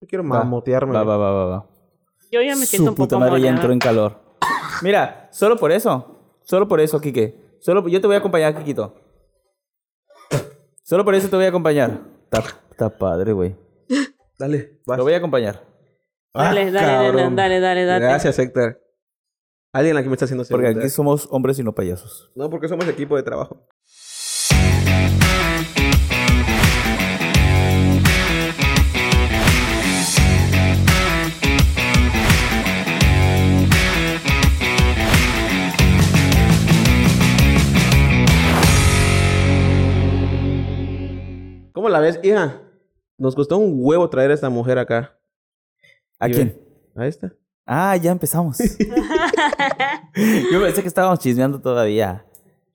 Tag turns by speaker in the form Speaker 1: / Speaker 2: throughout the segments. Speaker 1: Yo quiero mamotearme.
Speaker 2: Va, va, va, va, va.
Speaker 3: Yo ya me siento
Speaker 2: Su
Speaker 3: un poco
Speaker 2: puta madre ya
Speaker 3: morada.
Speaker 2: entró en calor. Mira, solo por eso. Solo por eso, Quique. Solo, yo te voy a acompañar, Quiquito. Solo por eso te voy a acompañar. Está, está padre, güey.
Speaker 1: Dale, vas.
Speaker 2: Lo voy a acompañar. Ah,
Speaker 3: Dale, dale,
Speaker 1: Ah, cabrón.
Speaker 3: dale, dale, dale, date.
Speaker 1: Gracias, Héctor. Alguien aquí me está haciendo
Speaker 2: Porque
Speaker 1: señas.
Speaker 2: aquí somos hombres y no payasos.
Speaker 1: No, porque somos equipo de trabajo. ¿Cómo la ves, hija? Nos costó un huevo traer a esta mujer acá.
Speaker 2: ¿A
Speaker 1: Y
Speaker 2: quién?
Speaker 1: ve, A esta.
Speaker 2: Ah, ya empezamos. yo pensé que estábamos chismeando todavía.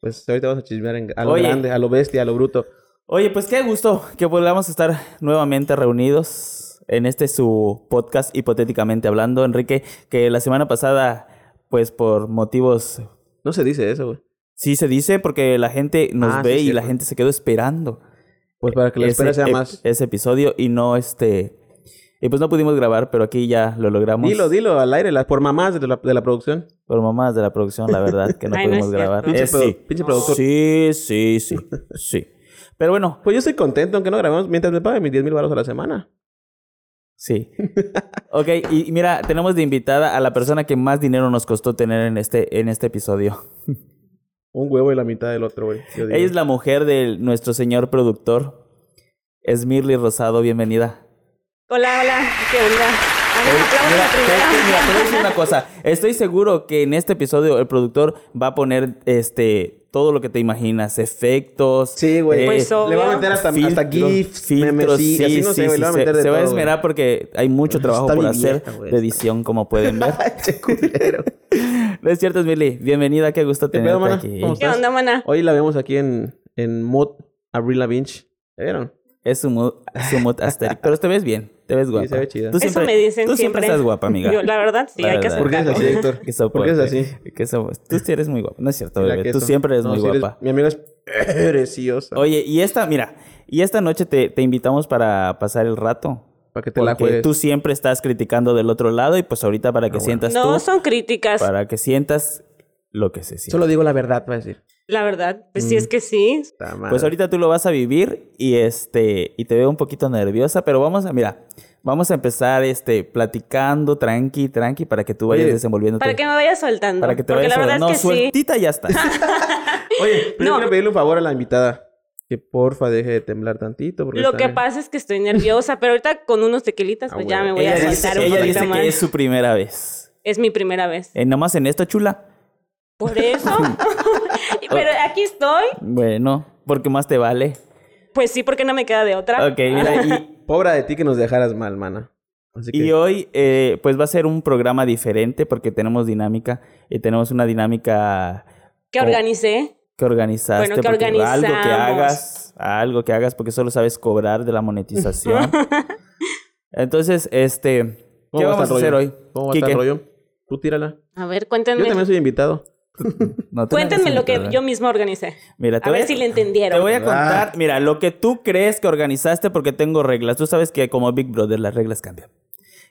Speaker 1: Pues ahorita vamos a chismear en- a lo
Speaker 2: Oye.
Speaker 1: grande, a lo bestia, a lo bruto.
Speaker 2: Oye, pues qué gusto que volvamos a estar nuevamente reunidos en este su podcast hipotéticamente hablando, Enrique, que la semana pasada, pues por motivos,
Speaker 1: No se dice eso, güey.
Speaker 2: sí se dice, porque la gente nos
Speaker 1: Ah, sí,
Speaker 2: ve y la
Speaker 1: cierto.
Speaker 2: gente se quedó esperando
Speaker 1: Pues para que la espera sea
Speaker 2: ep-
Speaker 1: más.
Speaker 2: ese episodio y no este... Y pues no pudimos grabar, pero aquí ya lo logramos.
Speaker 1: Dilo, dilo al aire, las por mamás de la, de la producción.
Speaker 2: Por mamás de la producción, la verdad, que no
Speaker 3: Ay, no
Speaker 2: pudimos
Speaker 3: es cierto.
Speaker 2: grabar.
Speaker 1: Pinche,
Speaker 2: Eh,
Speaker 1: produ-
Speaker 2: sí.
Speaker 1: pinche productor.
Speaker 2: sí, sí, sí, sí. Pero bueno,
Speaker 1: Pues yo estoy contento, aunque no grabemos mientras me paguen mis 10 mil baros a la semana.
Speaker 2: Sí. ok, y y mira, tenemos de invitada a la persona que más dinero nos costó tener en este, en este episodio.
Speaker 1: Un huevo y la mitad del otro, güey. yo digo.
Speaker 2: Ella es la mujer de nuestro señor productor, Esmirly Rosado, bienvenida.
Speaker 3: Hola, hola, ¿qué onda? A mí me aplauden
Speaker 2: Eh, Mira,
Speaker 3: la
Speaker 2: te,
Speaker 3: primera.
Speaker 2: te- mira, te voy a decir una cosa. Estoy seguro que en este episodio el productor va a poner este todo lo que te imaginas, efectos. eh,
Speaker 1: Sí, güey.
Speaker 3: Pues,
Speaker 1: Le va a
Speaker 3: obvio.
Speaker 1: meter hasta, hasta
Speaker 2: filtros,
Speaker 1: GIFs,
Speaker 2: filtros,
Speaker 1: memes, sí,
Speaker 2: sí,
Speaker 1: así no
Speaker 2: sí,
Speaker 1: sé, güey.
Speaker 2: sí,
Speaker 1: Le va a
Speaker 2: se-
Speaker 1: meter de
Speaker 2: se
Speaker 1: todo,
Speaker 2: va a
Speaker 1: güey.
Speaker 2: esmerar porque hay mucho trabajo
Speaker 1: Está
Speaker 2: por
Speaker 1: bien
Speaker 2: hacer
Speaker 1: vieja, güey,
Speaker 2: de
Speaker 1: está.
Speaker 2: edición, como pueden ver.
Speaker 1: Che culero.
Speaker 2: No es cierto, Smiley. Bienvenida, qué gusto
Speaker 1: ¿Qué
Speaker 2: tenerte
Speaker 1: pedo, mana?
Speaker 2: aquí.
Speaker 1: ¿Cómo
Speaker 3: ¿Qué onda, mana?
Speaker 1: Hoy la vemos aquí en, en Mod Avril Lavigne. ¿La vieron?
Speaker 2: Es su mood, su mood asterisk. Pero te ves bien, te ves guapa.
Speaker 1: se ve chida.
Speaker 2: Tú
Speaker 3: Eso
Speaker 2: siempre,
Speaker 3: me dicen
Speaker 2: tú siempre.
Speaker 3: siempre.
Speaker 2: estás guapa, amiga.
Speaker 3: Yo, la verdad, sí,
Speaker 2: La
Speaker 3: hay que
Speaker 2: verdad.
Speaker 1: ¿Por qué es
Speaker 3: aceptarlo.
Speaker 1: así, Héctor?
Speaker 2: Que
Speaker 1: ¿Por qué es
Speaker 2: soporte.
Speaker 1: así?
Speaker 2: Que somos- Tú sí eres muy guapa. No es cierto,
Speaker 1: Mira
Speaker 2: bebé.
Speaker 1: que
Speaker 2: Tú
Speaker 1: eso.
Speaker 2: siempre eres
Speaker 1: No,
Speaker 2: muy
Speaker 1: sí eres-
Speaker 2: guapa.
Speaker 1: mi amiga es preciosa.
Speaker 2: Oye, y esta, mira, y esta noche te, te invitamos para pasar el rato.
Speaker 1: Para que te la
Speaker 2: Porque
Speaker 1: juegues. Ah,
Speaker 2: tú siempre estás criticando del otro lado y pues ahorita para que sientas
Speaker 3: No
Speaker 2: tú,
Speaker 3: son críticas,
Speaker 2: para que sientas lo que se siente.
Speaker 1: Solo digo la verdad, va a decir.
Speaker 3: la verdad. Pues sí,
Speaker 2: Mm.
Speaker 3: es que sí.
Speaker 1: Está mal.
Speaker 2: Pues ahorita tú lo vas a vivir y este y te veo un poquito nerviosa, pero vamos a mira, vamos a empezar este platicando tranqui, tranqui para que tú vayas
Speaker 1: Oye,
Speaker 2: desenvolviéndote.
Speaker 3: Para que me vaya soltando.
Speaker 2: para que te
Speaker 3: Porque
Speaker 2: vayas
Speaker 3: la verdad
Speaker 2: no,
Speaker 3: es que sí.
Speaker 2: sueltita ya está.
Speaker 1: Oye, pero yo
Speaker 3: No.
Speaker 1: quiero pedirle un favor a la invitada. Que porfa deje de temblar tantito. Porque
Speaker 3: Lo
Speaker 1: está
Speaker 3: que
Speaker 1: bien.
Speaker 3: pasa es que estoy nerviosa, pero ahorita con unos tequilitas,
Speaker 1: Ah,
Speaker 3: pues
Speaker 1: huevo.
Speaker 3: ya me voy a
Speaker 2: ella dice,
Speaker 3: soltar un
Speaker 2: ella
Speaker 3: poquito
Speaker 2: dice
Speaker 3: más.
Speaker 2: que es
Speaker 3: Es...
Speaker 2: su primera vez.
Speaker 3: mi primera vez.
Speaker 2: Eh, nomás en esta chula.
Speaker 3: Por eso. pero aquí estoy.
Speaker 2: Bueno, porque más te vale.
Speaker 3: Pues sí, porque no me queda de otra.
Speaker 2: Ok, mira, y,
Speaker 1: Pobre de ti que nos dejaras mal, mana. Así que
Speaker 2: Y hoy, eh, pues va a ser un programa diferente porque tenemos dinámica y tenemos una dinámica
Speaker 3: Que organicé.
Speaker 2: que organizaste.
Speaker 3: Bueno, que
Speaker 2: porque Algo que
Speaker 3: organizamos.
Speaker 2: hagas, algo que hagas porque solo sabes cobrar de la monetización. Entonces, este, ¿qué
Speaker 1: va a
Speaker 2: vamos a
Speaker 1: estar
Speaker 2: hacer
Speaker 1: rollo?
Speaker 2: hoy?
Speaker 1: ¿Cómo va a estar
Speaker 2: Quique,
Speaker 1: rollo? Tú tírala.
Speaker 3: A ver,
Speaker 1: Yo
Speaker 3: cuéntenme.
Speaker 1: también soy invitado.
Speaker 2: no te
Speaker 3: Cuéntenme
Speaker 2: mereces
Speaker 3: lo que
Speaker 2: invitar,
Speaker 3: yo
Speaker 2: ¿eh?
Speaker 3: misma organicé.
Speaker 2: Mira, te
Speaker 3: A
Speaker 2: voy
Speaker 3: ver si le entendieron.
Speaker 2: Te voy a
Speaker 1: Ah.
Speaker 2: contar, mira, lo que tú crees que organizaste porque tengo reglas. Tú sabes que como Big Brother las reglas cambian.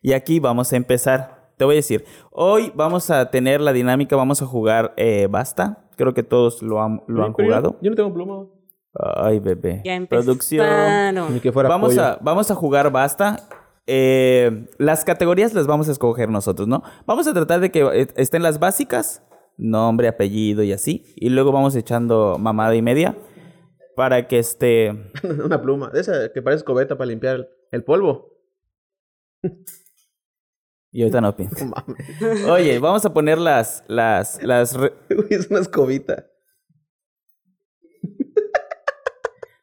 Speaker 2: Y aquí vamos a empezar. Te voy a decir, hoy vamos a tener la dinámica, vamos a jugar eh, Basta. Creo que todos lo han, lo han
Speaker 1: Pero yo-
Speaker 2: jugado.
Speaker 1: Yo, no tengo pluma.
Speaker 2: Ay, bebé.
Speaker 3: Ya empezaron.
Speaker 2: Producción.
Speaker 1: Ni que fuera
Speaker 2: Vamos
Speaker 1: pollo.
Speaker 2: a, vamos a jugar basta. Eh, las categorías las vamos a escoger nosotros, ¿no? Vamos a tratar de que eh, estén las básicas, nombre, apellido y así. Y luego vamos echando mamada y media para que este, esté...
Speaker 1: Una pluma. De esa que parece escobeta para limpiar el, el polvo.
Speaker 2: Y ahorita no pinta. Oye, vamos a poner las... las, las re-
Speaker 1: Güey, es una escobita.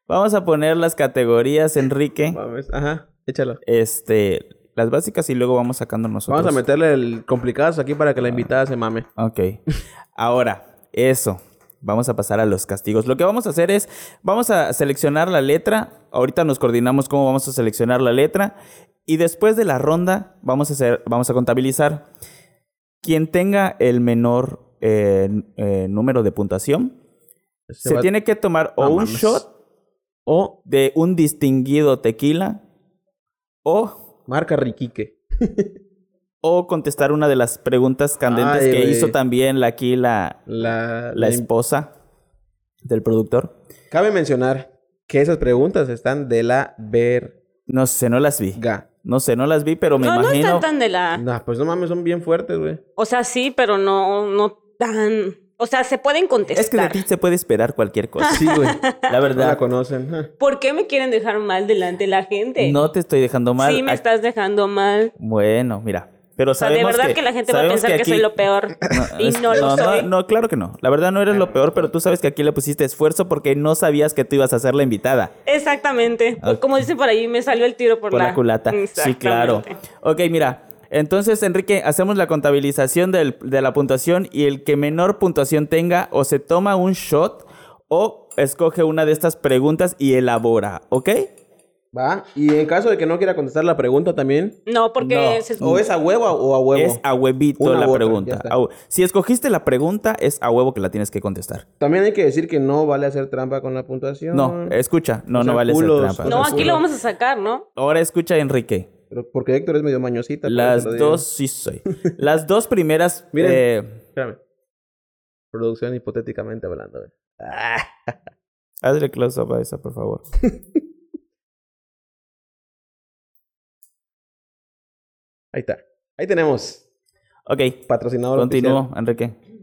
Speaker 2: Vamos a poner las categorías, Enrique.
Speaker 1: Mames. Ajá. Échala.
Speaker 2: Este, las básicas y luego vamos sacando nosotros.
Speaker 1: Vamos a meterle el complicados aquí para que la invitada se mame.
Speaker 2: Ok. Ahora, eso. Vamos a pasar a los castigos. Lo que vamos a hacer es, vamos a seleccionar la letra. Ahorita nos coordinamos cómo vamos a seleccionar la letra. Y después de la ronda, vamos a, hacer, vamos a contabilizar. Quien tenga el menor eh, n- eh, número de puntuación, se,
Speaker 1: va-
Speaker 2: tiene que tomar o
Speaker 1: No
Speaker 2: un
Speaker 1: mames.
Speaker 2: shot
Speaker 1: O
Speaker 2: de un distinguido tequila o
Speaker 1: Marca Riquique.
Speaker 2: O contestar una de las preguntas candentes
Speaker 1: Ay,
Speaker 2: que
Speaker 1: güey.
Speaker 2: hizo también la- aquí la,
Speaker 1: La,
Speaker 2: la esposa del productor.
Speaker 1: Cabe mencionar que esas preguntas están de la verga.
Speaker 2: No sé, no las vi. No sé, no las vi, pero me
Speaker 3: no, no
Speaker 2: imagino.
Speaker 3: están tan de
Speaker 2: Ah.
Speaker 3: la.
Speaker 1: Nah, pues no mames, son bien fuertes, güey.
Speaker 3: O sea, sí, pero no, no tan. O sea, se pueden contestar.
Speaker 2: Es que de ti se puede esperar cualquier cosa.
Speaker 1: Sí, güey.
Speaker 2: La
Speaker 1: No la
Speaker 2: verdad,
Speaker 1: conocen. Ah.
Speaker 3: ¿Por qué me quieren dejar mal delante de la gente?
Speaker 2: no te estoy dejando mal.
Speaker 3: Sí, me
Speaker 2: Ac-
Speaker 3: estás dejando mal.
Speaker 2: Bueno, mira. Pero
Speaker 3: O sea, de
Speaker 2: sabemos
Speaker 3: verdad que, la gente va a
Speaker 2: sabemos
Speaker 3: pensar que,
Speaker 2: aquí-
Speaker 3: soy lo peor. y
Speaker 2: es-
Speaker 3: no lo soy.
Speaker 2: No, claro que no. La verdad no eres lo peor, pero tú sabes que aquí le pusiste esfuerzo porque no sabías que tú ibas a ser la invitada.
Speaker 3: Exactamente.
Speaker 2: Ok.
Speaker 3: Como dicen por ahí, me salió el tiro por,
Speaker 2: Por la, culata. Sí, claro.
Speaker 3: Exactamente.
Speaker 2: Ok, mira. Entonces, Enrique, hacemos la contabilización del- de la puntuación y el que menor puntuación tenga o se toma un shot o escoge una de estas preguntas y elabora, ¿ok?
Speaker 1: Va. Y en caso de que no quiera contestar la pregunta también.
Speaker 3: No, porque
Speaker 2: No.
Speaker 3: se-
Speaker 1: O es a huevo o a huevo.
Speaker 2: Es a huevito
Speaker 1: Una
Speaker 2: la
Speaker 1: u otra, ya
Speaker 2: pregunta.
Speaker 1: está.
Speaker 2: A hue- si escogiste la pregunta, es a huevo que la tienes que contestar.
Speaker 1: También hay que decir que no vale hacer trampa con la puntuación.
Speaker 2: No, escucha, no,
Speaker 1: O sea,
Speaker 2: no vale
Speaker 1: culos,
Speaker 2: ser trampa.
Speaker 1: o
Speaker 3: No,
Speaker 1: sea,
Speaker 3: aquí lo
Speaker 1: culos.
Speaker 3: vamos a sacar, ¿no?
Speaker 2: Ahora escucha, Enrique.
Speaker 1: Pero porque Héctor es medio mañosita. por
Speaker 2: Las
Speaker 1: eso lo digo.
Speaker 2: dos, sí soy. Las dos primeras.
Speaker 1: Miren.
Speaker 2: eh,
Speaker 1: Espérame. Producción hipotéticamente hablando, güey.
Speaker 2: hazle close up a esa, por favor.
Speaker 1: Ahí está. Ahí tenemos.
Speaker 2: Ok,
Speaker 1: Patrocinador.
Speaker 2: continúo, Enrique.
Speaker 1: oficial.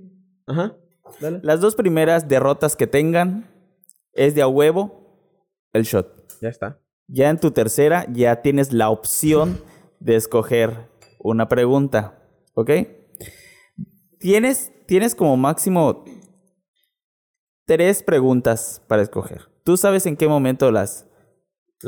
Speaker 1: Ajá. Dale.
Speaker 2: Las dos primeras derrotas que tengan es de a huevo el shot.
Speaker 1: Ya está.
Speaker 2: Ya en tu tercera, ya tienes la opción de escoger una pregunta. ¿Ok? Tienes, tienes como máximo tres preguntas para escoger. Tú sabes en qué momento las,
Speaker 1: Eh,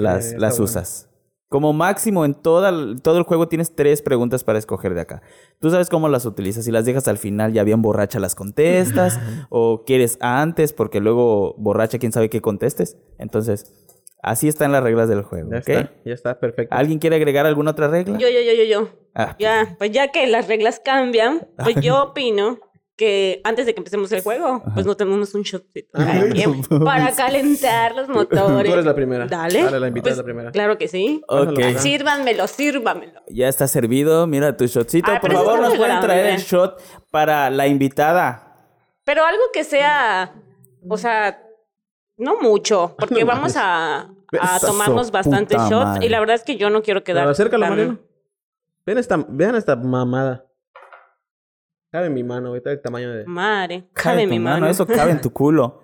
Speaker 2: las,
Speaker 1: está
Speaker 2: las
Speaker 1: bueno.
Speaker 2: usas. Como máximo en toda, el- todo el juego tienes tres preguntas para escoger de acá. Tú sabes cómo las utilizas. Si las dejas al final ya bien borracha las contestas o quieres antes porque luego borracha quién sabe qué contestes. Entonces, así están las reglas del juego.
Speaker 1: Ya
Speaker 2: ¿ok?
Speaker 1: está. Ya está. Perfecto.
Speaker 2: ¿Alguien quiere agregar alguna otra regla?
Speaker 3: Yo, yo, yo, yo, yo.
Speaker 2: Ah,
Speaker 3: Ya, pues ya que las reglas cambian, pues yo opino que antes de que empecemos el juego, pues no tenemos un shotcito cada quien para calentar los
Speaker 1: Tú
Speaker 3: motores.
Speaker 1: eres la primera.
Speaker 3: Dale.
Speaker 1: Dale, la invitada
Speaker 3: Pues,
Speaker 1: es la primera.
Speaker 3: Claro que sí.
Speaker 2: ok.
Speaker 1: Ajá.
Speaker 3: Sírvanmelo, sírvanmelo.
Speaker 2: Ya está servido. Mira tu shotcito.
Speaker 3: Ay,
Speaker 2: Por
Speaker 3: Ah, pero eso
Speaker 2: favor,
Speaker 3: está
Speaker 2: nos
Speaker 3: muy
Speaker 2: pueden traer el
Speaker 3: grande.
Speaker 2: shot para la invitada.
Speaker 3: Pero algo que sea, o sea, no mucho, porque vamos a, a
Speaker 2: Esa
Speaker 3: tomarnos
Speaker 2: su
Speaker 3: bastantes
Speaker 2: puta
Speaker 3: shots
Speaker 2: madre.
Speaker 3: y la verdad es que yo no quiero quedar.
Speaker 1: Pero acércalo,
Speaker 3: tan-
Speaker 1: Mariano. Vean esta, vean esta mamada. Cabe en mi mano, güey. Está el tamaño de.
Speaker 3: Mm. Madre,
Speaker 2: Cabe
Speaker 3: cabe
Speaker 2: en
Speaker 3: mi
Speaker 2: tu mano,
Speaker 3: mano.
Speaker 2: Eso cabe en tu culo.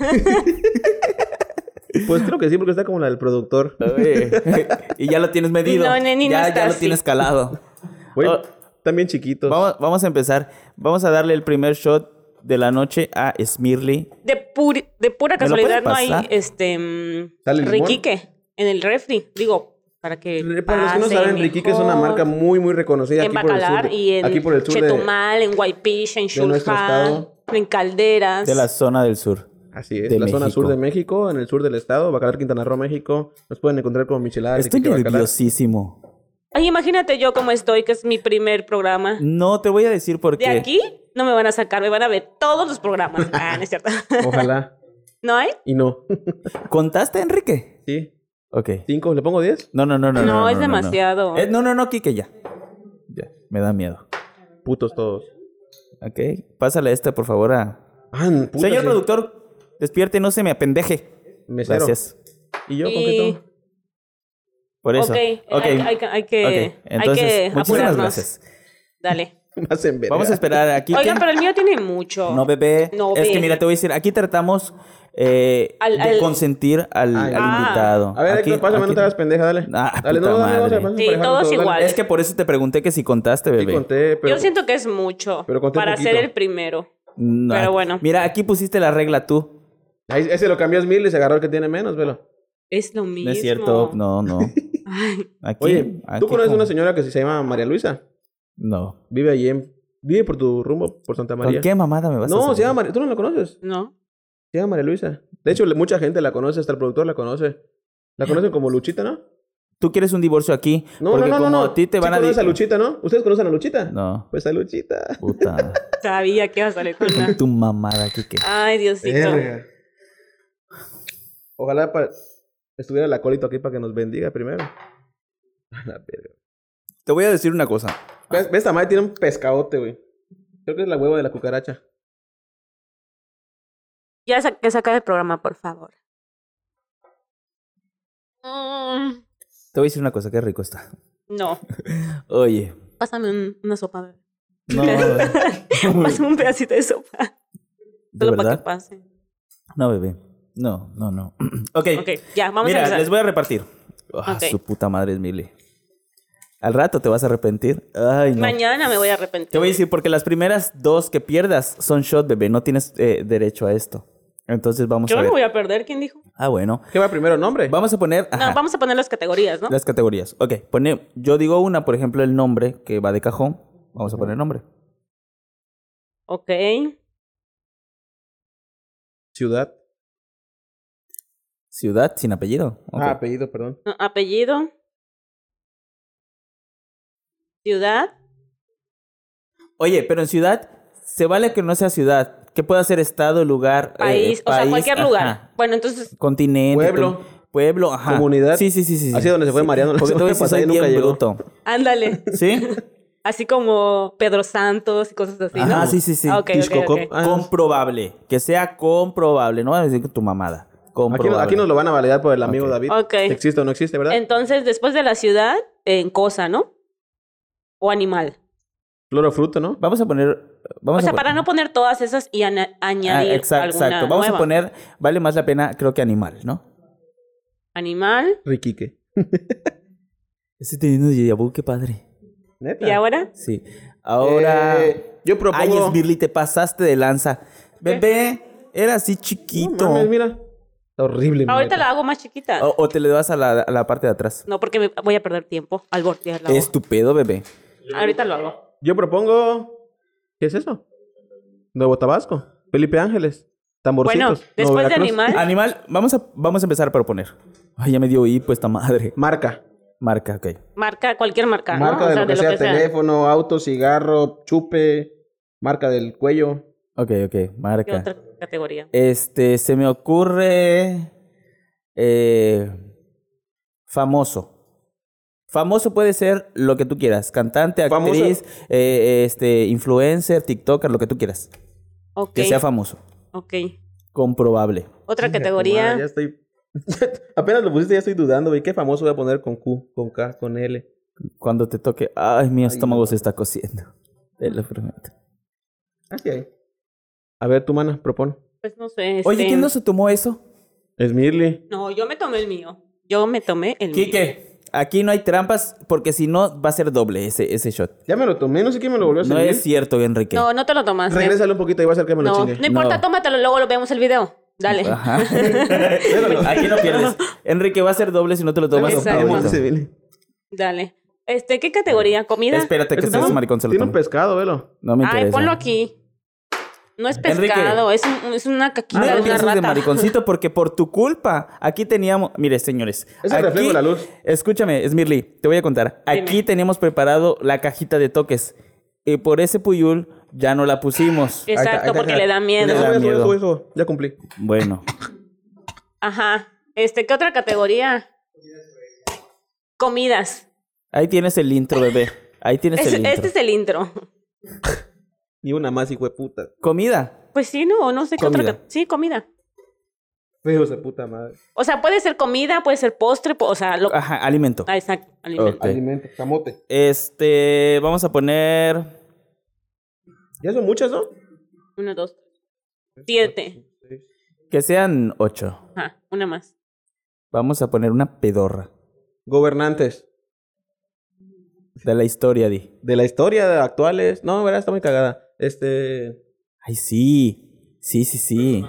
Speaker 1: Pues creo que sí, porque está como la del productor.
Speaker 2: Oye, y ya lo tienes medido.
Speaker 3: No, neni, no
Speaker 2: ya,
Speaker 3: está
Speaker 2: ya lo
Speaker 3: así.
Speaker 2: tienes calado.
Speaker 1: Güey,
Speaker 2: Oh.
Speaker 1: también chiquitos.
Speaker 2: Vamos, vamos a empezar. Vamos a darle el primer shot de la noche a Smirly.
Speaker 3: De, puri- de pura
Speaker 2: ¿Me lo
Speaker 3: casualidad
Speaker 2: puedes
Speaker 3: no hay
Speaker 2: pasar?
Speaker 3: este mm,
Speaker 1: ¿Sale limón?
Speaker 3: Riquique en el refri. Digo, para que.
Speaker 1: Para los que no
Speaker 3: pase
Speaker 1: saben, Riquique es una
Speaker 3: mejor.
Speaker 1: marca muy, muy reconocida
Speaker 3: En
Speaker 1: aquí por, el
Speaker 3: Bacalar
Speaker 1: sur,
Speaker 3: y en
Speaker 1: aquí por el sur. de-
Speaker 3: Chetumal, en Guaypish, en
Speaker 1: de nuestro
Speaker 3: Chulhan,
Speaker 1: estado.
Speaker 3: en Calderas.
Speaker 2: De la zona del sur.
Speaker 1: así es,
Speaker 2: de
Speaker 1: la zona
Speaker 2: México.
Speaker 1: sur de México, en el sur del estado, Bacalar, Quintana Roo, México. Nos pueden encontrar como Michelada.
Speaker 2: Estoy
Speaker 1: Riquique, Bacalar.
Speaker 2: nerviosísimo.
Speaker 3: Ay, imagínate yo cómo estoy, que es mi primer programa.
Speaker 2: No, te voy a decir por
Speaker 3: De
Speaker 2: qué.
Speaker 3: aquí no me van a sacar, me van a ver todos los programas. Ah, no es cierto.
Speaker 1: Ojalá.
Speaker 3: ¿No hay?
Speaker 1: Y no.
Speaker 2: ¿Contaste, Enrique?
Speaker 1: sí.
Speaker 2: Ok.
Speaker 1: Cinco. ¿Le pongo diez?
Speaker 2: No, no, no, no.
Speaker 3: No, es demasiado.
Speaker 2: Eh, No, no, no, Kike, ya. Ya, me da miedo.
Speaker 1: Putos todos.
Speaker 2: Ok. Pásale este, por favor, a...
Speaker 1: Ah, puta,
Speaker 2: Señor
Speaker 1: sí.
Speaker 2: productor, despierte, no se me apendeje.
Speaker 1: Mesero.
Speaker 2: Gracias.
Speaker 1: ¿Y yo con
Speaker 3: Y-
Speaker 1: qué tomo?
Speaker 2: Por eso.
Speaker 3: Ok, eh, Hay, hay que- hay que,
Speaker 2: Ok,
Speaker 3: hay
Speaker 2: Entonces,
Speaker 3: que
Speaker 2: muchísimas
Speaker 3: apurarnos.
Speaker 2: gracias.
Speaker 3: Dale.
Speaker 1: Más en verga.
Speaker 2: Vamos a esperar aquí.
Speaker 3: Oigan, pero el mío tiene mucho.
Speaker 2: No, bebé.
Speaker 3: No,
Speaker 2: Es que
Speaker 3: bebé.
Speaker 2: mira, te voy a decir, aquí tratamos eh,
Speaker 3: Al-
Speaker 2: de
Speaker 3: al-
Speaker 2: consentir al,
Speaker 1: Ay,
Speaker 2: al
Speaker 3: ah.
Speaker 2: invitado.
Speaker 1: A ver,
Speaker 2: Aquí-
Speaker 1: Héctor, pásame,
Speaker 2: aquí-
Speaker 1: no te hagas pendeja, dale.
Speaker 2: Ah,
Speaker 1: dale,
Speaker 2: puta
Speaker 1: no, dale, vamos a
Speaker 2: madale.
Speaker 1: pasar
Speaker 3: Sí,
Speaker 1: pareja
Speaker 3: todos
Speaker 1: dale.
Speaker 3: igual.
Speaker 2: Es que por eso te pregunté que si contaste,
Speaker 1: Sí,
Speaker 2: bebé.
Speaker 1: conté, pero...
Speaker 3: Yo siento que es mucho
Speaker 1: pero conté
Speaker 3: para
Speaker 1: poquito.
Speaker 3: ser el primero.
Speaker 2: No,
Speaker 3: Pero bueno.
Speaker 2: Mira, aquí pusiste la regla tú.
Speaker 1: Ahí, ese lo cambió a Smil y se agarró el que tiene menos, velo.
Speaker 3: Es lo mismo.
Speaker 2: No es cierto. No, no. Aquí,
Speaker 1: Oye,
Speaker 2: aquí
Speaker 1: ¿tú conoces
Speaker 2: como-
Speaker 1: una señora que se llama María Luisa?
Speaker 2: No.
Speaker 1: Vive allí en... Vive por tu rumbo, por Santa María.
Speaker 2: ¿Con qué mamada me vas a
Speaker 1: No,
Speaker 2: hacer?
Speaker 1: se llama María... ¿Tú no la conoces?
Speaker 3: ¿No?
Speaker 1: Se llama María Luisa. De hecho, le- mucha gente la conoce, hasta el productor la conoce. La conocen como Luchita, ¿no?
Speaker 2: Tú quieres un divorcio aquí.
Speaker 1: No,
Speaker 2: porque
Speaker 1: no, no,
Speaker 2: como
Speaker 1: no.
Speaker 2: a ti te
Speaker 1: ¿Sí
Speaker 2: van a...
Speaker 1: conoces a
Speaker 2: di-
Speaker 1: Luchita, ¿no? ¿Ustedes conocen a Luchita?
Speaker 2: No,
Speaker 1: Pues a Luchita.
Speaker 2: puta.
Speaker 3: Sabía que iba a salir con una.
Speaker 2: tu mamada, Kike.
Speaker 3: Ay, Diosito.
Speaker 1: Verga. Ojalá pa- estuviera el acólito aquí para que nos bendiga primero. A la verga.
Speaker 2: Te voy a decir una cosa.
Speaker 1: ¿Ves? ¿Ves? Esta madre tiene un pescadote, güey. Creo que es la hueva de la cucaracha.
Speaker 3: Ya sa- que saca el programa, por favor. Mm,
Speaker 2: Te voy a decir una cosa, qué rico está.
Speaker 3: no,
Speaker 2: Oye.
Speaker 3: pásame un- una sopa. bebé.
Speaker 2: No, bebé.
Speaker 3: pásame un pedacito de sopa.
Speaker 2: ¿De
Speaker 3: Solo para que
Speaker 2: verdad?
Speaker 3: pase.
Speaker 2: No, bebé. No, no, no. Ok.
Speaker 3: Ok, ya, vamos
Speaker 2: Mira,
Speaker 3: a empezar.
Speaker 2: les voy a repartir. Ah,
Speaker 3: Ok.
Speaker 2: Su puta madre es Mili. Al rato te vas a arrepentir. Ay, no.
Speaker 3: Mañana me voy a arrepentir.
Speaker 2: Te voy a decir, porque las primeras dos que pierdas son shot, bebé. No tienes eh, derecho a esto. Entonces vamos a
Speaker 3: Yo
Speaker 2: ver.
Speaker 3: no voy a perder, ¿quién dijo?
Speaker 2: Ah, bueno.
Speaker 1: ¿Qué va primero, nombre?
Speaker 2: Vamos a poner.
Speaker 3: No,
Speaker 2: ajá,
Speaker 3: vamos a poner las categorías, ¿no?
Speaker 2: Las categorías. Ok, pone. Yo digo una, por ejemplo, el nombre que va de cajón. Vamos a poner nombre.
Speaker 3: Ok.
Speaker 1: Ciudad.
Speaker 2: Ciudad sin apellido. Ok.
Speaker 1: Ah, apellido, perdón.
Speaker 3: No, Apellido. Ciudad.
Speaker 2: Oye, pero en ciudad se vale que no sea ciudad. Que pueda ser estado, lugar, eh,
Speaker 3: País, o sea,
Speaker 2: país,
Speaker 3: cualquier
Speaker 2: ajá.
Speaker 3: lugar. Bueno, entonces,
Speaker 2: Continente.
Speaker 1: Pueblo.
Speaker 2: com- Pueblo, ajá.
Speaker 1: Comunidad.
Speaker 2: Sí, sí, sí. sí
Speaker 1: Así
Speaker 2: sí.
Speaker 1: es donde se fue Mariano la
Speaker 2: Porque todo
Speaker 1: semana
Speaker 2: eso
Speaker 1: pasada
Speaker 2: soy
Speaker 1: y nunca
Speaker 2: bien
Speaker 1: llegó.
Speaker 2: bruto.
Speaker 3: ándale.
Speaker 2: ¿Sí?
Speaker 3: Así como Pedro Santos y cosas así, ¿no?
Speaker 2: Ajá, sí, sí, sí.
Speaker 3: Ah, ok, ok,
Speaker 1: Discocop.
Speaker 3: ok.
Speaker 1: Ah, no.
Speaker 2: Comprobable. Que sea comprobable. No vas a decir que tu mamada.
Speaker 1: Aquí,
Speaker 2: Comprobable.
Speaker 1: no- aquí nos lo van a validar por el amigo
Speaker 2: Ok.
Speaker 1: David.
Speaker 3: Ok.
Speaker 1: Existe o no existe, ¿verdad?
Speaker 3: Entonces, después de la ciudad, en cosa, ¿no? O animal.
Speaker 1: Flor o fruto, ¿no?
Speaker 2: Vamos a poner... Vamos
Speaker 3: O sea,
Speaker 2: a pon-
Speaker 3: para no poner todas esas y ana-
Speaker 2: Ah,
Speaker 3: añadir
Speaker 2: exacto,
Speaker 3: alguna
Speaker 2: exacto. Vamos
Speaker 3: nueva.
Speaker 2: a poner... Vale más la pena, creo que animal, ¿no?
Speaker 3: Animal.
Speaker 1: Riquique.
Speaker 2: Estoy teniendo déjà vu, qué padre.
Speaker 1: Neta.
Speaker 3: ¿Y ahora?
Speaker 2: Ah, Sí. Ahora...
Speaker 1: Eh, yo
Speaker 2: Ay,
Speaker 1: propongo.
Speaker 2: Esbirli, te pasaste de lanza. Bebé, era así
Speaker 1: No
Speaker 2: chiquito.
Speaker 1: mames, mira. Está horrible. mi
Speaker 3: Ahorita
Speaker 1: neta.
Speaker 3: la hago más chiquita.
Speaker 2: o, o te le das a la, a la parte de atrás.
Speaker 3: No, porque me voy a perder tiempo al voltear la hoja.
Speaker 2: Estupendo, bebé.
Speaker 3: Ahorita lo hago.
Speaker 1: Yo propongo. ¿Qué es eso? Nuevo Tabasco. Felipe Ángeles.
Speaker 3: Bueno,
Speaker 1: Tamborcitos. Nuevo
Speaker 3: después de
Speaker 1: Veracruz.
Speaker 3: animal,
Speaker 2: Animal, vamos a, vamos a empezar a proponer. Ay, ya me dio hipo esta madre.
Speaker 1: Marca.
Speaker 2: Marca, ok.
Speaker 3: marca, cualquier marca, ¿no?
Speaker 1: marca
Speaker 3: O
Speaker 1: de
Speaker 3: sea,
Speaker 1: lo que sea, teléfono, auto, cigarro, chupe, marca del cuello.
Speaker 2: Ok, ok,
Speaker 3: ¿Qué
Speaker 2: marca.
Speaker 3: otra categoría?
Speaker 2: Este, se me ocurre. eh, famoso. Famoso puede ser lo que tú quieras. Cantante,
Speaker 1: Famoso.
Speaker 2: actriz, eh, este, influencer, TikToker, lo que tú quieras.
Speaker 3: Ok,
Speaker 2: Que sea famoso.
Speaker 3: ok.
Speaker 2: Comprobable.
Speaker 3: Otra
Speaker 1: Chinga tu
Speaker 3: categoría.
Speaker 1: madre, ya estoy. Apenas lo pusiste, ya estoy dudando, güey. ¿Qué famoso voy a poner con Q, con K, con L?
Speaker 2: Cuando te toque. Ay, mi estómago
Speaker 1: no.
Speaker 2: se está cociendo. Te lo prometo.
Speaker 1: Así hay. A ver, tu mana, propone.
Speaker 3: Pues no sé.
Speaker 2: Oye,
Speaker 3: este,
Speaker 2: ¿quién no se tomó eso?
Speaker 1: Esmirli.
Speaker 3: No, yo me tomé el mío. Yo me tomé el mío.
Speaker 2: Quique, aquí no hay trampas porque si no va a ser doble ese, ese shot.
Speaker 1: Ya me lo tomé, no sé quién me lo volvió a
Speaker 2: No
Speaker 1: servir.
Speaker 2: es cierto, Enrique.
Speaker 3: No, no te lo tomaste.
Speaker 1: Regrésale un poquito y va a ser que me lo
Speaker 3: no,
Speaker 1: chingue.
Speaker 3: no importa,
Speaker 2: No.
Speaker 3: tómatelo, luego lo vemos el video. Dale.
Speaker 2: Ajá.
Speaker 1: Déjalo.
Speaker 2: aquí no pierdes. Enrique, va a ser doble si no te lo tomas.
Speaker 3: Exacto.
Speaker 2: Pablito.
Speaker 1: Dice Billy.
Speaker 3: Dale. Este, ¿qué categoría? ¿Comida?
Speaker 2: Espérate que
Speaker 1: Este
Speaker 2: este
Speaker 1: tiene un-
Speaker 2: maricón se lo
Speaker 1: Tiene un
Speaker 2: tome.
Speaker 1: pescado, velo.
Speaker 2: No me interesa.
Speaker 3: Ay, ponlo aquí. No es
Speaker 2: Enrique. Ah,
Speaker 3: pescado, es, un- es una
Speaker 2: No
Speaker 3: caquita de una
Speaker 2: empieces de
Speaker 3: rata.
Speaker 2: mariconcito porque por tu culpa aquí teníamos... Mire, señores.
Speaker 1: Es el
Speaker 2: aquí-
Speaker 1: reflejo de la luz.
Speaker 2: Escúchame, Smirly, te voy a contar. Aquí
Speaker 3: Dime.
Speaker 2: teníamos preparado la cajita de toques y por ese puyul ya no la pusimos.
Speaker 1: Ahí está, ahí
Speaker 3: Exacto,
Speaker 1: está,
Speaker 3: porque
Speaker 1: ahí
Speaker 3: le
Speaker 1: está.
Speaker 3: da miedo.
Speaker 1: Ya
Speaker 2: Le da
Speaker 1: sube, sube,
Speaker 2: miedo.
Speaker 1: sube, sube. Ya cumplí.
Speaker 2: Bueno.
Speaker 3: Ajá. Este, ¿qué otra categoría? Comidas.
Speaker 2: Ahí tienes el intro, bebé. Ahí tienes
Speaker 3: Es-
Speaker 2: el intro.
Speaker 3: este es el intro.
Speaker 1: Ni una más, hijo de puta.
Speaker 2: Comida.
Speaker 3: Pues sí, no, no sé qué otra.
Speaker 2: Comida.
Speaker 3: ca- Sí, comida.
Speaker 1: Feo de puta madre.
Speaker 3: O sea, puede ser comida, puede ser postre, po- o sea, lo.
Speaker 2: Ajá, alimento.
Speaker 3: Ah, exacto, alimento.
Speaker 2: Ok.
Speaker 1: Alimento, camote.
Speaker 2: Este, vamos a poner
Speaker 1: Ya son muchas, ¿no?
Speaker 3: Uno, dos, siete.
Speaker 2: que sean ocho.
Speaker 3: Ajá, una más.
Speaker 2: Vamos a poner una pedorra
Speaker 1: Gobernantes.
Speaker 2: de la historia, di.
Speaker 1: De la historia, de actuales. No, verdad, está muy cagada. Este.
Speaker 2: Ay, sí. Sí, sí, sí.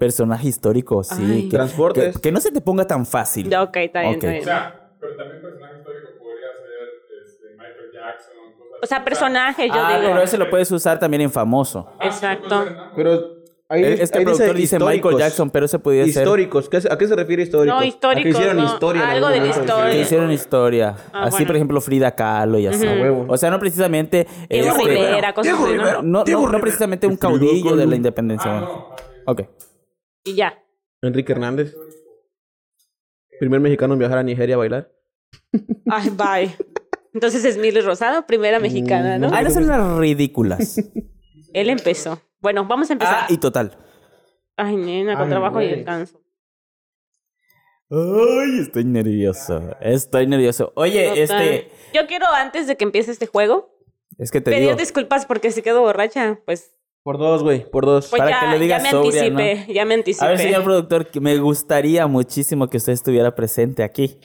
Speaker 2: Personaje histórico, sí.
Speaker 3: Ay.
Speaker 2: Que- Que,
Speaker 1: Transportes.
Speaker 2: que no se te ponga tan fácil.
Speaker 3: Ya, ok, está bien,
Speaker 2: Ok.
Speaker 3: está bien.
Speaker 4: Pero también personaje histórico podría ser este, Michael Jackson, cosas
Speaker 3: O sea, personaje, yo
Speaker 2: Ah,
Speaker 3: digo.
Speaker 2: pero ese lo puedes usar también en famoso.
Speaker 1: Ah,
Speaker 3: Exacto.
Speaker 1: Pero. Ahí,
Speaker 2: Es es que el
Speaker 1: ahí
Speaker 2: productor dice, Michael
Speaker 1: históricos.
Speaker 2: Jackson, pero ese pudiera ser.
Speaker 1: Históricos. ¿Qué se- ¿A qué se refiere históricos?
Speaker 3: No,
Speaker 1: ¿A que
Speaker 3: históricos,
Speaker 1: hicieron
Speaker 3: no.
Speaker 1: historia. en
Speaker 3: Algo de
Speaker 1: algún
Speaker 3: la
Speaker 1: momento?
Speaker 3: historia.
Speaker 2: Que hicieron historia.
Speaker 3: Ah,
Speaker 2: así,
Speaker 3: bueno.
Speaker 2: por ejemplo, Frida Kahlo y así.
Speaker 1: Ujú. A huevo.
Speaker 2: O sea, no precisamente.
Speaker 3: Diego
Speaker 2: este,
Speaker 3: Rivera, cosas así, ¿no?
Speaker 2: No, no, no precisamente un caudillo de la independencia.
Speaker 3: Ah,
Speaker 2: Ok.
Speaker 3: Y ya.
Speaker 1: Enrique Hernández. Primer mexicano en viajar a Nigeria a bailar.
Speaker 3: Ay, bye. Entonces es Milly Rosado, primera mexicana, ¿no?
Speaker 1: no.
Speaker 2: Ah, eres unas ridículas.
Speaker 3: Él empezó. Bueno, vamos a empezar.
Speaker 2: Ah, y total.
Speaker 3: Ay, nena, con
Speaker 1: Ay,
Speaker 3: trabajo y
Speaker 1: güey.
Speaker 3: descanso.
Speaker 2: Ay, estoy nervioso. Estoy nervioso. Oye,
Speaker 3: Total.
Speaker 2: este.
Speaker 3: Yo quiero, antes de que empiece este juego,
Speaker 2: Es que te
Speaker 3: pedir
Speaker 2: digo.
Speaker 3: disculpas porque si quedo borracha, pues,
Speaker 2: Por dos, güey, por dos.
Speaker 3: pues
Speaker 2: Para
Speaker 3: ya,
Speaker 2: que lo digas
Speaker 3: ya me
Speaker 2: sobria, ¿no?
Speaker 3: anticipé, ya me anticipé.
Speaker 2: A ver, señor productor, que me gustaría muchísimo que usted estuviera presente aquí.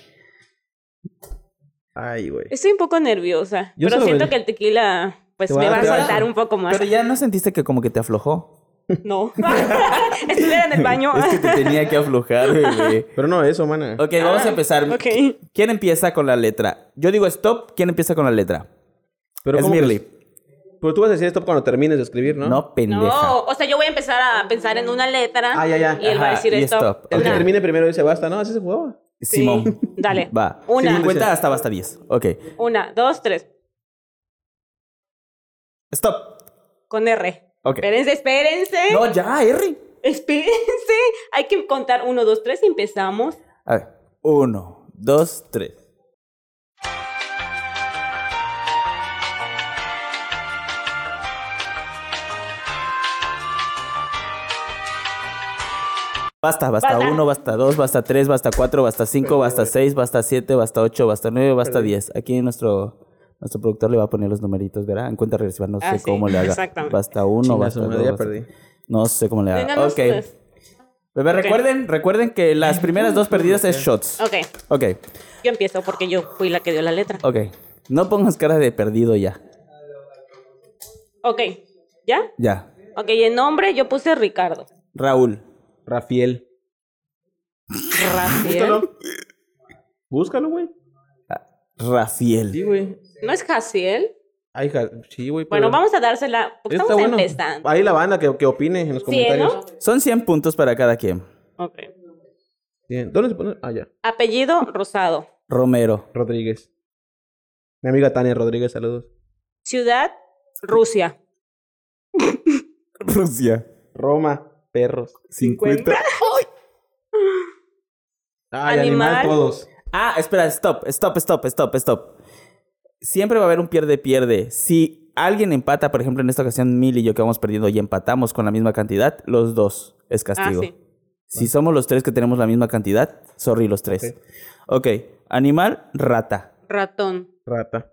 Speaker 1: Ay, güey.
Speaker 3: Estoy un poco nerviosa,
Speaker 1: Yo
Speaker 3: pero
Speaker 1: solo
Speaker 3: siento
Speaker 1: me-
Speaker 3: que el tequila, pues,
Speaker 1: Te va
Speaker 3: me
Speaker 1: a-
Speaker 3: va a
Speaker 1: te va a-
Speaker 3: soltar un poco más.
Speaker 2: Pero ya no sentiste que como que te aflojó.
Speaker 3: No. Estuviera en el baño.
Speaker 2: Es que te tenía que aflojar, güey.
Speaker 1: Pero no, eso, mana.
Speaker 2: Ok, vamos a empezar.
Speaker 3: Ah, ok.
Speaker 2: ¿Quién empieza con la letra? Yo digo stop, ¿quién empieza con la letra?
Speaker 1: Pero,
Speaker 2: es
Speaker 1: ¿cómo que-
Speaker 2: Mirly.
Speaker 1: pero tú vas a decir esto cuando termines de escribir, ¿no?
Speaker 2: No, pendeja.
Speaker 3: No, o sea, yo voy a empezar a pensar en una letra
Speaker 1: Ah, ya, ya.
Speaker 3: y él va a
Speaker 2: Ajá,
Speaker 3: decir
Speaker 2: y
Speaker 3: esto.
Speaker 2: stop.
Speaker 1: El que
Speaker 2: Nah.
Speaker 1: termine primero dice basta, ¿no? Así se jugaba.
Speaker 2: Simón.
Speaker 3: Dale.
Speaker 2: Va.
Speaker 3: Una.
Speaker 2: Simón, Cuenta hasta hasta 10. Ok.
Speaker 3: Una, dos, tres.
Speaker 2: Stop.
Speaker 3: Con R.
Speaker 2: Ok.
Speaker 3: Espérense, espérense.
Speaker 2: No, ya, R.
Speaker 3: Espérense. Hay que contar uno, dos, tres y empezamos.
Speaker 2: A ver. Uno, dos, tres. Basta, basta,
Speaker 3: Basta.
Speaker 2: uno, basta dos, basta tres, basta cuatro, basta cinco, basta seis, basta siete, basta ocho, basta nueve, basta diez. Aquí nuestro, nuestro productor le va a poner los numeritos, ¿verdad? En cuenta regresiva, no sé
Speaker 3: Ah, sí,
Speaker 2: cómo le haga.
Speaker 3: exactamente.
Speaker 2: Basta uno,
Speaker 1: Chinga
Speaker 2: basta
Speaker 1: su madre,
Speaker 2: dos,
Speaker 1: ya
Speaker 2: basta-
Speaker 1: perdí.
Speaker 2: No sé cómo le haga.
Speaker 3: Vengan los
Speaker 2: ok.
Speaker 3: tres.
Speaker 2: Bebé, recuerden, recuerden que las primeras dos perdidas es shots.
Speaker 3: Ok,
Speaker 2: Ok,
Speaker 3: yo empiezo porque yo fui la que dio la letra.
Speaker 2: ok. No pongas cara de perdido ya.
Speaker 3: Ok, ¿ya?
Speaker 2: Ya.
Speaker 3: Ok, en nombre yo puse Ricardo.
Speaker 2: Raúl.
Speaker 1: Rafael.
Speaker 3: Raciel.
Speaker 1: Búscalo. Búscalo, güey.
Speaker 2: Rafael.
Speaker 1: Sí, güey.
Speaker 3: ¿No es Jaciel?
Speaker 1: Ay, ja- sí, güey. pero-
Speaker 3: Bueno, vamos a dársela porque
Speaker 1: Está
Speaker 3: estamos
Speaker 1: bueno.
Speaker 3: empezando.
Speaker 1: Ahí la banda que, que opine en los
Speaker 3: Sí,
Speaker 1: comentarios.
Speaker 3: ¿no?
Speaker 2: Son 100 puntos para cada quien.
Speaker 3: Ok.
Speaker 1: Bien. ¿Dónde se pone? Ah, ya.
Speaker 3: Apellido Rosado.
Speaker 2: Romero.
Speaker 1: Rodríguez. Mi amiga Tania Rodríguez, saludos.
Speaker 3: Ciudad Rusia.
Speaker 2: Rusia.
Speaker 1: Roma, perros.
Speaker 2: 50.
Speaker 1: Ay,
Speaker 3: Animal.
Speaker 1: animal todos.
Speaker 2: Ah, espera, stop, stop, stop, stop, stop. Siempre va a haber un pierde-pierde. Si alguien empata, por ejemplo, en esta ocasión, Mil y yo que vamos perdiendo y empatamos con la misma cantidad, los dos es castigo.
Speaker 3: Ah, sí.
Speaker 2: Si somos los tres que tenemos la misma cantidad, sorry los tres. Ok, animal, rata.
Speaker 3: Ratón.
Speaker 1: Rata.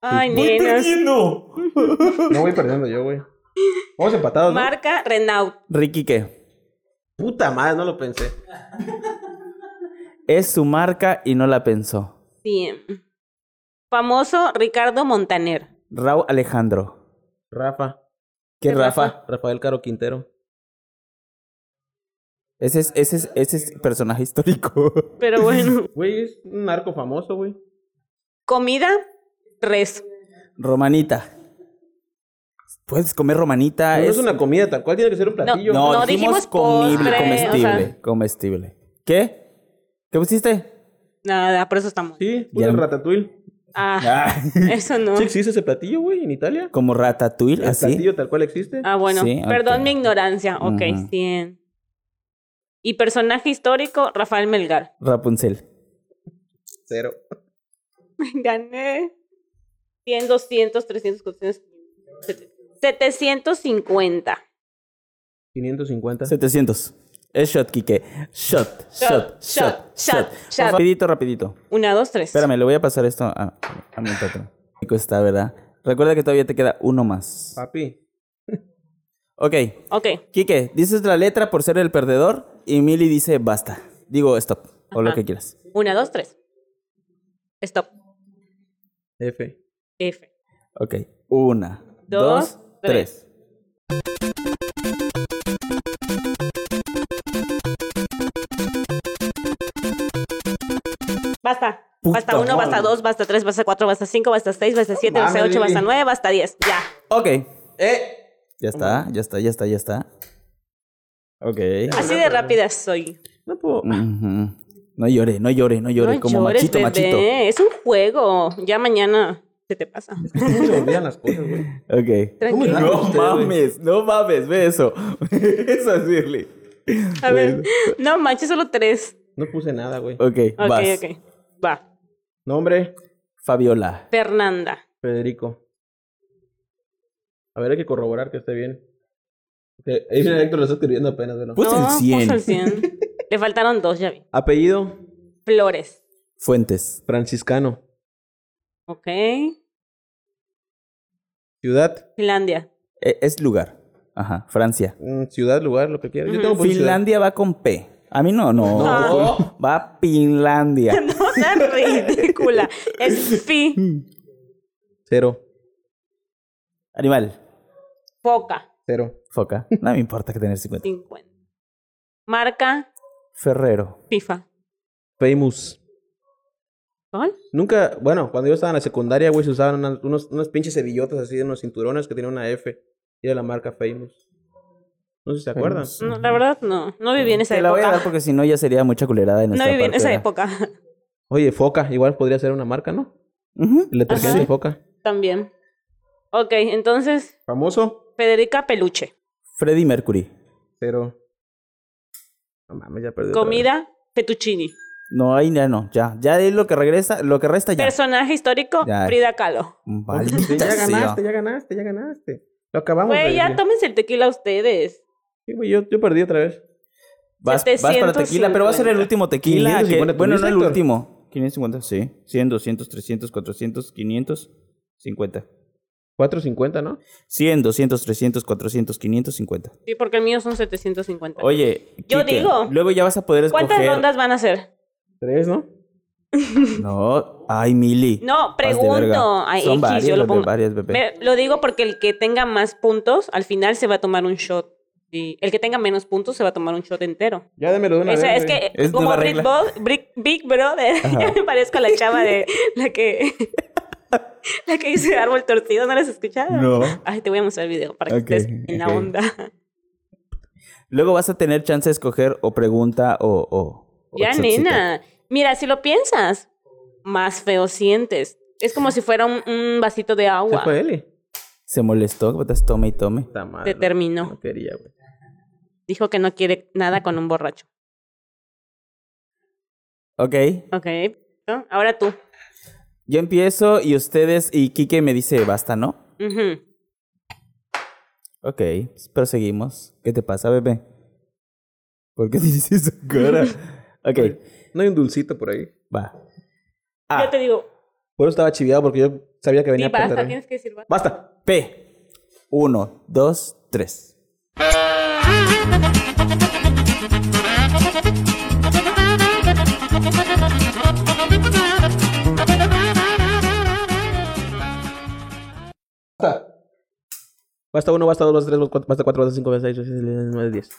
Speaker 3: Ay, nenas.
Speaker 1: No voy perdiendo yo, güey. Vamos empatados, ¿no?
Speaker 3: Marca Renault.
Speaker 2: Ricky, ¿qué?
Speaker 1: Puta madre, no lo pensé.
Speaker 2: Es su marca y no la pensó.
Speaker 3: Sí. Famoso Ricardo Montaner.
Speaker 2: Raúl Alejandro.
Speaker 1: Rafa.
Speaker 2: ¿Qué,
Speaker 3: ¿Qué,
Speaker 2: Rafa?
Speaker 3: Rafa?
Speaker 1: Rafael Caro Quintero.
Speaker 2: Ese es, ese es, ese es personaje histórico.
Speaker 3: Pero bueno.
Speaker 1: Güey, es un narco famoso, güey.
Speaker 3: Comida, res.
Speaker 2: Romanita. Puedes comer romanita.
Speaker 1: No es
Speaker 2: es-
Speaker 1: una comida tal cual, tiene que ser un platillo.
Speaker 3: Ah, No,
Speaker 2: No, dijimos
Speaker 3: dijimos
Speaker 2: comible,
Speaker 3: postre,
Speaker 2: comestible.
Speaker 3: o sea.
Speaker 2: Comestible. ¿Qué? ¿Qué pusiste?
Speaker 3: Nada, por eso estamos.
Speaker 1: Sí, puse
Speaker 2: Ya.
Speaker 1: el ratatouille.
Speaker 3: Ah, eso no.
Speaker 1: ¿Sí existe ese platillo, güey, en Italia?
Speaker 2: Como ratatouille,
Speaker 1: ¿El
Speaker 2: así.
Speaker 1: platillo tal cual existe?
Speaker 3: Ah, bueno.
Speaker 2: Sí, ok.
Speaker 3: Perdón mi ignorancia. Ok,
Speaker 2: Ujú.
Speaker 3: 100. Y personaje histórico, Rafael Melgar.
Speaker 2: Rapunzel.
Speaker 1: Cero.
Speaker 3: Gané. 100, 200, 300, 400, 750.
Speaker 1: 550.
Speaker 2: 700. Es shot, Kike. Shot, shot, shot, shot.
Speaker 3: shot.
Speaker 2: Rapidito, rapidito.
Speaker 3: Una, dos, tres.
Speaker 2: Espérame, le voy a pasar esto a, a mi patrón. Rico está, ¿verdad? Recuerda que todavía te queda uno más.
Speaker 1: Papi.
Speaker 2: Ok.
Speaker 3: Ok,
Speaker 2: Kike, dices la letra por ser el perdedor y Mili dice basta. Digo stop o lo
Speaker 3: Ajá.
Speaker 2: que quieras.
Speaker 3: una, dos, tres. Stop.
Speaker 1: F.
Speaker 3: F.
Speaker 2: Ok. Una, dos,
Speaker 3: Dos,
Speaker 2: tres.
Speaker 3: Basta.
Speaker 2: Puta
Speaker 3: basta uno,
Speaker 2: madre.
Speaker 3: basta dos, basta tres, basta cuatro, basta cinco, basta seis, basta siete, basta
Speaker 1: mames,
Speaker 3: ocho, basta
Speaker 1: Lili.
Speaker 3: nueve, basta diez. Ya.
Speaker 2: Ok. Ya está, ya está, ya está, ya está. Ok.
Speaker 3: Así de rápida soy.
Speaker 1: No puedo.
Speaker 2: Ujú. No llore, no llore, no llore.
Speaker 3: No
Speaker 2: como
Speaker 3: llores,
Speaker 2: machito, machito.
Speaker 3: bebé. Es un juego. Ya mañana se te pasa.
Speaker 1: ¿Cómo se olvidan las cosas, güey?
Speaker 2: Ok.
Speaker 3: Tranquilo.
Speaker 1: Claro,
Speaker 2: No
Speaker 1: usted, güey.
Speaker 2: mames, no mames, ve eso. eso es Shirley.
Speaker 3: A ver. No manches, solo tres.
Speaker 1: No puse nada, güey.
Speaker 2: Ok,
Speaker 3: Ok,
Speaker 2: vas.
Speaker 3: ok. Va.
Speaker 1: Nombre.
Speaker 2: Fabiola.
Speaker 3: Fernanda.
Speaker 1: Federico. A ver, hay que corroborar que esté bien. eh, Te- Ahí viene Héctor, lo está escribiendo apenas, velo.
Speaker 2: Puso el 100.
Speaker 3: puso el 100. Le faltaron dos, ya vi.
Speaker 1: Apellido,
Speaker 3: Flores.
Speaker 2: Fuentes.
Speaker 1: franciscano.
Speaker 3: Ok.
Speaker 1: Ciudad,
Speaker 3: Finlandia.
Speaker 2: E- es lugar. Ajá, Francia.
Speaker 1: mm, ciudad, lugar, lo que quieras. Yo
Speaker 3: Ujú.
Speaker 1: tengo por pues, ciudad.
Speaker 2: Finlandia va con P. A mí no, no.
Speaker 1: No.
Speaker 2: Va a Finlandia.
Speaker 3: No seas ridícula. Es fi,
Speaker 1: Cero,
Speaker 2: Animal.
Speaker 3: foca,
Speaker 1: cero.
Speaker 2: Foca. No me importa que tener 50.
Speaker 3: 50. Marca,
Speaker 2: Ferrero.
Speaker 3: FIFA.
Speaker 1: Famous.
Speaker 3: ¿Cuál?
Speaker 1: Nunca, bueno, cuando yo estaba en la secundaria, güey, se usaban unas, unos, unas pinches cebillotas así de unos cinturones que tenían una F. Y era la marca Famous. No sé si se acuerdan.
Speaker 2: Famous.
Speaker 3: No, la verdad, no. No viví en esa
Speaker 2: Mm, Te la voy a dar
Speaker 3: época.
Speaker 2: porque si no ya sería mucha culerada en
Speaker 3: No
Speaker 2: nuestra
Speaker 3: viví en
Speaker 2: parte,
Speaker 3: esa
Speaker 2: ¿verdad?
Speaker 3: época.
Speaker 1: Oye, Foca, igual podría ser una marca, ¿no?
Speaker 2: Ujú.
Speaker 1: El detergente
Speaker 3: Ajá.
Speaker 1: Foca.
Speaker 3: También. Ok, entonces,
Speaker 1: Famoso,
Speaker 3: Federica Peluche.
Speaker 2: Freddie Mercury.
Speaker 1: cero. No mames, ya perdí. otra
Speaker 3: Comida, fettuccini.
Speaker 2: No, ahí ya no, ya. Ya es lo que regresa, lo que resta ya.
Speaker 3: Personaje histórico,
Speaker 2: Ya.
Speaker 3: Frida Kahlo.
Speaker 1: vez.
Speaker 2: Maldita
Speaker 1: Ya
Speaker 2: sea.
Speaker 1: ganaste, ya ganaste, ya ganaste. Lo acabamos de
Speaker 3: Güey, ya
Speaker 1: decir.
Speaker 3: tómense el tequila ustedes.
Speaker 1: Sí, güey, yo, yo perdí otra vez.
Speaker 2: Vas, vas para
Speaker 3: 750.
Speaker 2: tequila, pero va a ser el último tequila. que-
Speaker 1: 550,
Speaker 2: bueno, no el
Speaker 1: Héctor.
Speaker 2: último. 550, sí. 100, 200, 300, 400, 500, 50.
Speaker 1: 4.50, ¿no?
Speaker 2: 100, 200, 300, 400, 550.
Speaker 3: Sí, porque el mío son 750.
Speaker 2: Oye,
Speaker 3: Yo
Speaker 2: Quique,
Speaker 3: digo.
Speaker 2: Luego ya vas a poder escoger.
Speaker 3: ¿Cuántas rondas van a hacer?
Speaker 1: Tres, ¿no?
Speaker 2: No, ay, Mili.
Speaker 3: No,
Speaker 2: Vas de
Speaker 3: pregunto.
Speaker 2: verga.
Speaker 3: Ay,
Speaker 2: Son
Speaker 3: X,
Speaker 2: varias,
Speaker 3: yo lo
Speaker 2: bebé,
Speaker 3: pongo.
Speaker 2: varias, bebé.
Speaker 3: Me- lo digo porque el que tenga más puntos, al final se va a tomar un shot. Y el que tenga menos puntos se va a tomar un shot entero.
Speaker 1: Ya démelo de una
Speaker 3: O sea,
Speaker 1: vez.
Speaker 3: es
Speaker 1: güey.
Speaker 3: que
Speaker 2: Es
Speaker 3: como
Speaker 2: nueva
Speaker 3: Big,
Speaker 2: regla.
Speaker 3: Bo- Brick- Big Brother, ya me parezco a la chava de la que la que dice árbol torcido, ¿no la has escuchado?
Speaker 2: No.
Speaker 3: Ay, te voy a mostrar el video para que
Speaker 2: Ok,
Speaker 3: estés en la
Speaker 2: ok.
Speaker 3: onda.
Speaker 2: Luego vas a tener chance de escoger o pregunta o. o- o
Speaker 3: ya,
Speaker 2: shotcito.
Speaker 3: nena. Mira, si lo piensas, más feo sientes. Es como si fuera un, un vasito de
Speaker 1: Se
Speaker 3: agua.
Speaker 1: fue Eli.
Speaker 2: Se molestó, que estás tome y tome.
Speaker 1: Está mal.
Speaker 3: Te
Speaker 2: Ah,
Speaker 3: terminó.
Speaker 1: No quería, güey.
Speaker 3: Dijo que no quiere nada con un borracho.
Speaker 2: Ok.
Speaker 3: Ok. ¿no? Ahora tú.
Speaker 2: Yo empiezo y ustedes y Kike me dice basta, ¿no?
Speaker 3: Ujú.
Speaker 2: Ok, pero seguimos. ¿Qué te pasa, bebé? ¿Por qué dices esa cara? Ok,
Speaker 1: No hay un dulcito por ahí.
Speaker 2: va.
Speaker 3: Yo
Speaker 2: A,
Speaker 3: te digo,
Speaker 1: Por eso estaba chiviado porque yo sabía que venía
Speaker 3: sí,
Speaker 1: a perder.
Speaker 3: basta, tienes que decir basta.
Speaker 1: Basta.
Speaker 2: P. Uno, dos, tres.
Speaker 1: Basta. Basta uno, basta dos, basta tres, basta cuatro, basta cuatro, basta cinco, basta seis, basta siete, basta nueve, diez.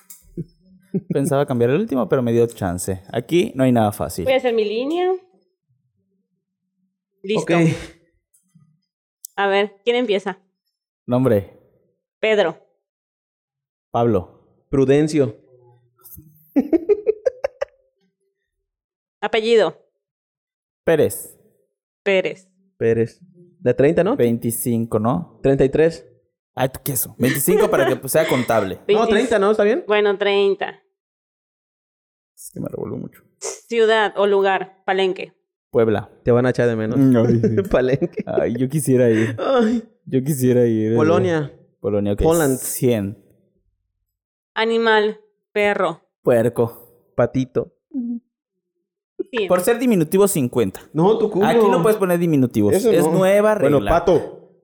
Speaker 2: Pensaba cambiar el último, pero me dio chance. Aquí no hay nada fácil.
Speaker 3: Voy a hacer mi línea. Listo.
Speaker 1: Ok.
Speaker 3: A ver, ¿quién empieza?
Speaker 2: Nombre,
Speaker 3: Pedro.
Speaker 2: Pablo.
Speaker 1: Prudencio.
Speaker 3: Apellido.
Speaker 2: Pérez.
Speaker 3: Pérez.
Speaker 1: Pérez. De 30, ¿no?
Speaker 2: 25, ¿no?
Speaker 1: 33.
Speaker 2: Ay, tu queso. 25 para que pues, sea contable.
Speaker 1: No,
Speaker 3: 20.
Speaker 1: 30, ¿no? ¿Está bien?
Speaker 3: Bueno, 30.
Speaker 2: Es que me revoló mucho.
Speaker 3: Ciudad o lugar. Palenque.
Speaker 2: Puebla.
Speaker 1: Te van a echar de menos. Palenque.
Speaker 2: Ay, yo quisiera ir.
Speaker 1: Ay.
Speaker 2: Yo quisiera ir.
Speaker 1: Polonia.
Speaker 2: Polonia, ok.
Speaker 1: Poland.
Speaker 2: 100.
Speaker 3: Animal. Perro.
Speaker 2: Puerco.
Speaker 1: Patito.
Speaker 3: Cien.
Speaker 2: Por ser diminutivo, 50.
Speaker 1: No, tu culo.
Speaker 2: Aquí no puedes poner diminutivos.
Speaker 1: Eso
Speaker 2: es
Speaker 1: no.
Speaker 2: nueva regla.
Speaker 1: Bueno, pato.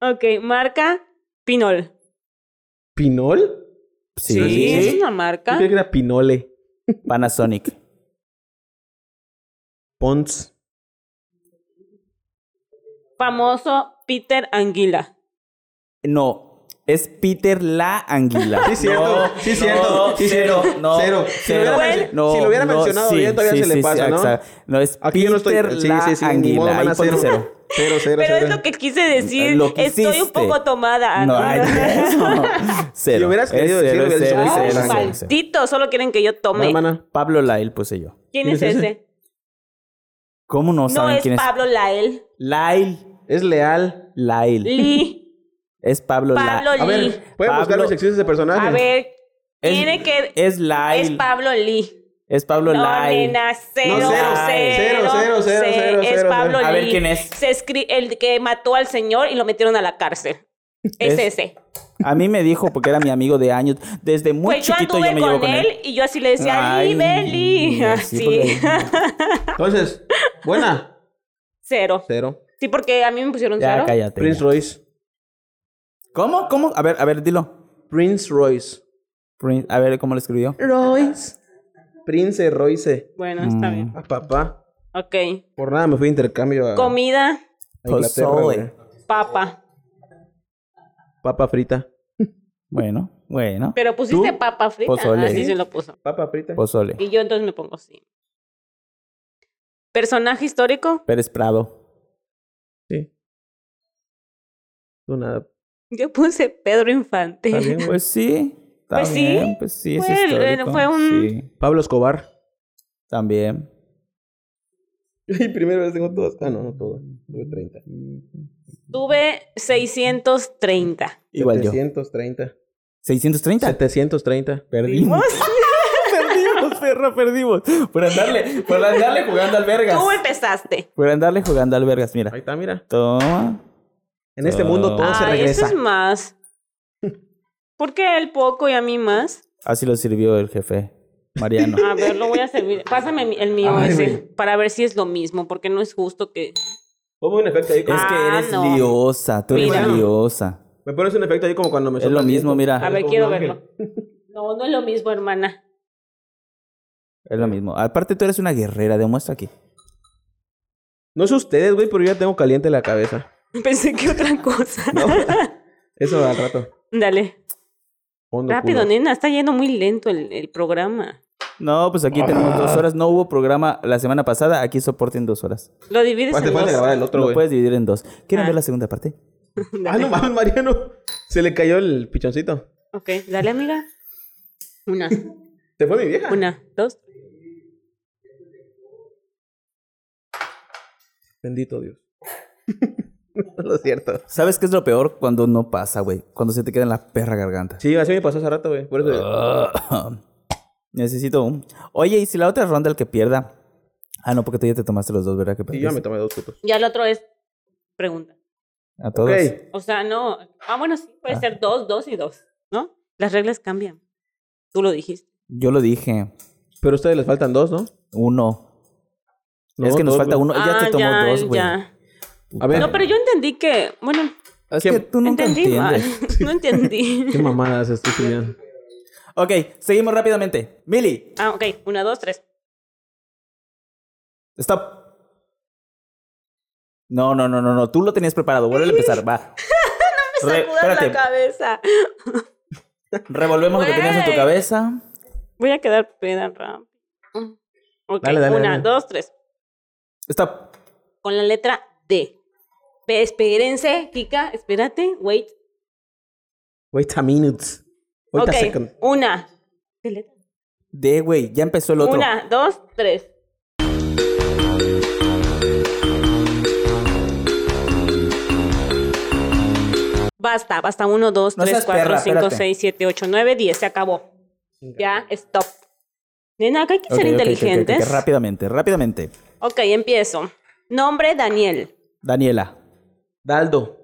Speaker 3: Ok, marca. Pinol.
Speaker 1: ¿Pinol?
Speaker 2: Sí.
Speaker 3: es una marca.
Speaker 1: Yo creía que era Pinole.
Speaker 2: Panasonic.
Speaker 1: Pons.
Speaker 3: Famoso Peter Anguila.
Speaker 2: No, es Peter la anguila.
Speaker 1: Sí, cierto.
Speaker 2: No,
Speaker 1: Sí, cierto.
Speaker 2: no,
Speaker 1: Sí,
Speaker 2: cero,
Speaker 1: cierto.
Speaker 2: no,
Speaker 1: Cero.
Speaker 2: cero.
Speaker 1: Si lo hubiera men- si lo hubiera mencionado bien, todavía se le pasa, ¿no?
Speaker 2: exacto. No, es
Speaker 1: Aquí
Speaker 2: Peter
Speaker 1: yo no estoy. Sí,
Speaker 2: la
Speaker 1: sí, sí. Ni
Speaker 2: anguila.
Speaker 1: modo,
Speaker 2: Ahí
Speaker 1: van a
Speaker 2: ponle
Speaker 1: cero.
Speaker 2: cero.
Speaker 1: Cero, cero,
Speaker 3: Pero
Speaker 1: cero.
Speaker 3: es lo que quise decir.
Speaker 2: Lo que
Speaker 3: Estoy un
Speaker 2: hiciste.
Speaker 3: poco tomada.
Speaker 2: No,
Speaker 3: Ah, ¿no?
Speaker 2: ay, no, eso. Cero.
Speaker 1: Si hubieras
Speaker 2: Es
Speaker 1: querido decirlo,
Speaker 2: cero, es
Speaker 1: hubieras
Speaker 2: cero,
Speaker 1: dicho,
Speaker 2: es
Speaker 1: ah,
Speaker 2: cero, es cero.
Speaker 3: Maldito, solo quieren que yo
Speaker 1: No,
Speaker 3: tome.
Speaker 1: hermana.
Speaker 2: Pablo Lael puse yo.
Speaker 3: ¿Quién es
Speaker 1: ¿Quién es
Speaker 3: ese?
Speaker 2: ¿Cómo no,
Speaker 3: No
Speaker 2: saben
Speaker 3: es
Speaker 2: quién es?
Speaker 3: Pablo Lael.
Speaker 2: Lael.
Speaker 1: Es leal.
Speaker 2: Lael.
Speaker 3: Lee.
Speaker 2: Es Pablo, La-
Speaker 3: Pablo
Speaker 1: A
Speaker 3: Lee.
Speaker 1: ver, pueden buscar
Speaker 2: Pablo.
Speaker 1: los excesos de personaje.
Speaker 3: A ver,
Speaker 2: Es-
Speaker 3: tiene que.
Speaker 2: Es Lael.
Speaker 3: Es Pablo Lee.
Speaker 2: Es Pablo
Speaker 3: No,
Speaker 2: Lai.
Speaker 3: nena, cero,
Speaker 2: No,
Speaker 3: cero, cero, cero, cero,
Speaker 1: cero,
Speaker 3: Es
Speaker 1: cero,
Speaker 3: Pablo
Speaker 2: cero. A ver,
Speaker 3: Lili.
Speaker 2: ¿quién es?
Speaker 3: Se escri- el que mató al señor y lo metieron a la cárcel. Es,
Speaker 2: Es-
Speaker 3: ese.
Speaker 2: A mí me dijo porque era mi amigo de años. Desde muy
Speaker 3: Pues yo
Speaker 2: chiquito
Speaker 3: anduve
Speaker 2: yo me llevo
Speaker 3: con,
Speaker 2: con él.
Speaker 3: él y yo así le decía, ¡Ay,
Speaker 2: Ay,
Speaker 3: Beli!
Speaker 2: así,
Speaker 3: Así.
Speaker 1: Entonces, buena.
Speaker 3: Cero.
Speaker 1: Cero.
Speaker 3: Sí, porque a mí me pusieron
Speaker 2: Ya,
Speaker 3: cero.
Speaker 2: cállate.
Speaker 1: Prince
Speaker 2: ya.
Speaker 1: Royce.
Speaker 2: ¿Cómo? ¿Cómo? A ver, a ver, dilo.
Speaker 1: Prince Royce.
Speaker 2: Prin- A ver cómo lo escribió.
Speaker 1: Royce. Prince Royce.
Speaker 3: Bueno, está
Speaker 2: Mm.
Speaker 3: bien.
Speaker 1: Ah, papá.
Speaker 3: Ok.
Speaker 1: Por nada me fui de intercambio a, a
Speaker 3: Comida,
Speaker 1: Inglaterra.
Speaker 2: Pozole.
Speaker 1: güey.
Speaker 3: papa.
Speaker 1: Papa frita.
Speaker 2: Bueno, bueno.
Speaker 3: Pero pusiste
Speaker 2: ¿Tú?
Speaker 3: papa frita.
Speaker 2: Pozole.
Speaker 3: Así se lo puso.
Speaker 1: Papa frita.
Speaker 2: Pozole.
Speaker 3: Y yo entonces me pongo así. Personaje histórico.
Speaker 2: Pérez Prado.
Speaker 1: Tú nada.
Speaker 3: Yo puse Pedro Infante.
Speaker 1: Está bien, güey.
Speaker 2: Pues sí. Está
Speaker 3: Pues sí.
Speaker 2: bien, Pues sí, es
Speaker 3: Fue el-
Speaker 2: histórico.
Speaker 3: fue un-
Speaker 2: Sí,
Speaker 1: Pablo Escobar.
Speaker 2: también.
Speaker 1: Y primera vez tengo todas. Ah, no, no todas. Tuve 30.
Speaker 3: Tuve 630.
Speaker 2: Igual yo.
Speaker 1: 730.
Speaker 2: 630.
Speaker 1: 730.
Speaker 2: Perdimos. perdimos, perra, perdimos. Por andarle, por andarle jugando al vergas.
Speaker 3: Tú eh. empezaste.
Speaker 2: Por andarle jugando al vergas, mira.
Speaker 1: Ahí está, mira.
Speaker 2: Toma.
Speaker 1: En este mundo todo se
Speaker 3: Ay, eso
Speaker 1: regresa.
Speaker 3: es más. ¿Por qué él poco y a mí más?
Speaker 2: Así lo sirvió el jefe, Mariano.
Speaker 3: A ver, lo voy a servir. Pásame mi- el mío
Speaker 1: Ay,
Speaker 3: ese
Speaker 1: güey.
Speaker 3: para ver si es lo mismo, porque no es justo que.
Speaker 1: Ponme un efecto ahí.
Speaker 2: es
Speaker 1: como-
Speaker 2: que
Speaker 3: Ah,
Speaker 2: eres
Speaker 3: no.
Speaker 2: liosa, tú eres
Speaker 3: Mira.
Speaker 2: liosa.
Speaker 1: Me pones un efecto ahí como cuando me
Speaker 2: Es lo
Speaker 1: soplan
Speaker 2: mismo,
Speaker 1: vientos.
Speaker 2: mira.
Speaker 3: A ver,
Speaker 1: Como
Speaker 3: quiero
Speaker 1: un ángel.
Speaker 3: verlo. No, no es lo mismo, hermana.
Speaker 2: Es lo mismo. Aparte, tú eres una guerrera, demuestra aquí.
Speaker 1: No sé ustedes, güey, pero yo ya tengo caliente la cabeza.
Speaker 3: Pensé que otra cosa.
Speaker 1: Eso al rato.
Speaker 3: Dale.
Speaker 1: Fondo
Speaker 3: Rápido,
Speaker 1: culo. Ah,
Speaker 3: nena. Está yendo muy lento el, el programa.
Speaker 2: No, pues aquí tenemos dos horas. No hubo programa la semana pasada. Aquí soporten dos horas.
Speaker 3: Lo divides
Speaker 1: Te
Speaker 3: en
Speaker 1: falta
Speaker 3: dos.
Speaker 1: grabar el otro,
Speaker 2: Lo
Speaker 1: güey.
Speaker 2: puedes dividir en dos. ¿Quieren
Speaker 3: Ah.
Speaker 2: ver la segunda parte?
Speaker 1: Ah, no mames, Mariano. Se le cayó el pichoncito.
Speaker 3: Ok, dale, amiga. Una,
Speaker 1: Se fue mi vieja.
Speaker 3: una, dos.
Speaker 1: Bendito Dios. lo cierto.
Speaker 2: ¿Sabes qué es lo peor? Cuando no pasa, güey. Cuando se te queda en la perra garganta.
Speaker 1: Sí, así me pasó hace rato, güey. Por eso.
Speaker 2: Ah. Necesito un. Oye, ¿y si la otra ronda el que pierda? Ah, no, porque tú ya te tomaste los dos, ¿verdad? Que
Speaker 1: Sí, yo ya me
Speaker 2: perdiste.
Speaker 1: tomé dos putos.
Speaker 3: Ya el otro es pregunta.
Speaker 2: A
Speaker 1: Ok.
Speaker 2: todos.
Speaker 3: O sea, no. Ah, bueno, sí, puede
Speaker 2: Ah.
Speaker 3: ser dos, dos y dos, ¿no? Las reglas cambian. Tú lo dijiste.
Speaker 2: Yo lo dije.
Speaker 1: Pero a ustedes les faltan dos, ¿no?
Speaker 2: Uno.
Speaker 1: No,
Speaker 2: es que nos
Speaker 1: dos,
Speaker 2: falta
Speaker 1: güey.
Speaker 2: uno. ya te tomó dos, güey.
Speaker 1: A ver.
Speaker 3: Ah, No, pero yo entendí que. Bueno,
Speaker 2: Es
Speaker 1: ¿Quién?
Speaker 2: que tú nunca
Speaker 3: entendí mal.
Speaker 2: entiendes.
Speaker 3: no entendí.
Speaker 1: Qué mamadas estoy estudiando.
Speaker 2: Ok, seguimos rápidamente. Mili,
Speaker 3: ah, ok. Una, dos, tres.
Speaker 2: stop. No, no, no, no, no. Tú lo tenías preparado. Vuelve a empezar. Va.
Speaker 3: Me
Speaker 2: Re-
Speaker 3: sacudas
Speaker 2: espérate.
Speaker 3: la cabeza.
Speaker 2: Revolvemos lo que tenías en tu
Speaker 3: Güey.
Speaker 2: cabeza.
Speaker 3: Voy a quedar peda, Ram. Mm. Ok,
Speaker 1: Dale, dale,
Speaker 3: una,
Speaker 1: dale.
Speaker 3: dos, tres.
Speaker 2: Stop.
Speaker 3: Con la letra D. Pe- Espérense, Kika, espérate, wait.
Speaker 1: Wait a minute. Wait
Speaker 3: Ok,
Speaker 1: a second.
Speaker 3: una. ¿Qué letra?
Speaker 2: De, güey. Ya empezó el otro.
Speaker 3: Una, dos, tres. Basta, basta. Uno, dos,
Speaker 2: No
Speaker 3: tres,
Speaker 2: seas
Speaker 3: cuatro,
Speaker 2: perra,
Speaker 3: cinco,
Speaker 2: espérate.
Speaker 3: seis, siete, ocho, nueve, diez. Se acabó. Ya, stop. Nena, acá hay que
Speaker 2: Ok, ok, ok,
Speaker 3: ser
Speaker 2: ok, ok,
Speaker 3: inteligentes.
Speaker 2: Rápidamente, rápidamente.
Speaker 3: ok, empiezo. Nombre, Daniel.
Speaker 2: Daniela.
Speaker 1: Daldo.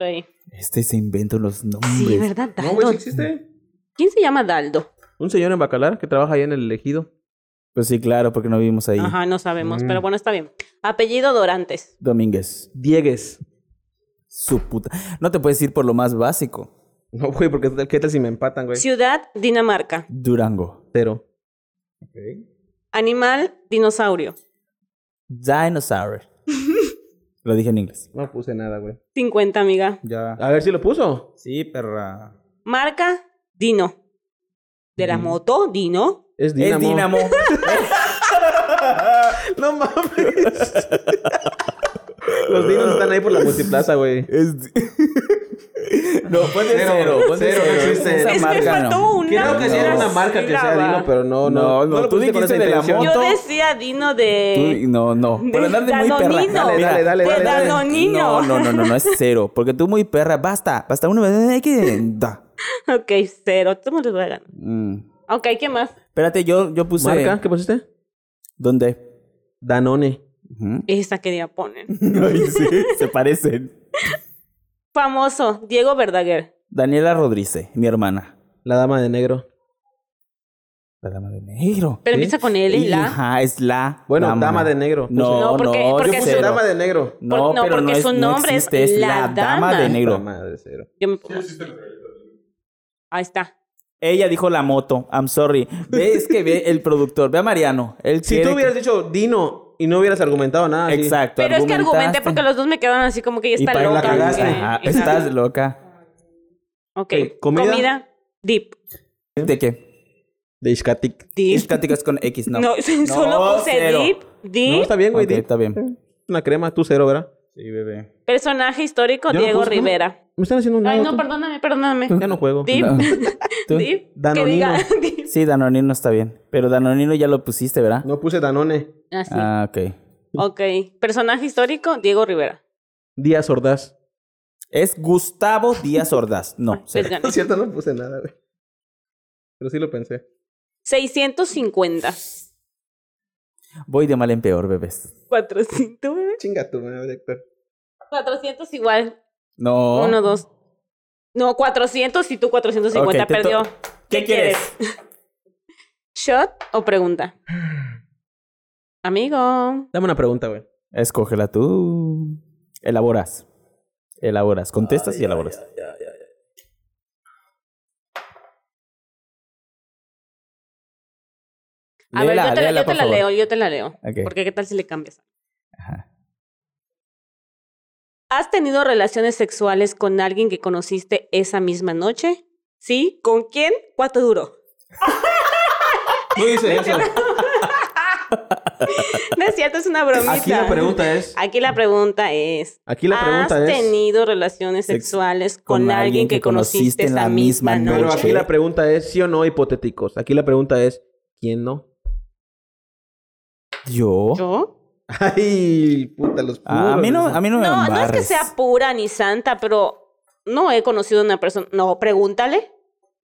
Speaker 3: Ok.
Speaker 2: Este se inventa unos
Speaker 3: Sí,
Speaker 2: nombres.
Speaker 3: ¿verdad?
Speaker 1: No,
Speaker 3: Daldo.
Speaker 1: güey, ¿sí existe?
Speaker 3: ¿Quién se llama Daldo?
Speaker 1: Un señor en Bacalar que trabaja ahí en el ejido.
Speaker 2: pues sí, claro, porque no vivimos ahí.
Speaker 3: Ajá, no sabemos,
Speaker 1: Mm.
Speaker 3: pero bueno, está bien. Apellido Dorantes.
Speaker 2: Domínguez.
Speaker 1: Diegues.
Speaker 2: Su puta. No te puedes ir por lo más básico.
Speaker 1: No, güey, porque ¿qué tal si me empatan, güey?
Speaker 3: Ciudad, Dinamarca.
Speaker 2: Durango.
Speaker 1: Cero.
Speaker 3: Animal, dinosaurio.
Speaker 2: Dinosaur. lo dije en inglés.
Speaker 1: No puse nada, güey.
Speaker 3: 50, amiga.
Speaker 2: Ya.
Speaker 1: A ver si lo puso.
Speaker 2: Sí, perra.
Speaker 3: Marca, Dino. De
Speaker 2: Mm.
Speaker 3: la moto, Dino.
Speaker 1: Es Dinamo.
Speaker 2: Es Dinamo.
Speaker 1: No mames. Los dinos están ahí por la multiplaza, güey.
Speaker 2: Es di- no, ponle
Speaker 1: Cero,
Speaker 2: cero. ponle
Speaker 1: cero, no existe.
Speaker 2: Esa
Speaker 1: Es
Speaker 3: que
Speaker 2: marca
Speaker 3: faltó
Speaker 2: no.
Speaker 3: una
Speaker 1: Creo que sí era una marca que sea
Speaker 3: sílaba.
Speaker 1: Dino, pero no, no.
Speaker 2: No, no,
Speaker 1: lo
Speaker 2: tú
Speaker 1: pusiste con
Speaker 2: dijiste
Speaker 1: esa
Speaker 2: de la
Speaker 1: intención.
Speaker 2: moto.
Speaker 3: Yo decía Dino
Speaker 2: Tú-
Speaker 3: de.
Speaker 2: no, no.
Speaker 3: eh, de
Speaker 2: Por andar de muy perra.
Speaker 3: Danonino.
Speaker 1: Dale, dale, dale,
Speaker 3: de
Speaker 1: dale, dale.
Speaker 3: Danonino.
Speaker 2: No, no, no, no, no es cero. Porque tú muy perra. Basta, basta. Uno hay eh, que. da.
Speaker 3: Ok, cero. Todo les voy a ganar.
Speaker 2: Mm.
Speaker 3: Ok, ¿qué más?
Speaker 2: Espérate, yo, yo puse.
Speaker 1: ¿Marca? ¿Qué pusiste?
Speaker 2: ¿Dónde?
Speaker 1: Danone.
Speaker 2: Ujú.
Speaker 3: Esa quería poner.
Speaker 2: Ay, sí, se parecen.
Speaker 3: Famoso, Diego Verdaguer.
Speaker 2: Daniela Rodríguez, mi hermana.
Speaker 1: La dama de negro.
Speaker 2: La dama de negro.
Speaker 3: Pero
Speaker 1: ¿Sí?
Speaker 3: empieza con él y la.
Speaker 2: Ajá, es la.
Speaker 1: Bueno, dama de negro.
Speaker 2: No,
Speaker 3: No,
Speaker 2: no,
Speaker 3: porque-
Speaker 2: yo
Speaker 3: porque
Speaker 1: Puse
Speaker 2: cero.
Speaker 1: dama de negro.
Speaker 2: No,
Speaker 3: Por- no,
Speaker 2: pero
Speaker 3: porque
Speaker 2: no es,
Speaker 3: su
Speaker 2: no
Speaker 3: nombre es
Speaker 2: existe, es la,
Speaker 3: la
Speaker 2: dama
Speaker 3: dama.
Speaker 2: de negro.
Speaker 1: Madre cero.
Speaker 3: Yo me-
Speaker 4: Sí existen las galletas.
Speaker 3: Ahí está.
Speaker 2: Ella dijo la moto. I'm sorry. Ve, es que ve el productor. Ve a Mariano. Él
Speaker 1: Si
Speaker 2: quiere
Speaker 1: tú
Speaker 2: que-
Speaker 1: hubieras dicho Dino y no hubieras argumentado nada. sí.
Speaker 2: Exacto.
Speaker 3: Pero es que argumenté
Speaker 2: argumentaste.
Speaker 3: porque los dos me quedaron así como que ya
Speaker 2: Y
Speaker 3: está
Speaker 2: para
Speaker 3: loca.
Speaker 2: la
Speaker 1: que-
Speaker 2: cagaste.
Speaker 3: porque-
Speaker 2: Ajá,
Speaker 3: Exacto.
Speaker 2: Estás loca.
Speaker 3: Ok.
Speaker 1: Ok,
Speaker 3: ¿Comida?
Speaker 1: ¿comida?
Speaker 3: Deep.
Speaker 2: ¿De qué?
Speaker 1: De Iscatic.
Speaker 2: Es
Speaker 3: Deep.
Speaker 2: pláticas con X, no.
Speaker 3: No, solo puse
Speaker 2: cero.
Speaker 3: Deep. Deep.
Speaker 1: No, está bien, güey.
Speaker 2: Ok,
Speaker 1: di-
Speaker 2: está bien.
Speaker 1: Una crema, tú cero, ¿verdad?
Speaker 2: Sí, bebé.
Speaker 3: Personaje histórico,
Speaker 1: Yo no
Speaker 3: Diego
Speaker 1: puse, ¿no?
Speaker 3: Rivera.
Speaker 1: Me están haciendo un
Speaker 3: Ay,
Speaker 1: lado,
Speaker 3: no,
Speaker 1: tú.
Speaker 3: perdóname, perdóname.
Speaker 1: Ya no juego.
Speaker 3: Deep.
Speaker 2: No. ¿Tú?
Speaker 3: Deep. Que
Speaker 1: Danonino.
Speaker 3: diga Deep.
Speaker 2: Sí, Danonino está bien. Pero Danonino ya lo pusiste, ¿verdad?
Speaker 1: No puse Danone.
Speaker 3: Así.
Speaker 2: Ah, ok.
Speaker 3: Ok. Personaje histórico, Diego Rivera.
Speaker 1: Díaz Ordaz.
Speaker 2: Es Gustavo Díaz Ordaz. No,
Speaker 3: Les
Speaker 2: cero.
Speaker 3: gané.
Speaker 1: No es cierto, no puse nada, güey. Pero sí lo pensé.
Speaker 3: 650.
Speaker 2: Voy de mal en peor, bebés.
Speaker 3: 400.
Speaker 1: Chinga tu madre, Héctor.
Speaker 3: 400 igual.
Speaker 2: No.
Speaker 3: Uno, dos. No, 400 y tú 450.
Speaker 2: Ok, te to-
Speaker 3: Perdió.
Speaker 2: ¿Qué,
Speaker 3: ¿Qué
Speaker 2: quieres?
Speaker 3: ¿Shot o pregunta? Amigo.
Speaker 1: Dame una pregunta, güey.
Speaker 2: Escógela tú. Elaboras. Elaboras.
Speaker 1: Ah,
Speaker 2: Contestas y elaboras.
Speaker 3: A
Speaker 2: Léela,
Speaker 3: ver,
Speaker 2: léela,
Speaker 3: yo te, la- yo te
Speaker 2: por
Speaker 3: la
Speaker 2: favor.
Speaker 3: leo, yo te la leo.
Speaker 2: Ok.
Speaker 3: Porque qué tal si le cambias.
Speaker 2: Ajá.
Speaker 3: ¿Has tenido relaciones sexuales con alguien que conociste esa misma noche? ¿Sí? ¿Con quién? ¿Cuánto duró?
Speaker 1: No dice eso.
Speaker 3: No es cierto, es una bromita.
Speaker 1: Aquí la pregunta es.
Speaker 3: Aquí la pregunta es...
Speaker 1: Aquí la pregunta
Speaker 3: ¿Has
Speaker 1: es.
Speaker 3: tenido relaciones
Speaker 2: Sex-
Speaker 3: sexuales con, alguien que conociste en la misma noche?
Speaker 1: Pero aquí
Speaker 2: noche?
Speaker 1: la pregunta es sí o no hipotéticos. Aquí la pregunta es ¿quién no?
Speaker 2: ¿Yo? Ah,
Speaker 3: ¿Yo?
Speaker 1: Ay, puta los
Speaker 2: A, mí no, a mí no me
Speaker 3: No, no es que
Speaker 2: embarres.
Speaker 3: sea pura ni santa, pero no he conocido a una persona... No, pregúntale.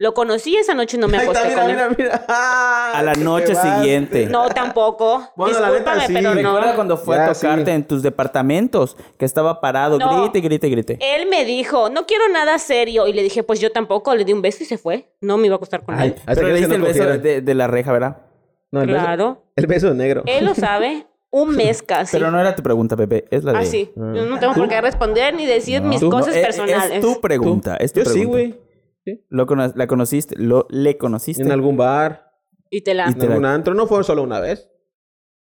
Speaker 3: Lo conocí esa noche y no me
Speaker 1: Ahí está,
Speaker 3: acosté
Speaker 1: mira,
Speaker 3: con él.
Speaker 1: mira, mira.
Speaker 2: A la noche siguiente.
Speaker 3: No, tampoco.
Speaker 1: Bueno, la
Speaker 3: Discúlpame,
Speaker 1: neta, sí.
Speaker 3: pero no.
Speaker 2: Recuerda cuando fue a
Speaker 1: Ya,
Speaker 2: tocarte
Speaker 1: sí.
Speaker 2: en tus departamentos, que estaba parado,
Speaker 3: No.
Speaker 2: grite, grite, grite.
Speaker 3: Él me dijo, no quiero nada serio. Y le dije, pues yo tampoco. Le di un beso y se fue. No me iba a acostar con
Speaker 1: Ay,
Speaker 3: él.
Speaker 1: hasta
Speaker 2: Pero
Speaker 1: que
Speaker 2: le diste
Speaker 1: no
Speaker 2: el beso
Speaker 1: cogieron.
Speaker 2: de, de la reja, ¿verdad?
Speaker 1: No, el beso-
Speaker 3: Claro.
Speaker 1: El beso negro.
Speaker 3: Él lo sabe. Un mes casi.
Speaker 2: Pero no era tu pregunta, Pepe, es la de...
Speaker 3: Así. Yo no tengo por qué responder ni decir
Speaker 2: No.
Speaker 3: Ah, mis
Speaker 2: Tú- no, eh,
Speaker 3: cosas
Speaker 2: es-
Speaker 3: personales.
Speaker 2: Es tu pregunta, es tu
Speaker 1: Yo sí,
Speaker 2: pregunta.
Speaker 1: güey.
Speaker 2: Lo cono- la conociste, lo, le conociste.
Speaker 1: En algún bar,
Speaker 3: Y te la.
Speaker 2: Y
Speaker 1: en
Speaker 2: te la-
Speaker 1: algún antro. No fue solo una vez.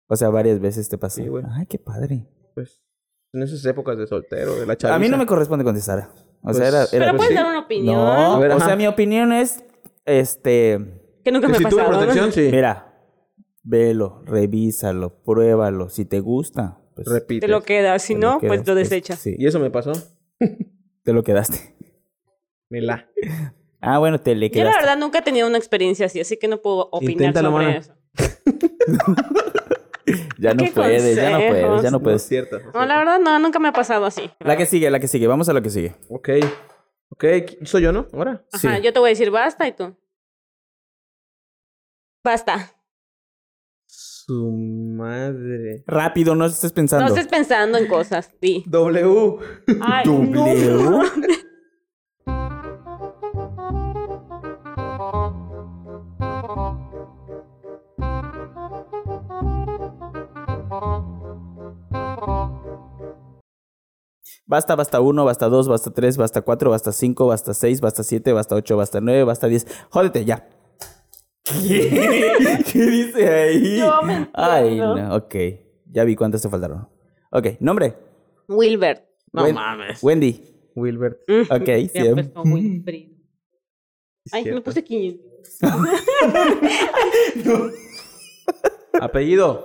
Speaker 2: O sea, varias veces te pasó.
Speaker 1: Sí, güey.
Speaker 2: Ay, qué padre.
Speaker 1: Pues en esas épocas de soltero, de la chaviza.
Speaker 2: A mí no me corresponde contestar. O
Speaker 1: Pues-
Speaker 2: sea, era...
Speaker 3: Pero
Speaker 2: era-
Speaker 1: pues
Speaker 3: puedes
Speaker 1: sí.
Speaker 3: dar una opinión.
Speaker 2: No,
Speaker 1: A ver,
Speaker 2: o
Speaker 1: ajá.
Speaker 2: sea, mi opinión es, este...
Speaker 3: Que nunca
Speaker 1: Que
Speaker 3: me ha
Speaker 1: Si tuve
Speaker 3: pasado. ¿no?
Speaker 1: protección, sí.
Speaker 2: Mira, velo, revísalo, pruébalo. Si te gusta, pues,
Speaker 1: Repite.
Speaker 3: Te lo quedas. Si
Speaker 2: te
Speaker 3: no,
Speaker 2: quedas,
Speaker 3: pues lo desechas.
Speaker 2: sí,
Speaker 1: Y eso me pasó.
Speaker 2: te lo quedaste.
Speaker 1: Mira.
Speaker 2: Ah, bueno, te le
Speaker 3: Yo la
Speaker 2: quedaste.
Speaker 3: verdad nunca he tenido una experiencia así, así que no puedo opinar
Speaker 1: Inténtalo,
Speaker 3: sobre
Speaker 1: mana.
Speaker 3: eso.
Speaker 2: ya, no
Speaker 3: ¿Qué
Speaker 2: puedes, ya no puedes, ya no
Speaker 3: consejos?
Speaker 1: No es
Speaker 2: puedes.
Speaker 1: cierto.
Speaker 3: No, la verdad no, nunca me ha pasado así.
Speaker 2: La que sigue, la que sigue. Vamos a la que sigue.
Speaker 1: Ok. Ok, soy yo, ¿no? Ahora.
Speaker 3: Ajá,
Speaker 2: sí.
Speaker 3: yo te voy a decir basta y tú. Basta.
Speaker 1: Su madre.
Speaker 2: Rápido, no estés
Speaker 3: No
Speaker 2: pensando.
Speaker 3: estés pensando en cosas, sí.
Speaker 1: W.
Speaker 3: Ay,
Speaker 2: W.
Speaker 3: no.
Speaker 2: Basta, basta uno, basta dos, basta tres, basta cuatro, basta cinco, basta seis, basta siete, basta ocho, basta nueve, basta diez. Jódete, ya. ¿Qué? ¿Qué dice ahí?
Speaker 3: Yo me
Speaker 2: Ay,
Speaker 3: entiendo.
Speaker 2: no. Ok. Ya vi cuántas te faltaron. Ok, nombre.
Speaker 3: Wilbert.
Speaker 1: No
Speaker 2: Wen-
Speaker 1: mames.
Speaker 2: Wendy.
Speaker 1: Wilbert.
Speaker 3: Mm.
Speaker 2: Ok,
Speaker 3: Ya
Speaker 2: sí.
Speaker 3: empezó Wilfrido.
Speaker 1: Sí,
Speaker 3: Ay, me
Speaker 1: cierto.
Speaker 3: puse 500.
Speaker 1: Apellido.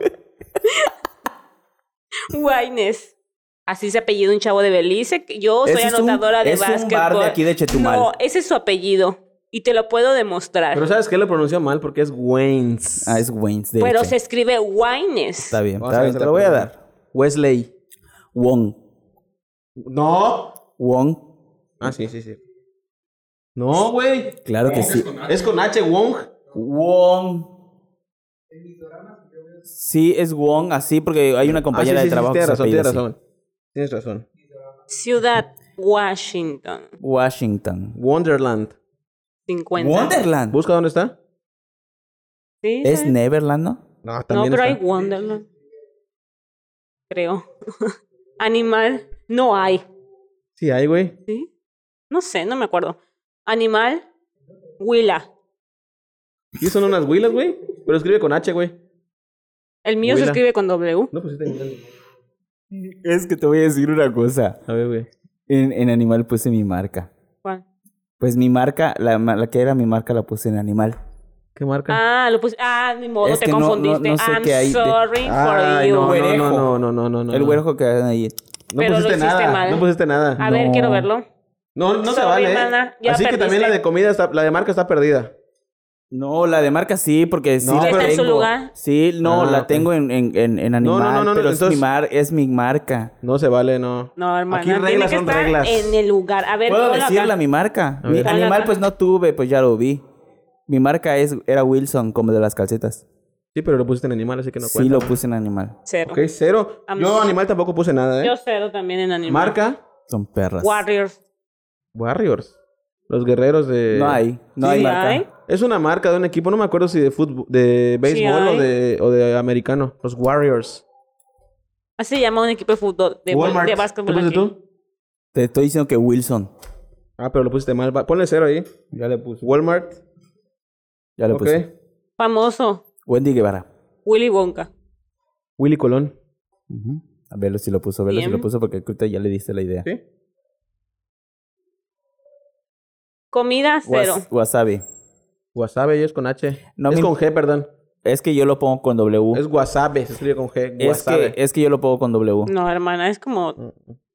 Speaker 3: Guaynes. Así se apellido un chavo de Belice. que Yo soy
Speaker 2: Ese es un-
Speaker 3: anotadora de
Speaker 2: es un bar de
Speaker 3: básquetbol.
Speaker 2: aquí de Chetumal.
Speaker 3: No, ese es su apellido. Y te lo puedo demostrar.
Speaker 1: Pero
Speaker 3: Pero,
Speaker 1: ¿sabes qué? Lo pronunció mal porque es Waynes.
Speaker 2: Ah, es Wayne's. de hecho.
Speaker 3: se escribe Guaynes.
Speaker 2: Está bien,
Speaker 1: Vamos
Speaker 2: está
Speaker 1: a
Speaker 2: bien.
Speaker 1: hacer
Speaker 2: Te
Speaker 1: la
Speaker 2: lo voy a
Speaker 1: pregunta.
Speaker 2: dar.
Speaker 1: Wesley.
Speaker 2: Wong.
Speaker 1: No.
Speaker 2: Wong.
Speaker 1: Ah, sí, sí, sí. No, güey.
Speaker 2: Claro que sí.
Speaker 1: Es con H, Wong.
Speaker 2: Wong. Sí, es Wong, así, porque hay una compañera
Speaker 1: Ah, sí, sí, sí,
Speaker 2: de trabajo. que
Speaker 1: Tienes
Speaker 2: se
Speaker 1: razón,
Speaker 2: apellida
Speaker 1: tienes
Speaker 2: así.
Speaker 1: razón. Tienes razón.
Speaker 3: Ciudad Washington,
Speaker 2: Washington.
Speaker 1: Wonderland.
Speaker 3: 50.
Speaker 2: Wonderland.
Speaker 1: Busca dónde está.
Speaker 3: Sí,
Speaker 2: Es
Speaker 3: ¿sabes?
Speaker 2: Neverland, ¿no?
Speaker 1: No,
Speaker 3: No,
Speaker 1: también
Speaker 3: pero hay
Speaker 1: está.
Speaker 3: Wonderland. Creo. Animal, no hay.
Speaker 1: Sí, hay, güey.
Speaker 3: ¿Sí? No sé, no me acuerdo. Animal, Willa.
Speaker 1: Sí, son unas huilas, güey. Pero escribe con H, güey.
Speaker 3: El mío se
Speaker 1: Huila.
Speaker 3: escribe con W.
Speaker 1: No, pues sí, también.
Speaker 2: Es que te voy a decir una cosa.
Speaker 1: A ver, güey.
Speaker 2: En, en animal puse mi marca.
Speaker 3: ¿Cuál?
Speaker 2: Pues mi marca, la, ma- la que era mi marca la puse en animal.
Speaker 1: ¿Qué marca?
Speaker 3: Ah, lo puse. Ah, ni modo,
Speaker 2: Es
Speaker 3: te
Speaker 2: que no- no-
Speaker 3: confundiste.
Speaker 2: no sé
Speaker 3: I'm
Speaker 2: qué hay de-
Speaker 3: sorry for
Speaker 1: Ay,
Speaker 3: you.
Speaker 1: no, no,
Speaker 2: Güerejo.
Speaker 1: no, no, no, no, no.
Speaker 2: El
Speaker 1: no.
Speaker 2: huejo que hagan ahí.
Speaker 1: No
Speaker 3: Pero lo
Speaker 1: pusiste
Speaker 3: hiciste
Speaker 1: nada.
Speaker 3: mal.
Speaker 1: No pusiste nada.
Speaker 3: A ver,
Speaker 2: No.
Speaker 3: quiero verlo.
Speaker 1: No, no se
Speaker 3: Sorry,
Speaker 1: vale. ¿eh?
Speaker 3: mana, ya
Speaker 1: Así que
Speaker 3: perdiste.
Speaker 1: también la de comida está, la de marca está perdida.
Speaker 2: No, la de marca sí, porque sí
Speaker 1: No,
Speaker 2: la
Speaker 1: pero-
Speaker 3: Está en su
Speaker 2: tengo.
Speaker 3: lugar.
Speaker 2: Sí, no,
Speaker 1: Ah,
Speaker 2: la
Speaker 1: ok.
Speaker 2: tengo en, en, en, en
Speaker 1: no,
Speaker 2: animal,
Speaker 1: no, no,
Speaker 2: pero es,
Speaker 1: entonces-
Speaker 2: mi mar, es mi marca.
Speaker 1: No se vale, no.
Speaker 3: No, hermana.
Speaker 1: Aquí
Speaker 3: tiene
Speaker 1: reglas
Speaker 3: que
Speaker 1: son
Speaker 3: estar
Speaker 1: reglas.
Speaker 3: en el lugar. A ver,
Speaker 2: ¿Puedo
Speaker 3: ponlo acá.
Speaker 2: decirla mi marca?
Speaker 1: A
Speaker 2: Mi
Speaker 1: ver.
Speaker 2: animal pues no tuve, pues ya lo vi. Mi marca es, era Wilson, como de las calcetas.
Speaker 1: Sí, pero lo pusiste en animal, así que no
Speaker 2: sí
Speaker 1: cuenta.
Speaker 2: lo puse en animal.
Speaker 3: Cero.
Speaker 1: Ok, cero.
Speaker 3: Am-
Speaker 1: Yo animal tampoco puse nada,
Speaker 3: Yo
Speaker 1: ¿eh?
Speaker 3: cero también en animal.
Speaker 1: Marca
Speaker 2: Son perras.
Speaker 3: Warriors.
Speaker 1: Warriors. Los guerreros de.
Speaker 2: No hay, no
Speaker 3: Sí
Speaker 2: hay marca.
Speaker 3: hay.
Speaker 1: Es una marca de un equipo, no me acuerdo si de fútbol, de béisbol
Speaker 3: hay.
Speaker 1: o, de, o de americano. Los Warriors.
Speaker 3: Así se llama un equipo de fútbol, de,
Speaker 1: Walmart.
Speaker 3: de
Speaker 1: ¿Qué
Speaker 3: básquetbol.
Speaker 1: pusiste
Speaker 3: aquí.
Speaker 1: tú?
Speaker 2: Te estoy diciendo que Wilson.
Speaker 1: Ah, pero lo pusiste mal. Va- Ponle cero ahí.
Speaker 2: Ya le puse.
Speaker 1: Walmart.
Speaker 2: Ya le
Speaker 1: ok.
Speaker 2: puse.
Speaker 3: Famoso,
Speaker 2: Wendy Guevara.
Speaker 3: Willy Wonka.
Speaker 1: Willy Colón.
Speaker 2: Ujú. A verlo si lo puso, a verlo si
Speaker 3: Bien.
Speaker 2: lo puso, porque ahorita ya le diste la idea.
Speaker 1: ¿Sí?
Speaker 3: Comida, cero.
Speaker 2: Was- wasabi.
Speaker 1: Wasabi, yo es con H.
Speaker 2: No
Speaker 1: es
Speaker 2: me-
Speaker 1: con G, perdón.
Speaker 2: Es que yo lo pongo con W.
Speaker 1: Es wasabi, se escribe con G.
Speaker 2: Es
Speaker 1: Wasabi.
Speaker 2: que, es que yo lo pongo con W.
Speaker 3: No, este hermana, es como...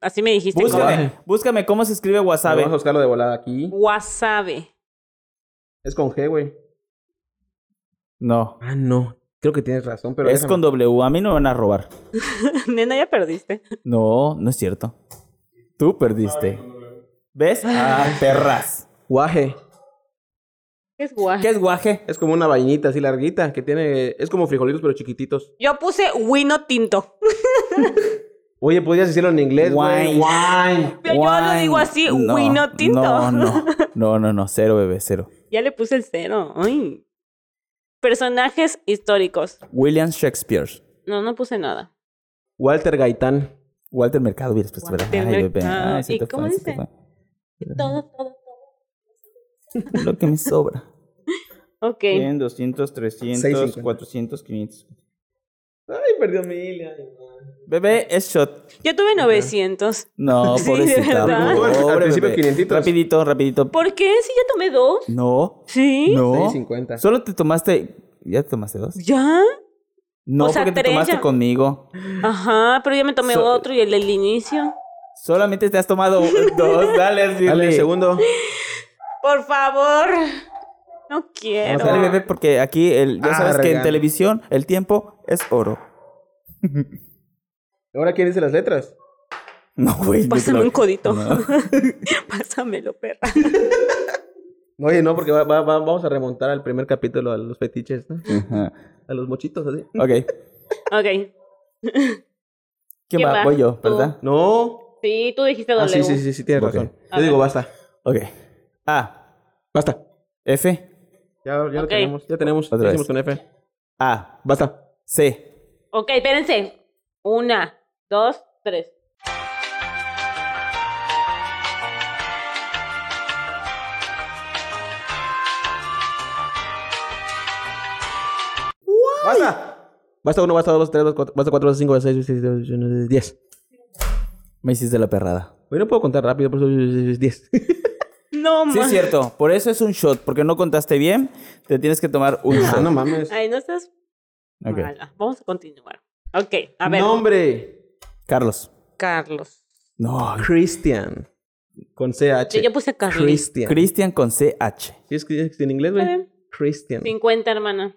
Speaker 3: Así me dijiste. como-
Speaker 2: Búscame, búscame cómo se escribe wasabi.
Speaker 1: Vamos a buscarlo de volada aquí.
Speaker 3: Wasabi.
Speaker 1: Es con G, güey.
Speaker 2: No.
Speaker 1: Ah, no. Creo que tienes razón, pero.
Speaker 2: es con W. A mí no me van a robar.
Speaker 3: Nena, ya perdiste.
Speaker 2: No, no es cierto. Tú perdiste. ¿Ves? Ah, perras.
Speaker 1: Guaje.
Speaker 3: ¿Qué es guaje?
Speaker 2: ¿Qué es guaje?
Speaker 1: Es como una vainita así larguita que tiene. Es como frijolitos, pero chiquititos.
Speaker 3: Yo puse wino tinto.
Speaker 1: Oye, podrías decirlo en inglés, güey.
Speaker 2: Wine.
Speaker 1: Wine.
Speaker 3: Pero yo lo digo así,
Speaker 2: No,
Speaker 3: wino tinto.
Speaker 2: No, no. No, no, no. Cero, bebé, cero.
Speaker 3: Ya le puse el cero. Ay. Personajes históricos.
Speaker 2: William Shakespeare.
Speaker 3: No, no puse nada.
Speaker 1: Walter Gaitán.
Speaker 2: Walter Mercado hubieras puesto,
Speaker 3: Walter
Speaker 2: ¿verdad? Ay, bebé.
Speaker 3: Mercado.
Speaker 2: Ay, se
Speaker 3: ¿Y
Speaker 2: te
Speaker 3: cómo
Speaker 2: fue, se te
Speaker 3: dice?
Speaker 2: fue.
Speaker 3: Todo, todo.
Speaker 2: Lo que me sobra.
Speaker 3: Ok.
Speaker 2: 100, 200, 300,
Speaker 1: 650.
Speaker 2: 400, 500.
Speaker 1: Ay, perdió mil.
Speaker 2: Bebé, es shot.
Speaker 3: Yo tuve 900.
Speaker 2: No,
Speaker 3: Sí,
Speaker 2: pobrecita.
Speaker 3: de verdad.
Speaker 1: Al
Speaker 2: Pobre,
Speaker 1: principio
Speaker 2: bebé.
Speaker 1: 500.
Speaker 2: Rapidito, rapidito.
Speaker 3: ¿Por qué? Si ya tomé dos.
Speaker 2: No,
Speaker 3: ¿Sí?
Speaker 2: no.
Speaker 1: 650.
Speaker 2: Solo te tomaste... ¿Ya te tomaste dos?
Speaker 3: ¿Ya?
Speaker 2: No,
Speaker 3: O sea,
Speaker 2: porque te
Speaker 3: tres
Speaker 2: tomaste
Speaker 3: ya.
Speaker 2: conmigo.
Speaker 3: Ajá, pero ya me tomé
Speaker 2: So-
Speaker 3: otro y el del inicio.
Speaker 2: Solamente te has tomado dos. Dale, Shirley.
Speaker 1: Dale, segundo.
Speaker 3: Por favor. No quiero.
Speaker 2: Dale, bebé, porque aquí, el, ya
Speaker 1: Ah,
Speaker 2: sabes que en
Speaker 1: regalo.
Speaker 2: televisión el tiempo es oro.
Speaker 1: Ahora, ¿quién dice las letras?
Speaker 2: No, güey. no
Speaker 3: Pásame
Speaker 2: creo-
Speaker 3: un codito.
Speaker 2: No.
Speaker 3: Pásamelo, perra.
Speaker 1: Oye, no, porque va- va- va- vamos a remontar al primer capítulo, a los fetiches, ¿no?
Speaker 2: Ajá.
Speaker 1: A los mochitos, así.
Speaker 2: Ok.
Speaker 3: Ok.
Speaker 2: ¿Quién
Speaker 3: ¿Quién
Speaker 2: va?
Speaker 3: va?
Speaker 2: Voy yo,
Speaker 3: Tú.
Speaker 2: ¿verdad?
Speaker 1: No.
Speaker 3: Sí, tú dijiste
Speaker 1: Ah, sí,
Speaker 3: W.
Speaker 1: sí, sí, sí, tienes
Speaker 2: Ok.
Speaker 1: razón. Yo
Speaker 3: A ver.
Speaker 1: digo basta.
Speaker 2: Ok. A.
Speaker 1: Basta.
Speaker 2: F.
Speaker 1: Ya, ya lo
Speaker 3: Ok.
Speaker 1: tenemos. Ya tenemos.
Speaker 2: Otra
Speaker 1: Ya hicimos
Speaker 2: vez.
Speaker 1: con F.
Speaker 2: A.
Speaker 1: Basta.
Speaker 2: C.
Speaker 3: Ok, espérense. Una, dos, tres.
Speaker 1: ¡Basta! Basta uno, basta dos, basta tres, basta cuatro, basta cuatro, basta cinco, basta seis, basta siete, basta ocho, basta nueve, diez.
Speaker 2: Me hiciste la perrada.
Speaker 1: Hoy no puedo contar rápido, por eso es diez.
Speaker 3: No,
Speaker 2: Sí, es
Speaker 3: mames.
Speaker 2: cierto. Por eso es un shot. Porque no contaste bien. Te tienes que tomar un
Speaker 1: Ah,
Speaker 2: shot.
Speaker 1: no mames.
Speaker 3: Ay, no estás
Speaker 2: Ok.
Speaker 3: mala. Vamos a continuar. Ok, a ver.
Speaker 1: Nombre.
Speaker 2: Carlos.
Speaker 3: Carlos.
Speaker 2: No.
Speaker 1: Christian. Con CH.
Speaker 3: Yo, yo puse Carlos.
Speaker 1: Christian.
Speaker 2: Cristian con CH.
Speaker 1: ¿Sí es que- es que en inglés, güey?
Speaker 3: bien.
Speaker 1: Christian.
Speaker 3: 50, hermana.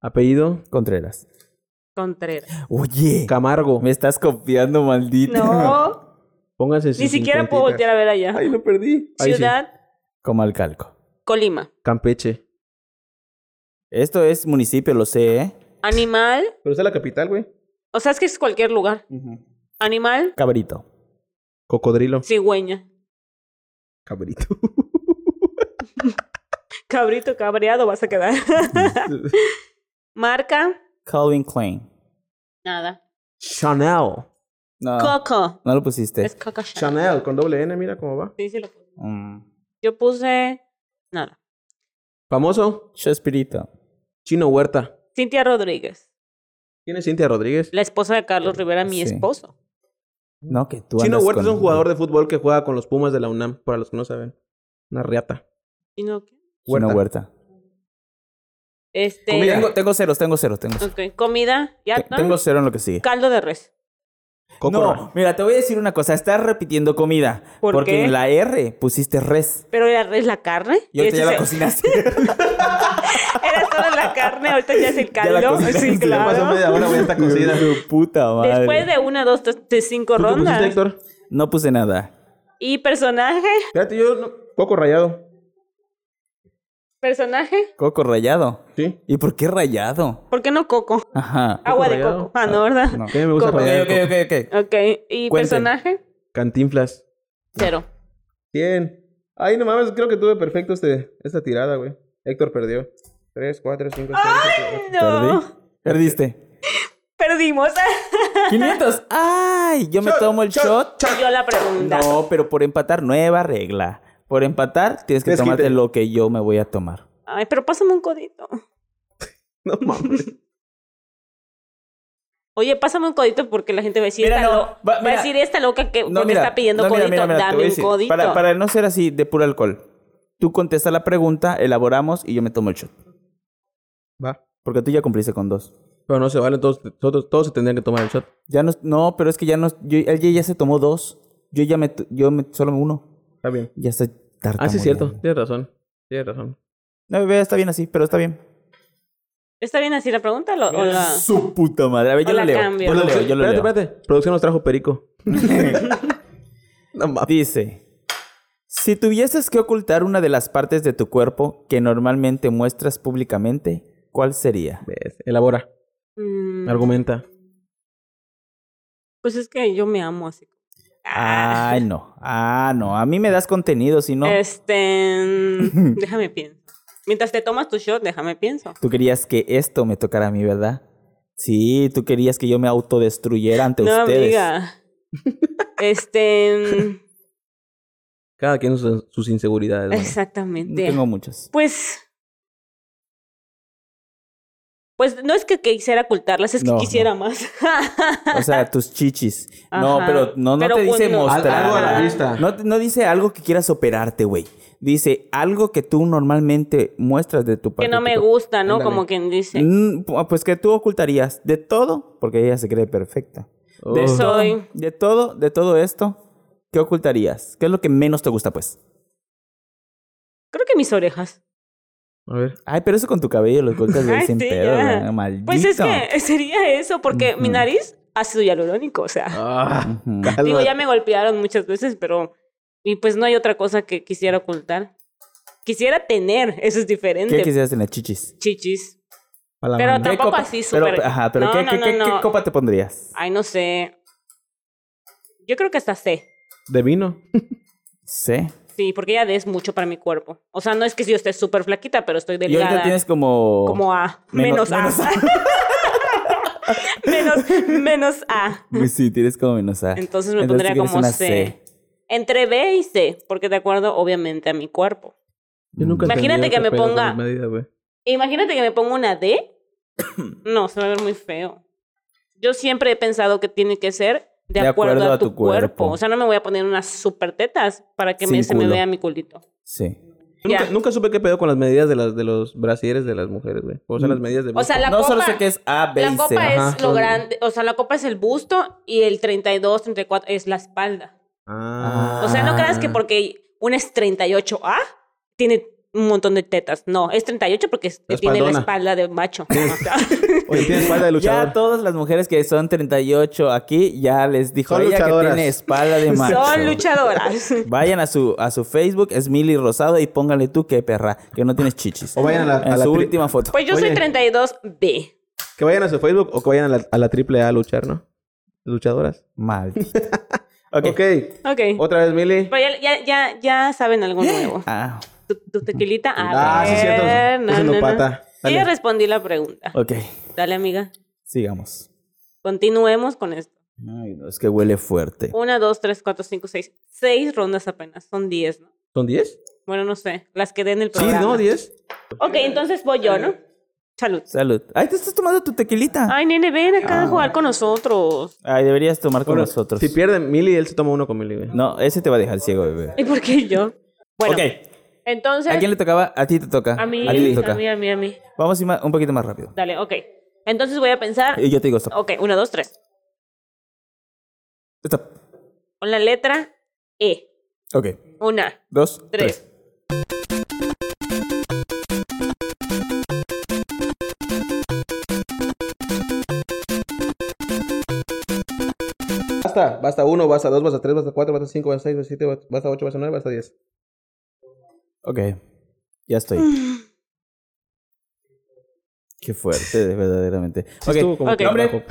Speaker 1: Apellido.
Speaker 2: Contreras.
Speaker 3: Contreras.
Speaker 2: Oye.
Speaker 1: Camargo.
Speaker 2: Me estás copiando, maldito.
Speaker 3: No,
Speaker 1: Pónganse sus
Speaker 3: ni siquiera puedo
Speaker 1: cincuentitas.
Speaker 3: voltear a ver allá.
Speaker 1: Ay, lo perdí. Ahí sí.
Speaker 3: Ciudad,
Speaker 2: Comalcalco.
Speaker 3: Colima.
Speaker 1: Campeche.
Speaker 2: Esto es municipio, lo sé, ¿eh?
Speaker 3: Animal.
Speaker 1: Pero esa es la capital, güey.
Speaker 3: O sea, es que es cualquier lugar. Animal.
Speaker 2: Cabrito.
Speaker 1: Cocodrilo.
Speaker 3: Cigüeña.
Speaker 1: Cabrito.
Speaker 3: Cabrito cabreado vas a quedar. Marca.
Speaker 2: Calvin Klein.
Speaker 3: Nada.
Speaker 1: Chanel.
Speaker 2: No,
Speaker 3: Coco.
Speaker 2: no lo pusiste.
Speaker 3: Es Coco Chanel.
Speaker 1: Chanel con doble N, mira cómo va.
Speaker 3: Sí, sí lo puse.
Speaker 2: Mm.
Speaker 3: Yo puse. Nada.
Speaker 1: Famoso,
Speaker 2: Chespirito.
Speaker 1: Chino Huerta.
Speaker 3: Cintia Rodríguez.
Speaker 1: ¿Quién es Cintia Rodríguez?
Speaker 3: La esposa de Carlos Rivera, mi
Speaker 2: Sí.
Speaker 3: esposo.
Speaker 2: No, que tú
Speaker 1: Chino
Speaker 2: andas
Speaker 1: Huerta es
Speaker 2: con-
Speaker 1: un jugador de fútbol que juega con los Pumas de la UNAM, para los que no saben. Una riata.
Speaker 3: Y no-
Speaker 2: Chino
Speaker 1: Huerta.
Speaker 2: Huerta.
Speaker 3: Este.
Speaker 1: Comida.
Speaker 2: Tengo, tengo ceros, tengo ceros, tengo ceros.
Speaker 3: Ok, comida. Ya.
Speaker 2: Te-
Speaker 3: ¿no?
Speaker 2: Tengo cero en lo que sigue.
Speaker 3: Caldo de res.
Speaker 1: Coco.
Speaker 2: No, mira, te voy a decir una cosa. Estás repitiendo comida.
Speaker 3: ¿Por
Speaker 2: porque
Speaker 3: qué?
Speaker 2: en la R pusiste res.
Speaker 3: Pero era res la carne.
Speaker 2: Y ahorita ya
Speaker 3: ese
Speaker 2: la
Speaker 3: se-
Speaker 2: cocinaste.
Speaker 3: Era toda la carne, ahorita ya es el
Speaker 2: Ya la
Speaker 3: caldo.
Speaker 2: cocinaste.
Speaker 3: Sí,
Speaker 2: Ya
Speaker 1: Pasó
Speaker 3: claro.
Speaker 1: media hora, güey, está cocida. ¿Tú
Speaker 2: Tu puta madre.
Speaker 3: Después de una, dos, tres, tres, cinco
Speaker 1: qué pusiste,
Speaker 3: rondas.
Speaker 1: Héctor?
Speaker 2: No puse nada.
Speaker 3: Y personaje,
Speaker 1: Espérate, yo... no- Coco rayado.
Speaker 3: personaje,
Speaker 2: Coco rayado.
Speaker 1: ¿Sí?
Speaker 2: ¿Y por qué rayado?
Speaker 3: ¿por qué no coco?
Speaker 2: Ajá.
Speaker 3: Agua de
Speaker 1: rallado.
Speaker 3: coco. Ah, no, ¿verdad?
Speaker 2: No.
Speaker 1: ¿Qué me gusta
Speaker 3: Coco.
Speaker 1: rayado?
Speaker 2: Ok, ok, ok, ok.
Speaker 3: Ok, y
Speaker 2: Cuenten.
Speaker 3: personaje,
Speaker 1: Cantinflas.
Speaker 3: cero.
Speaker 1: 100. Ay, no mames, creo que tuve perfecto este, esta tirada, güey. Héctor perdió. 3, 4, 5, 6, 7,
Speaker 3: No,
Speaker 2: Perdí. Perdiste.
Speaker 3: perdimos.
Speaker 2: 500. ¡Ay! Yo me tomo el shot.
Speaker 3: Yo la pregunta.
Speaker 2: No, pero por empatar, nueva regla. Por empatar, tienes que
Speaker 1: Desquite.
Speaker 2: tomarte lo que yo me voy a tomar.
Speaker 3: Ay, pero pásame un codito.
Speaker 1: 8. No mames.
Speaker 3: Oye, pásame un codito porque la gente va a decir,
Speaker 2: Mira,
Speaker 3: esta,
Speaker 2: no,
Speaker 3: lo-
Speaker 2: va-
Speaker 3: va,
Speaker 2: mira.
Speaker 3: a decir esta loca que porque
Speaker 2: mira,
Speaker 3: está pidiendo
Speaker 2: no, mira,
Speaker 3: codito.
Speaker 2: mira, mira, te voy
Speaker 3: Dame
Speaker 2: a
Speaker 3: un
Speaker 2: decir,
Speaker 3: codito.
Speaker 2: Para, para no ser así de puro alcohol, tú contestas la pregunta, elaboramos y yo me tomo el shot.
Speaker 1: Va.
Speaker 2: Porque tú ya cumpliste con dos.
Speaker 1: Pero no se vale, todos, todos, todos se tendrían que tomar el shot.
Speaker 2: Ya no, no, pero es que ya no, yo, él ya- ya se tomó dos. Yo ya me, t- yo me, solo uno.
Speaker 1: Está bien.
Speaker 2: Ya está
Speaker 1: Ah, sí, es cierto.
Speaker 2: tartamudeando.
Speaker 1: Tienes razón. Tienes razón.
Speaker 2: No, bebé, está bien así, pero está bien.
Speaker 3: ¿Está bien así la pregunta? lo- o la...
Speaker 2: Su puta madre. A ver, yo
Speaker 3: O
Speaker 2: lo
Speaker 3: la
Speaker 2: leo.
Speaker 3: cambio.
Speaker 2: Yo lo leo, yo lo
Speaker 1: espérate,
Speaker 2: leo.
Speaker 1: espérate. Producción nos trajo perico. no mames.
Speaker 2: Dice, si tuvieses que ocultar una de las partes de tu cuerpo que normalmente muestras públicamente, ¿cuál sería?
Speaker 1: Ves, Elabora,
Speaker 3: Mm,
Speaker 1: argumenta.
Speaker 3: Pues es que yo me amo así.
Speaker 2: Ay, no. Ah, no. A mí me das contenido, si no.
Speaker 3: Este, mm, déjame pienso. Mientras te tomas tu shot, déjame pienso.
Speaker 2: Tú querías que esto me tocara a mí, ¿verdad? Sí, tú querías que yo me autodestruyera ante
Speaker 3: No,
Speaker 2: ustedes.
Speaker 3: amiga. Este, mm,
Speaker 1: Cada quien sus, sus inseguridades. güey.
Speaker 2: No
Speaker 3: exactamente.
Speaker 2: tengo muchas.
Speaker 3: Pues, pues no es que quisiera ocultarlas, es que
Speaker 2: No,
Speaker 3: quisiera más.
Speaker 2: O sea, tus chichis. No,
Speaker 3: Ajá.
Speaker 2: pero no, no
Speaker 3: Pero
Speaker 2: te dice
Speaker 3: pues no.
Speaker 2: mostrar.
Speaker 1: Algo a la vista.
Speaker 2: No, te- no dice algo que quieras operarte, güey. Dice algo que tú normalmente muestras de tu
Speaker 3: que
Speaker 2: parte.
Speaker 3: no
Speaker 2: de
Speaker 3: me
Speaker 2: tu-
Speaker 3: gusta, ¿no?
Speaker 1: Ándale.
Speaker 3: Como quien dice.
Speaker 2: Mm, pu- Pues que tú ocultarías de todo, porque ella se cree perfecta. De
Speaker 1: Oh.
Speaker 3: Soy-
Speaker 2: De todo, de todo esto, ¿qué ocultarías? ¿Qué es lo que menos te gusta, pues?
Speaker 3: Creo que mis orejas.
Speaker 1: A ver.
Speaker 2: Ay, pero eso con tu cabello lo ocultas güey,
Speaker 3: Ay,
Speaker 2: sin
Speaker 3: sí,
Speaker 2: pedo,
Speaker 3: ya.
Speaker 2: güey, maldito.
Speaker 3: Pues es que sería eso, porque mi
Speaker 2: Ujú.
Speaker 3: nariz ha sido hialurónico, o sea.
Speaker 1: Ah,
Speaker 2: Ujú.
Speaker 3: Digo, ya me golpearon muchas veces, pero. Y pues no hay otra cosa que quisiera ocultar. Quisiera tener, eso es diferente.
Speaker 2: ¿Qué quisieras tener, chichis?
Speaker 3: Chichis.
Speaker 1: a la
Speaker 3: Pero
Speaker 1: madre.
Speaker 2: ¿Qué
Speaker 3: tampoco
Speaker 2: copa?
Speaker 3: así,
Speaker 2: Pero-
Speaker 3: súper.
Speaker 2: Ajá, pero
Speaker 3: No,
Speaker 2: ¿qué,
Speaker 3: no,
Speaker 2: qué-
Speaker 3: no,
Speaker 2: qué- qué
Speaker 3: no.
Speaker 2: copa te pondrías?
Speaker 3: Ay, no sé. Yo creo que hasta C.
Speaker 1: De vino.
Speaker 2: Sí.
Speaker 3: Sí, porque ya D es mucho para mi cuerpo. O sea, no es que yo esté súper flaquita, pero estoy
Speaker 2: Y ahorita
Speaker 3: delgada.
Speaker 2: tienes como...
Speaker 3: Como A.
Speaker 2: Menos-
Speaker 3: Menos, A. Menos, menos A.
Speaker 2: Pues Sí, tienes como menos A.
Speaker 3: Entonces me
Speaker 2: Entonces
Speaker 3: pondría
Speaker 2: tú quieres
Speaker 3: como
Speaker 2: una
Speaker 3: C. Entre B y C, porque de acuerdo, obviamente, a mi cuerpo.
Speaker 1: Yo
Speaker 2: Mm,
Speaker 1: nunca
Speaker 3: Imagínate
Speaker 1: entendí
Speaker 3: que
Speaker 1: qué
Speaker 3: me
Speaker 1: pedo con
Speaker 3: ponga-
Speaker 1: las medidas, güey.
Speaker 3: Imagínate que me pongo una D. No, se va a ver muy feo. Yo siempre he pensado que tiene que ser de, acuerdo, a, tu cuerpo. O sea, no me voy a poner unas super tetas para que me-
Speaker 2: Sin
Speaker 3: se me
Speaker 2: culo.
Speaker 3: vea mi culito.
Speaker 2: Sí.
Speaker 1: Yo Nunca,
Speaker 3: Ya.
Speaker 1: nunca supe qué pedo con las medidas de, las, de los brasieres de las mujeres, güey. O sea,
Speaker 2: Mm.
Speaker 1: las medidas de...
Speaker 3: O sea, la
Speaker 2: no
Speaker 3: copa,
Speaker 2: solo sé que es A, B
Speaker 3: la
Speaker 2: y
Speaker 3: copa
Speaker 2: C.
Speaker 1: ajá,
Speaker 3: es lo
Speaker 1: todo.
Speaker 3: grande. O sea, la copa es el busto y el 32, 34 es la espalda.
Speaker 1: Ah.
Speaker 3: O sea, no creas que
Speaker 1: Ah.
Speaker 3: porque una es 38A, tiene un montón de tetas. No, es 38 porque es-
Speaker 1: La
Speaker 3: tiene la
Speaker 1: espaldona.
Speaker 3: espalda de macho.
Speaker 1: Oye, tiene espalda de luchador.
Speaker 2: Ya todas las mujeres que son 38 aquí, ya les dijo
Speaker 1: Son
Speaker 2: ella
Speaker 1: luchadoras.
Speaker 2: que tiene espalda de macho.
Speaker 3: Son luchadoras.
Speaker 2: Vayan a su, a su Facebook, es Mili Rosado, y pónganle tú que perra, que no tienes chichis.
Speaker 1: O vayan a la-
Speaker 2: En
Speaker 1: a la
Speaker 2: su
Speaker 1: tri-
Speaker 2: última foto.
Speaker 3: Pues yo soy
Speaker 1: Oye.
Speaker 3: 32B.
Speaker 1: Que vayan a su Facebook o que vayan a la, a la AAA a luchar, ¿no? Luchadoras.
Speaker 2: Maldita. Ok.
Speaker 1: ok.
Speaker 3: Ok.
Speaker 1: Otra vez, Mili.
Speaker 3: Pero ya, ya, ya, ya saben algo nuevo.
Speaker 2: Ah,
Speaker 3: Tu, tu tequilita. A
Speaker 1: Ah, sí,
Speaker 3: ver,
Speaker 1: es cierto.
Speaker 3: no,
Speaker 1: Haciendo
Speaker 3: no, no.
Speaker 1: pata.
Speaker 3: Yo
Speaker 1: Dale.
Speaker 3: ya respondí la pregunta.
Speaker 2: ok.
Speaker 3: Dale, amiga.
Speaker 2: Sigamos.
Speaker 3: Continuemos con esto.
Speaker 2: Ay, no, es que huele fuerte.
Speaker 3: Una, dos, tres, cuatro, cinco, seis. Seis rondas apenas. Son diez, ¿no?
Speaker 1: ¿Son 10?
Speaker 3: Bueno, no sé. Las que den el
Speaker 1: Sí,
Speaker 3: programa.
Speaker 1: ¿no? 10.
Speaker 3: Ok, entonces voy yo, ¿no? Salud.
Speaker 2: Salud. Ay, te estás tomando tu tequilita.
Speaker 3: Ay, nene, ven acá a jugar con nosotros.
Speaker 2: Ay, deberías tomar con
Speaker 1: Bueno,
Speaker 2: nosotros.
Speaker 1: Si pierden Mili, él se toma uno con Mili, güey.
Speaker 2: No, ese te va a dejar ciego, bebé.
Speaker 3: ¿Y por qué yo? Bueno,
Speaker 2: ok.
Speaker 3: entonces...
Speaker 2: ¿A quién le tocaba? A ti te toca.
Speaker 3: A mí,
Speaker 2: A
Speaker 3: a
Speaker 2: ti te toca.
Speaker 3: mí, a mí, a mí.
Speaker 2: Vamos a ir ma- un poquito más rápido.
Speaker 3: Dale, ok. Entonces voy a pensar...
Speaker 2: Y yo te digo stop.
Speaker 3: Ok, uno, dos, tres.
Speaker 2: Stop.
Speaker 3: Con la letra E.
Speaker 2: Ok.
Speaker 3: Una,
Speaker 2: Dos,
Speaker 3: tres.
Speaker 2: tres.
Speaker 1: Basta, basta 1, basta 2, basta 3, basta 4, basta 5, basta 6, basta 7, basta 8, basta 9, basta 10.
Speaker 2: Ok. Ya estoy. Qué fuerte, de- verdaderamente.
Speaker 1: Estuvo
Speaker 2: Ok.
Speaker 1: como
Speaker 3: Ok.
Speaker 1: que
Speaker 3: Hombre.
Speaker 1: abajo.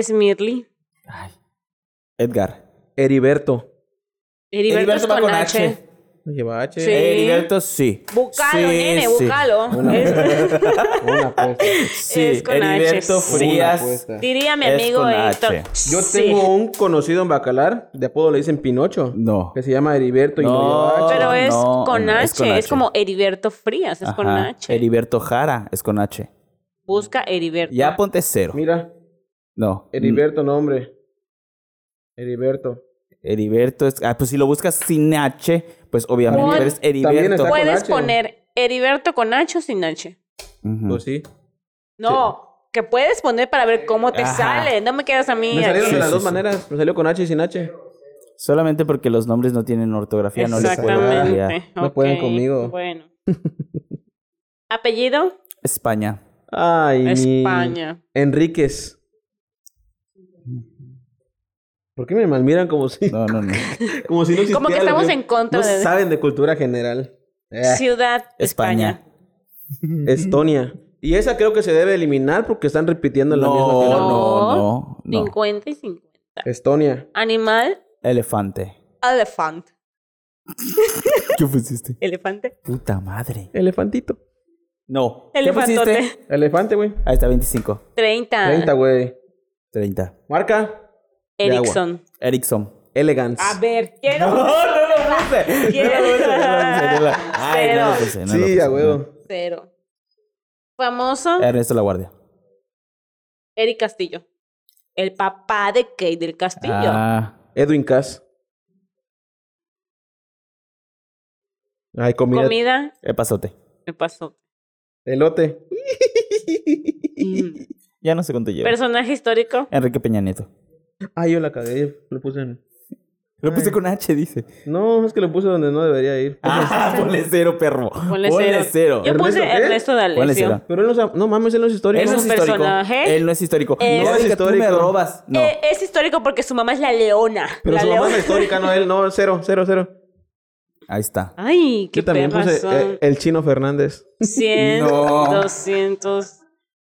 Speaker 3: Smirly.
Speaker 2: Ay. Edgar.
Speaker 1: Heriberto.
Speaker 3: Heriberto es
Speaker 2: va
Speaker 3: con H.
Speaker 1: No Lleva H.
Speaker 3: Sí.
Speaker 2: Eh, Heriberto sí.
Speaker 3: Bucalo,
Speaker 2: Sí,
Speaker 3: nene,
Speaker 2: sí.
Speaker 3: bucalo. Es-
Speaker 1: Una apuesta.
Speaker 2: Sí,
Speaker 3: Es con
Speaker 2: Heriberto
Speaker 3: H.
Speaker 2: Frías.
Speaker 1: Una apuesta.
Speaker 3: diría mi
Speaker 2: Es
Speaker 3: amigo
Speaker 2: con
Speaker 3: Héctor.
Speaker 2: H.
Speaker 1: Yo
Speaker 3: Sí.
Speaker 1: tengo un conocido en Bacalar, de apodo le dicen Pinocho,
Speaker 2: No.
Speaker 1: que se llama Heriberto y no "Ah,
Speaker 2: No.
Speaker 1: lleva H.
Speaker 3: Pero es,
Speaker 2: No,
Speaker 3: con
Speaker 2: no,
Speaker 3: H,
Speaker 2: es
Speaker 3: es
Speaker 2: con H.
Speaker 3: como Heriberto Frías, es con
Speaker 2: Ajá.
Speaker 3: H.
Speaker 2: Heriberto Jara es con H.
Speaker 3: Busca Heriberto.
Speaker 2: Ya ponte cero.
Speaker 1: Mira,
Speaker 2: No.
Speaker 1: Heriberto, nombre. Heriberto.
Speaker 2: Heriberto es. Ah, pues si lo buscas sin H, pues obviamente
Speaker 3: Juan.
Speaker 2: eres
Speaker 1: También
Speaker 2: Heriberto.
Speaker 1: está con
Speaker 3: Puedes
Speaker 1: H.
Speaker 3: poner Heriberto con H o sin H.
Speaker 2: Ujú.
Speaker 1: Pues sí.
Speaker 3: No, que puedes poner para ver cómo te
Speaker 2: Ajá.
Speaker 3: sale. No me quedas a mí.
Speaker 1: Me salieron
Speaker 2: Sí,
Speaker 1: de las
Speaker 2: sí,
Speaker 1: dos
Speaker 2: sí.
Speaker 1: maneras. Me salió con H y sin H.
Speaker 2: Solamente porque los nombres no tienen ortografía, no les puedo
Speaker 3: Exactamente.
Speaker 2: guiar.
Speaker 1: No pueden
Speaker 3: ok,
Speaker 1: conmigo.
Speaker 3: Bueno. Apellido,
Speaker 2: España.
Speaker 1: Ay, mi-
Speaker 3: España.
Speaker 1: Enríquez. ¿Por qué me malmiran como si,
Speaker 2: No, no, no.
Speaker 1: como si no existiera
Speaker 3: Como que
Speaker 1: la
Speaker 3: estamos
Speaker 1: pre-
Speaker 3: en contra
Speaker 1: No
Speaker 3: de-
Speaker 1: saben de cultura general. Eh,
Speaker 3: Ciudad,
Speaker 2: España.
Speaker 3: España.
Speaker 1: Estonia. Y esa creo que se debe eliminar porque están repitiendo
Speaker 2: No,
Speaker 1: la misma. que la-
Speaker 2: no, no, no.
Speaker 3: 50 y 50.
Speaker 1: Estonia.
Speaker 3: Animal,
Speaker 2: Elefante.
Speaker 3: elefante.
Speaker 2: ¿Qué pusiste?
Speaker 3: Elefante.
Speaker 2: Puta madre.
Speaker 1: Elefantito.
Speaker 2: No. ¿Qué pusiste?
Speaker 3: Elefantote.
Speaker 1: Elefante, güey.
Speaker 2: Ahí está, 25.
Speaker 3: 30.
Speaker 1: 30, güey.
Speaker 2: 30.
Speaker 1: Marca. de agua.
Speaker 3: Erickson.
Speaker 2: Erickson.
Speaker 1: Elegance.
Speaker 3: A ver, quiero.
Speaker 2: lo puse.
Speaker 3: Quiero.
Speaker 2: Ay, no lo puse, no lo
Speaker 1: sí,
Speaker 2: puse, Eh.
Speaker 1: a huevo.
Speaker 3: Cero. Famoso,
Speaker 2: no.
Speaker 3: Ah.
Speaker 2: Ernesto La Guardia.
Speaker 3: Eric Castillo. El papá de Kate del Castillo.
Speaker 2: Ah,
Speaker 1: Edwin Cass. Ay, comida.
Speaker 3: Comida,
Speaker 2: el pasote.
Speaker 3: me pasó.
Speaker 1: Elote.
Speaker 3: Mm.
Speaker 2: Ya no sé cuánto lleva.
Speaker 3: Personaje histórico,
Speaker 2: Enrique Peña Nieto.
Speaker 1: Ay, yo la cagué. Lo puse en...
Speaker 2: Lo puse con H, dice.
Speaker 1: No, es que lo puse donde no debería ir.
Speaker 2: Ah, ponle cero, perro.
Speaker 3: ponle cero. Yo
Speaker 1: ¿Ernesto
Speaker 3: puse
Speaker 1: qué?
Speaker 3: Ernesto
Speaker 2: Ponle
Speaker 3: D'Alessio.
Speaker 2: cero.
Speaker 1: Pero él no sabe... No mames, él no es histórico.
Speaker 2: Él no
Speaker 3: un
Speaker 2: es histórico.
Speaker 3: personaje.
Speaker 2: Él no es histórico.
Speaker 3: Es-
Speaker 2: no,
Speaker 1: No es
Speaker 2: que tú me
Speaker 1: histórico.
Speaker 2: robas. No.
Speaker 3: Eh, es histórico porque su mamá es la leona.
Speaker 1: Pero
Speaker 3: la
Speaker 1: su mamá
Speaker 3: leona.
Speaker 1: es histórica, no él. No, cero, cero, cero.
Speaker 2: Ahí está.
Speaker 3: ah. Ay, qué
Speaker 1: Yo también puse eh, el chino Fernández.
Speaker 3: 100,
Speaker 2: No.
Speaker 3: 200,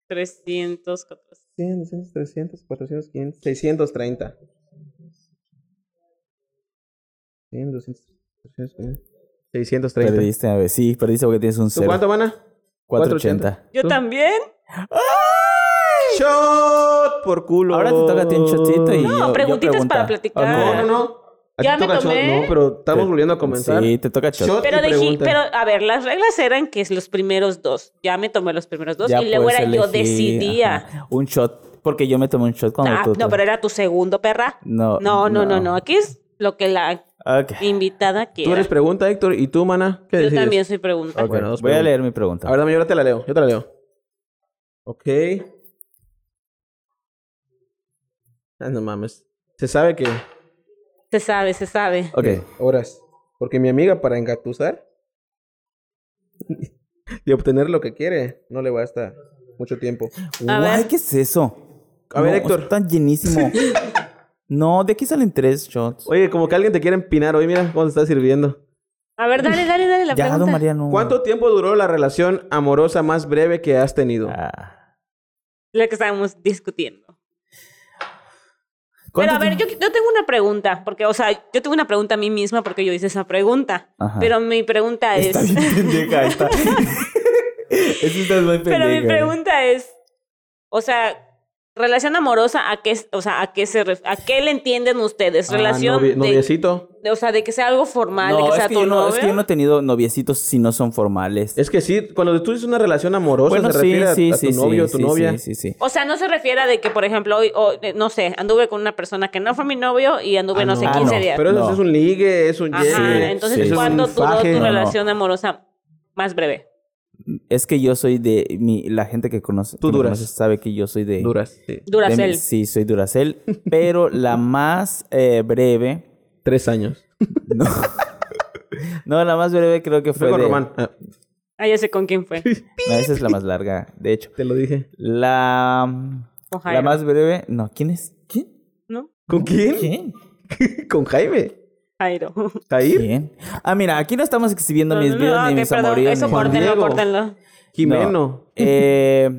Speaker 3: 300, 400.
Speaker 1: 100, 200, 300, 400, 500, 630. 100, 200, 300, 500, 630.
Speaker 2: Perdiste, a ver. Sí, perdiste porque tienes un
Speaker 1: ¿Tú
Speaker 2: cero.
Speaker 1: cuánto, mana?
Speaker 2: 480.
Speaker 3: Yo
Speaker 1: ¿Tú?
Speaker 3: también.
Speaker 1: ¡Shot! Por culo.
Speaker 2: Ahora te toca a ti un shotcito y.
Speaker 3: No,
Speaker 2: yo- yo
Speaker 3: preguntitas
Speaker 2: pregunta. Ah,
Speaker 3: para platicar.
Speaker 2: Ok.
Speaker 1: Ah, No, no, no. A
Speaker 3: Ya
Speaker 1: ti
Speaker 3: me
Speaker 1: toca shot.
Speaker 3: tomé.
Speaker 1: No, pero estamos volviendo a comenzar.
Speaker 2: Sí, te toca shot.
Speaker 1: Shot
Speaker 3: Pero
Speaker 1: y
Speaker 3: dije,
Speaker 1: pregunta.
Speaker 3: pero a ver, las reglas eran que es los primeros dos. Ya me tomé los primeros dos
Speaker 2: Ya
Speaker 3: y luego
Speaker 2: puedes
Speaker 3: era yo
Speaker 2: elegir,
Speaker 3: decidía.
Speaker 2: ajá, Un shot. Porque yo me tomé un shot cuando
Speaker 3: Ah,
Speaker 2: tú.
Speaker 3: no, pero era tu segundo, perra.
Speaker 2: No,
Speaker 3: No, no, no,
Speaker 2: no.
Speaker 3: no. Aquí es lo que la
Speaker 2: Ok.
Speaker 3: invitada
Speaker 1: Tú
Speaker 3: quiere.
Speaker 1: eres pregunta, Héctor, y tú, mana, ¿qué
Speaker 3: Yo
Speaker 1: decides?
Speaker 3: también soy pregunta.
Speaker 2: Ok,
Speaker 1: Bueno, dos
Speaker 2: voy a
Speaker 1: preguntas.
Speaker 2: leer mi pregunta.
Speaker 1: A ver, dame, yo ahora te la leo. Yo te la leo. Ok. Ah, no mames. Se sabe que
Speaker 3: Se
Speaker 1: Eh,
Speaker 3: sabe, se sabe.
Speaker 2: ok.
Speaker 1: horas. Porque mi amiga para engatusar de obtener lo que quiere. No le va a estar mucho tiempo.
Speaker 3: A ver.
Speaker 2: Guay, ¿qué es eso?
Speaker 1: A ver, Héctor.
Speaker 2: Está llenísimo. no, de aquí salen tres shots.
Speaker 1: Oye, como que alguien te quiere empinar hoy, mira cómo se está sirviendo.
Speaker 3: A ver, dale, dale, dale la
Speaker 2: ya, don
Speaker 3: pregunta.
Speaker 2: Mariano.
Speaker 1: ¿Cuánto tiempo duró la relación amorosa más breve que has tenido?
Speaker 2: Ah.
Speaker 3: La que estábamos discutiendo. Pero
Speaker 2: ¿Cuánto
Speaker 3: a ver,
Speaker 2: tiempo?
Speaker 3: yo, yo tengo una pregunta, porque, o sea, yo tengo una pregunta a mí misma porque yo hice esa pregunta.
Speaker 2: Ajá.
Speaker 3: Pero mi pregunta es.
Speaker 2: Está bien pendeja, está. Eso está muy pendeja. ¿eh?
Speaker 3: Pero mi
Speaker 2: güey.
Speaker 3: pregunta es, o sea, relación amorosa, ¿a qué, o sea, a qué se, ref- a qué le entienden ustedes?
Speaker 1: Ah,
Speaker 3: Relación,
Speaker 1: novie-
Speaker 3: de,
Speaker 1: noviecito.
Speaker 3: de- o sea, de que sea algo formal, de
Speaker 2: No,
Speaker 3: que sea
Speaker 2: es que,
Speaker 3: tu
Speaker 2: yo no, es
Speaker 3: novio.
Speaker 2: que yo no he tenido noviecitos si no son formales.
Speaker 1: Es que sí, cuando tú dices una relación amorosa,
Speaker 2: bueno,
Speaker 1: se
Speaker 2: sí,
Speaker 1: refiere a-
Speaker 2: sí,
Speaker 1: a,
Speaker 2: sí,
Speaker 1: tu
Speaker 2: sí,
Speaker 1: novio, tu
Speaker 2: sí,
Speaker 1: novia.
Speaker 2: Sí, sí, sí.
Speaker 3: O sea, no se refiere a de que, por ejemplo, hoy, o, eh, no sé, anduve con una persona que no fue mi novio y anduve,
Speaker 1: Ah,
Speaker 3: no, sé,
Speaker 2: no.
Speaker 3: 15
Speaker 2: Ah, no,
Speaker 3: días.
Speaker 1: Pero eso
Speaker 2: No.
Speaker 1: es un ligue, es un
Speaker 3: Ajá,
Speaker 1: llegue,
Speaker 3: entonces,
Speaker 1: es un
Speaker 3: ¿cuándo duró
Speaker 1: faje.
Speaker 3: tu
Speaker 2: No, no.
Speaker 3: relación amorosa más breve?
Speaker 2: Es que yo soy de mi, la gente que conoce,
Speaker 1: Tú
Speaker 2: que me
Speaker 1: duras.
Speaker 2: conoce sabe que yo soy de
Speaker 1: Duras, sí.
Speaker 2: de mi-
Speaker 3: Duracel.
Speaker 2: sí, soy Duracel, pero la más eh, breve,
Speaker 1: Tres años.
Speaker 2: no. No, la más breve creo que
Speaker 1: Fue
Speaker 2: fue
Speaker 1: con
Speaker 2: de-
Speaker 1: Román. Ah,
Speaker 3: Ah, ya sé con quién fue.
Speaker 2: No, esa es la más larga, de hecho.
Speaker 1: te lo dije.
Speaker 2: La
Speaker 3: Con
Speaker 2: la
Speaker 3: Jairo.
Speaker 2: más breve, no, ¿quién es? ¿Quién?
Speaker 3: ¿No?
Speaker 1: ¿Con quién?
Speaker 2: ¿Quién?
Speaker 1: ¿Con Jaime?
Speaker 3: Jairo.
Speaker 1: ¿Jair?
Speaker 2: ¿Quién? Ah, mira, aquí no estamos exhibiendo mis
Speaker 3: No,
Speaker 2: vidas
Speaker 3: no,
Speaker 2: ni
Speaker 3: ok,
Speaker 2: mis
Speaker 3: perdón,
Speaker 2: amoríos.
Speaker 3: Eso
Speaker 2: ni-
Speaker 1: Juan
Speaker 3: córtenlo,
Speaker 1: Diego.
Speaker 3: córtenlo.
Speaker 1: Jimeno.
Speaker 2: No, eh,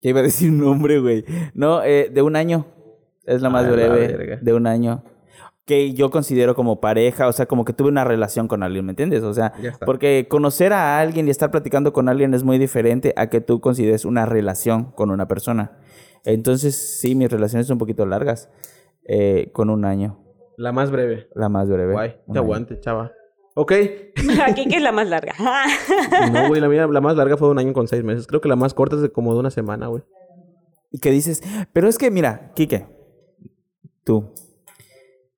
Speaker 2: ya iba a decir un nombre, güey. No, eh, de un año. Es la más
Speaker 1: Ah, la
Speaker 2: breve.
Speaker 1: verga.
Speaker 2: de un año. Que yo considero como pareja, o sea, como que tuve una relación con alguien, ¿me entiendes? O sea,
Speaker 1: Ya está.
Speaker 2: porque conocer a alguien y estar platicando con alguien es muy diferente a que tú consideres una relación con una persona. Entonces, sí, mis relaciones son un poquito largas. eh, con un año,
Speaker 1: La más breve.
Speaker 2: la más breve.
Speaker 1: Guay,
Speaker 2: Un
Speaker 1: te
Speaker 2: año.
Speaker 1: aguante, chava. Ok.
Speaker 3: Aquí que es la más larga.
Speaker 1: No, güey, la, mía- la más larga fue de un año con seis meses. Creo que la más corta es de como de una semana, güey.
Speaker 2: Y que dices, pero es que mira, Quique, tú,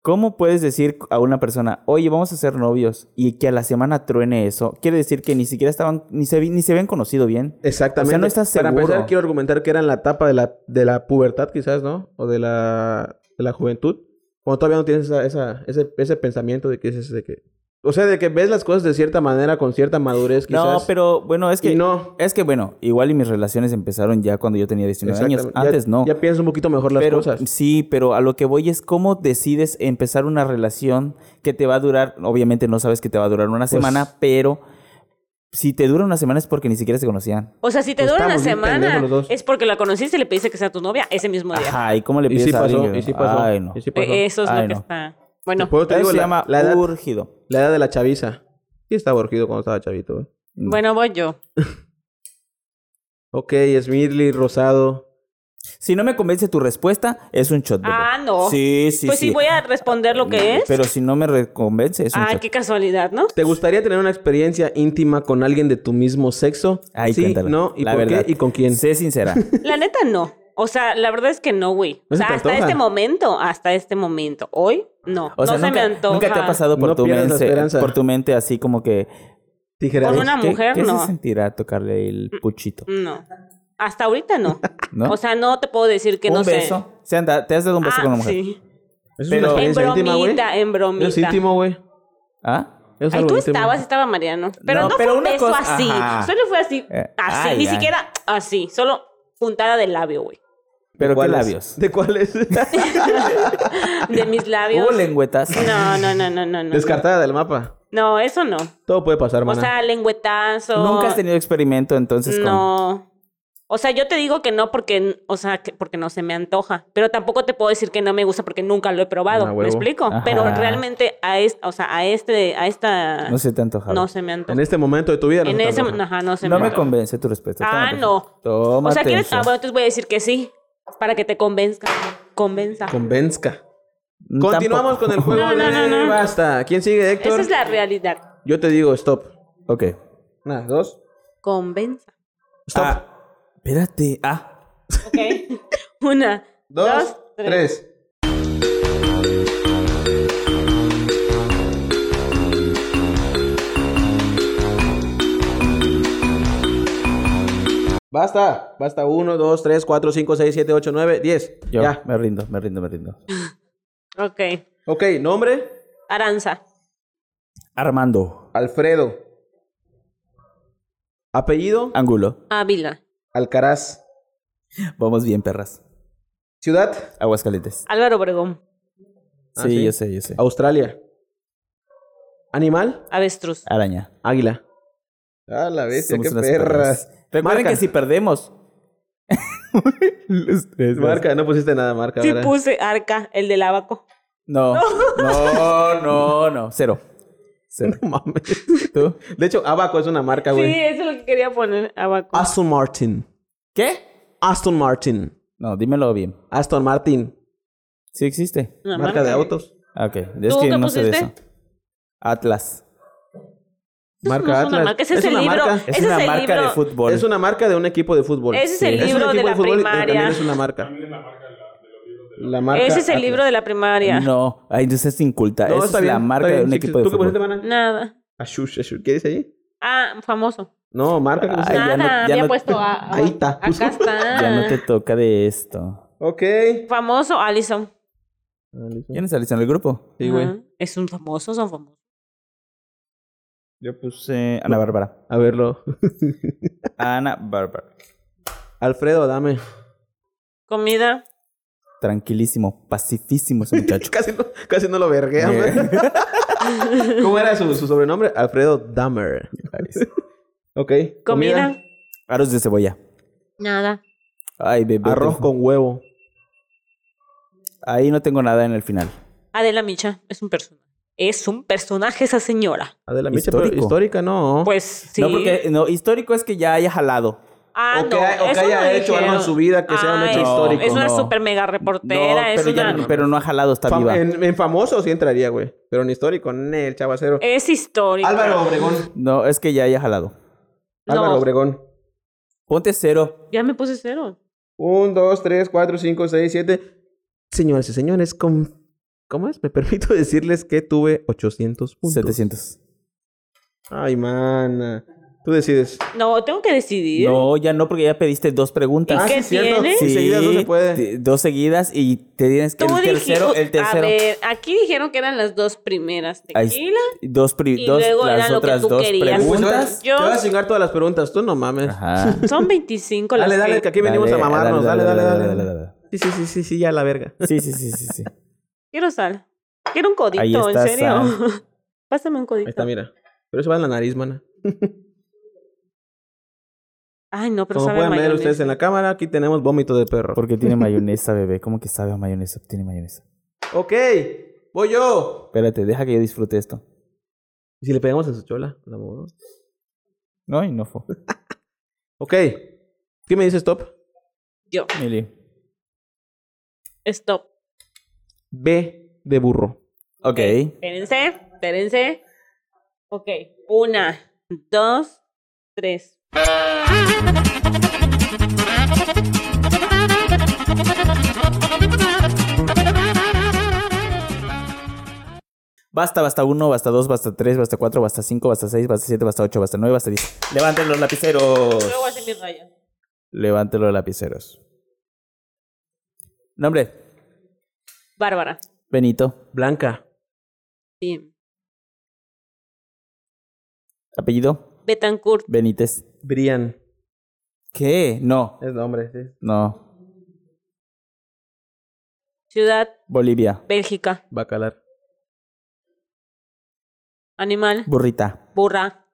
Speaker 2: ¿cómo puedes decir a una persona, oye, vamos a ser novios y que a la semana truene eso? Quiere decir que ni siquiera estaban, ni se, vi- ni se habían conocido bien.
Speaker 1: Exactamente.
Speaker 2: O sea, no estás
Speaker 1: Para
Speaker 2: seguro.
Speaker 1: empezar, quiero argumentar que era en la etapa de la, de la pubertad, quizás, ¿no? O de la, de la juventud. Cuando todavía no tienes esa, esa- ese, ese pensamiento de que es de que. O sea, de que ves las cosas de cierta manera, con cierta madurez, quizás.
Speaker 2: No, pero bueno, es que...
Speaker 1: Y no.
Speaker 2: Es que bueno, igual y mis relaciones empezaron ya cuando yo tenía 19 años.
Speaker 1: Exactamente. Ya-
Speaker 2: Antes no.
Speaker 1: Ya piensas un poquito mejor las
Speaker 2: pero,
Speaker 1: cosas.
Speaker 2: Sí, pero a lo que voy es cómo decides empezar una relación que te va a durar, obviamente no sabes que te va a durar
Speaker 1: Pues
Speaker 2: una semana, pero si te dura una semana es porque ni siquiera se conocían.
Speaker 3: O sea, si te
Speaker 1: Pues
Speaker 3: dura una
Speaker 1: estamos bien
Speaker 3: semana,
Speaker 1: pendejos los dos.
Speaker 3: es porque la conociste y le pediste que sea tu novia ese mismo día.
Speaker 2: Ajá, ¿y cómo le
Speaker 1: Y
Speaker 2: pides
Speaker 1: sí
Speaker 2: a alguien Eh,
Speaker 1: pasó,
Speaker 2: que-
Speaker 1: y sí pasó.
Speaker 2: Ay, no.
Speaker 1: Y sí pasó.
Speaker 3: E- Eso es
Speaker 2: Ay,
Speaker 3: lo que
Speaker 2: no. Pues,
Speaker 3: está. Bueno,
Speaker 1: Por eso te
Speaker 2: Eso
Speaker 1: digo,
Speaker 2: se
Speaker 1: la,
Speaker 2: llama
Speaker 1: la edad,
Speaker 2: urgido.
Speaker 1: la edad de la chaviza. Sí estaba urgido cuando estaba chavito, ¿eh? güey.
Speaker 2: mm.
Speaker 3: bueno, voy yo.
Speaker 1: Ok, Smirly, Rosado.
Speaker 2: Si no me convence tu respuesta, es un shot. bebé.
Speaker 3: Ah, no.
Speaker 2: Sí, sí,
Speaker 3: pues
Speaker 2: sí. Mm,
Speaker 3: sí, voy a responder lo que es.
Speaker 2: Pero si no me re- convence, es un
Speaker 3: Ay,
Speaker 2: shot.
Speaker 3: qué casualidad, ¿no?
Speaker 1: ¿Te gustaría tener una experiencia íntima con alguien de tu mismo sexo?
Speaker 2: Ay,
Speaker 1: sí,
Speaker 2: cuéntala.
Speaker 1: no, y
Speaker 2: La
Speaker 1: por
Speaker 2: verdad.
Speaker 1: qué y con quién.
Speaker 2: Sé sincera.
Speaker 3: La neta, no. O sea, la verdad es que no, güey.
Speaker 1: ¿No
Speaker 3: O
Speaker 1: se
Speaker 3: sea,
Speaker 1: te
Speaker 3: hasta
Speaker 1: antoja?
Speaker 3: este momento, hasta este momento. Hoy, no.
Speaker 2: O sea,
Speaker 3: no se me
Speaker 2: nunca,
Speaker 3: antoja.
Speaker 2: nunca te ha pasado por,
Speaker 1: No
Speaker 2: tu,
Speaker 1: pierdas la
Speaker 2: mente,
Speaker 1: esperanza.
Speaker 2: por tu mente así como que...
Speaker 1: Tijera.
Speaker 3: Con una
Speaker 2: ¿qué-
Speaker 3: mujer,
Speaker 2: ¿qué, se
Speaker 3: no. Mm,
Speaker 2: sentirá tocarle el puchito?
Speaker 3: No. Hasta ahorita no.
Speaker 2: ¿No?
Speaker 3: O sea, no te puedo decir que
Speaker 2: un
Speaker 3: no
Speaker 2: beso.
Speaker 3: sé.
Speaker 2: Se han da- ¿Te has dado un beso
Speaker 3: Ah,
Speaker 2: con una mujer?
Speaker 3: sí.
Speaker 1: Es una
Speaker 2: Pero- En
Speaker 3: En
Speaker 1: experiencia íntima, güey.
Speaker 3: bromita, en bromita.
Speaker 1: Es íntimo, güey.
Speaker 2: ¿Ah?
Speaker 1: Es
Speaker 3: Ahí
Speaker 1: algo
Speaker 3: tú
Speaker 1: íntimo.
Speaker 3: estabas, estaba Mariano. Pero
Speaker 2: No,
Speaker 3: no,
Speaker 2: pero
Speaker 3: fue un
Speaker 2: una
Speaker 3: beso
Speaker 2: cosa-
Speaker 3: así.
Speaker 2: ajá.
Speaker 3: Solo fue así.
Speaker 2: Eh,
Speaker 3: así.
Speaker 2: ay,
Speaker 3: ni
Speaker 2: ay.
Speaker 3: siquiera así. Solo puntada de labio, güey.
Speaker 2: ¿Pero qué
Speaker 1: ¿Cuáles?
Speaker 2: labios?
Speaker 1: ¿De cuáles?
Speaker 3: De mis labios.
Speaker 2: ¿Hubo lengüetas?
Speaker 3: No, no, no, no, no. No,
Speaker 1: Descartada del mapa.
Speaker 3: no eso no.
Speaker 1: Todo puede pasar,
Speaker 3: O
Speaker 1: hermana.
Speaker 3: sea, lengüetazo.
Speaker 2: Nunca has tenido experimento entonces con...
Speaker 3: No. O sea, yo te digo que no porque, o sea, que- porque no se me antoja. Pero tampoco te puedo decir que no me gusta porque nunca lo he probado.
Speaker 1: Ah,
Speaker 3: ¿Me
Speaker 1: huevo.
Speaker 3: explico?
Speaker 2: Ajá.
Speaker 3: Pero realmente a es- o sea, a este, a esta
Speaker 2: No se te ha antojado.
Speaker 3: no se me antoja.
Speaker 1: en este momento de tu vida. no
Speaker 3: En
Speaker 1: se te
Speaker 3: ese,
Speaker 1: antoja.
Speaker 3: ajá, no se
Speaker 2: No
Speaker 3: me
Speaker 2: me
Speaker 3: antoja.
Speaker 2: convence tu respuesta.
Speaker 3: Ah,
Speaker 2: Tómate.
Speaker 3: no.
Speaker 2: Tómate
Speaker 3: O sea, ¿quieres?
Speaker 2: eso.
Speaker 3: Ah, bueno, entonces voy a decir que sí. Para que te convenzca. Convenza.
Speaker 1: Convenzca.
Speaker 2: Mm,
Speaker 1: Continuamos
Speaker 2: tampoco.
Speaker 1: con el juego
Speaker 3: No, no,
Speaker 1: de
Speaker 3: no, no.
Speaker 1: Basta. ¿Quién sigue, Héctor?
Speaker 3: Esa es la realidad.
Speaker 1: Yo te digo, stop.
Speaker 2: Ok.
Speaker 1: Una, dos.
Speaker 3: Convenza.
Speaker 1: Stop.
Speaker 2: Ah, espérate. Ah.
Speaker 3: Ok. Una,
Speaker 1: dos,
Speaker 3: tres.
Speaker 1: tres. Basta, basta. Uno, dos, tres, cuatro, cinco, seis, siete, ocho, nueve, diez.
Speaker 2: Yo
Speaker 1: Ya.
Speaker 2: me rindo, me rindo, me rindo.
Speaker 3: Ok.
Speaker 1: Ok, nombre:
Speaker 3: Aranza.
Speaker 2: Armando.
Speaker 1: Alfredo. Apellido,
Speaker 2: Ángulo.
Speaker 3: Ávila.
Speaker 1: Alcaraz.
Speaker 2: Vamos bien, perras.
Speaker 1: Ciudad,
Speaker 2: Aguascalientes.
Speaker 3: Álvaro Obregón.
Speaker 1: Ah,
Speaker 2: sí,
Speaker 1: sí.
Speaker 2: yo sé, yo sé.
Speaker 1: Australia. Animal,
Speaker 3: Avestruz.
Speaker 2: Araña.
Speaker 1: águila. Ah, la bestia,
Speaker 2: Somos
Speaker 1: qué
Speaker 2: unas
Speaker 1: perras.
Speaker 2: perras. Recuerden
Speaker 1: Marca.
Speaker 2: que si perdemos. Los tres,
Speaker 1: Marca, no pusiste nada, marca.
Speaker 3: Sí
Speaker 1: ¿verdad?
Speaker 3: puse Arca, el del abaco.
Speaker 2: No. No, no, no. Cero. Cero.
Speaker 1: No mames.
Speaker 2: ¿Tú?
Speaker 1: De hecho, Abaco es una marca,
Speaker 3: Sí,
Speaker 1: güey. Ah,
Speaker 3: eso es lo que quería poner, abaco.
Speaker 1: Aston Martin.
Speaker 2: ¿Qué?
Speaker 1: Aston Martin.
Speaker 2: No, dímelo bien.
Speaker 1: Aston Martin.
Speaker 2: Sí existe.
Speaker 3: Una
Speaker 1: marca de autos.
Speaker 2: Ah, Ok. Es
Speaker 3: ¿Tú
Speaker 2: que
Speaker 3: qué
Speaker 2: no sé de eso.
Speaker 3: pusiste?
Speaker 2: Atlas.
Speaker 1: Marca
Speaker 3: No es una
Speaker 1: Atlas.
Speaker 3: marca, ese es, el
Speaker 1: una
Speaker 3: libro.
Speaker 1: marca-
Speaker 2: Es
Speaker 3: ese
Speaker 2: una
Speaker 3: es el
Speaker 2: marca
Speaker 3: libro.
Speaker 2: de fútbol.
Speaker 1: Es una marca de un equipo de fútbol.
Speaker 3: Ese es el
Speaker 1: un
Speaker 3: libro de
Speaker 1: equipo
Speaker 3: la
Speaker 1: fútbol y También
Speaker 3: primaria.
Speaker 1: es una marca. La marca.
Speaker 3: Ese es el
Speaker 1: Atlas.
Speaker 3: libro de la primaria.
Speaker 2: No, ahí entonces es inculta.
Speaker 1: No,
Speaker 2: Esa
Speaker 1: está
Speaker 2: es la
Speaker 1: bien,
Speaker 2: marca
Speaker 1: está
Speaker 2: de
Speaker 1: bien.
Speaker 2: un
Speaker 1: Sí,
Speaker 2: equipo de
Speaker 1: ¿Tú qué
Speaker 2: fútbol.
Speaker 1: pusiste, Mana?
Speaker 3: Nada.
Speaker 1: Ashush, Ashush. ¿Qué dice ahí?
Speaker 3: Ah, famoso.
Speaker 1: No, marca. que
Speaker 2: Ay,
Speaker 1: pusiste.
Speaker 2: ya
Speaker 3: Nada,
Speaker 2: no- ya
Speaker 3: había
Speaker 2: no-
Speaker 3: puesto a-
Speaker 1: Ahí está.
Speaker 3: Acá está.
Speaker 2: Ya no te toca de esto.
Speaker 1: Ok.
Speaker 3: Famoso, Allison.
Speaker 2: ¿Quién es Alison el grupo?
Speaker 1: Sí, güey.
Speaker 3: Ajá. Es un famoso, son famosos.
Speaker 1: Yo puse.
Speaker 2: Sí, Ana Bárbara.
Speaker 1: A verlo.
Speaker 2: Ana Bárbara.
Speaker 1: Alfredo, dame.
Speaker 3: Comida.
Speaker 2: Tranquilísimo, pacifísimo ese muchacho.
Speaker 1: Casi no, casi no lo verguea.
Speaker 2: Eh,
Speaker 1: ¿Cómo era su, su sobrenombre? Alfredo Dahmer. Ok.
Speaker 3: Comida.
Speaker 2: Aros de cebolla.
Speaker 3: Nada.
Speaker 2: Ay, bebé.
Speaker 1: Arroz
Speaker 2: te-
Speaker 1: con huevo.
Speaker 2: Ahí no tengo nada en el final.
Speaker 3: Adela Micha es un personaje. Es un personaje esa señora.
Speaker 1: Adela Micha, pero
Speaker 2: Histórico.
Speaker 1: histórica no.
Speaker 3: Pues sí.
Speaker 2: No, porque no, histórico es que ya haya jalado.
Speaker 3: Ah,
Speaker 1: o que,
Speaker 3: no,
Speaker 1: ha- o que
Speaker 3: eso
Speaker 1: haya
Speaker 3: no
Speaker 1: hecho algo en
Speaker 3: dijeron.
Speaker 1: su vida que sea un
Speaker 3: Ay,
Speaker 1: hecho
Speaker 2: no.
Speaker 1: histórico.
Speaker 3: Es una
Speaker 2: no.
Speaker 3: super mega reportera.
Speaker 2: no,
Speaker 3: es
Speaker 2: pero, ya-
Speaker 3: una...
Speaker 2: pero no ha jalado, está
Speaker 1: Fam-
Speaker 2: viva.
Speaker 1: en, en famoso sí entraría, güey. Pero en histórico, ne, el chavacero.
Speaker 3: Es histórica.
Speaker 1: Eh, Álvaro Obregón.
Speaker 2: No, es que ya haya jalado.
Speaker 3: No.
Speaker 1: Álvaro Obregón.
Speaker 2: Ponte cero.
Speaker 3: Ya me puse cero.
Speaker 1: Un, dos, tres, cuatro, cinco, seis, siete. Señoras y señores, con... ¿cómo es? Me permito decirles que tuve 800 puntos.
Speaker 2: 700.
Speaker 1: Ay, mana. Tú decides.
Speaker 3: No, tengo que decidir.
Speaker 2: No, ya no, porque ya pediste dos preguntas.
Speaker 1: Ah,
Speaker 3: qué
Speaker 1: sí, es cierto.
Speaker 3: tiene?
Speaker 1: Sí, seguidas no se puede.
Speaker 2: te- Dos seguidas y te tienes que
Speaker 3: Tú
Speaker 2: el tercero,
Speaker 3: dijiste-
Speaker 2: el tercero.
Speaker 3: A ver, aquí dijeron que eran las dos primeras.
Speaker 2: Ahí-
Speaker 3: Tequila.
Speaker 2: dos, pri-
Speaker 3: Y
Speaker 2: dos
Speaker 3: luego era
Speaker 2: las
Speaker 3: lo que
Speaker 2: otras
Speaker 3: tú
Speaker 2: dos
Speaker 3: querías.
Speaker 2: preguntas.
Speaker 1: Te
Speaker 3: Yo-
Speaker 1: vas a chingar todas las preguntas. Tú no mames.
Speaker 2: Ajá.
Speaker 3: Son 25 las
Speaker 1: Dale, dale,
Speaker 3: que-
Speaker 1: que aquí venimos a
Speaker 2: Dale,
Speaker 1: mamarnos. Dale dale dale,
Speaker 2: dale.
Speaker 1: Sí, sí, sí, sí, sí, ya la verga.
Speaker 2: Sí, sí, sí, sí, sí.
Speaker 3: Quiero sal. Quiero un codito,
Speaker 2: Ahí
Speaker 3: en
Speaker 2: está
Speaker 3: serio.
Speaker 2: sal.
Speaker 3: Pásame un codito.
Speaker 1: Ahí está, mira. Pero eso va en la nariz, mana.
Speaker 3: Ay, no, pero
Speaker 1: Como
Speaker 3: sabe
Speaker 1: pueden ver
Speaker 3: mayonesa.
Speaker 1: ustedes en la cámara, aquí tenemos vómito de perro.
Speaker 2: Porque tiene mayonesa, bebé. ¿Cómo que sabe a mayonesa? Tiene mayonesa.
Speaker 1: Ok, voy yo.
Speaker 2: Espérate, deja que yo disfrute esto.
Speaker 1: ¿Y si le pegamos en su chola? La movemos.
Speaker 2: No, y no fue.
Speaker 1: Ok. ¿Qué me dice stop?
Speaker 3: Yo.
Speaker 2: Mili.
Speaker 3: Stop.
Speaker 1: B de burro.
Speaker 2: Ok.
Speaker 3: Espérense, espérense. Ok. Una, dos, tres.
Speaker 2: Basta, basta uno, basta dos, basta tres, basta cuatro, basta cinco, basta seis, basta siete, basta ocho, basta nueve, basta diez. Levanten los lapiceros.
Speaker 3: Luego hace mis rayas.
Speaker 2: Levanten los lapiceros. Nombre.
Speaker 3: Bárbara.
Speaker 2: Benito.
Speaker 1: Blanca.
Speaker 3: Sí.
Speaker 2: Apellido.
Speaker 3: Betancourt.
Speaker 2: Benítez.
Speaker 1: Brian.
Speaker 2: ¿Qué? No.
Speaker 1: Es nombre, sí.
Speaker 2: No.
Speaker 3: Ciudad.
Speaker 2: Bolivia.
Speaker 3: Bélgica.
Speaker 1: Bacalar.
Speaker 3: Animal.
Speaker 2: Burrita.
Speaker 3: Burra.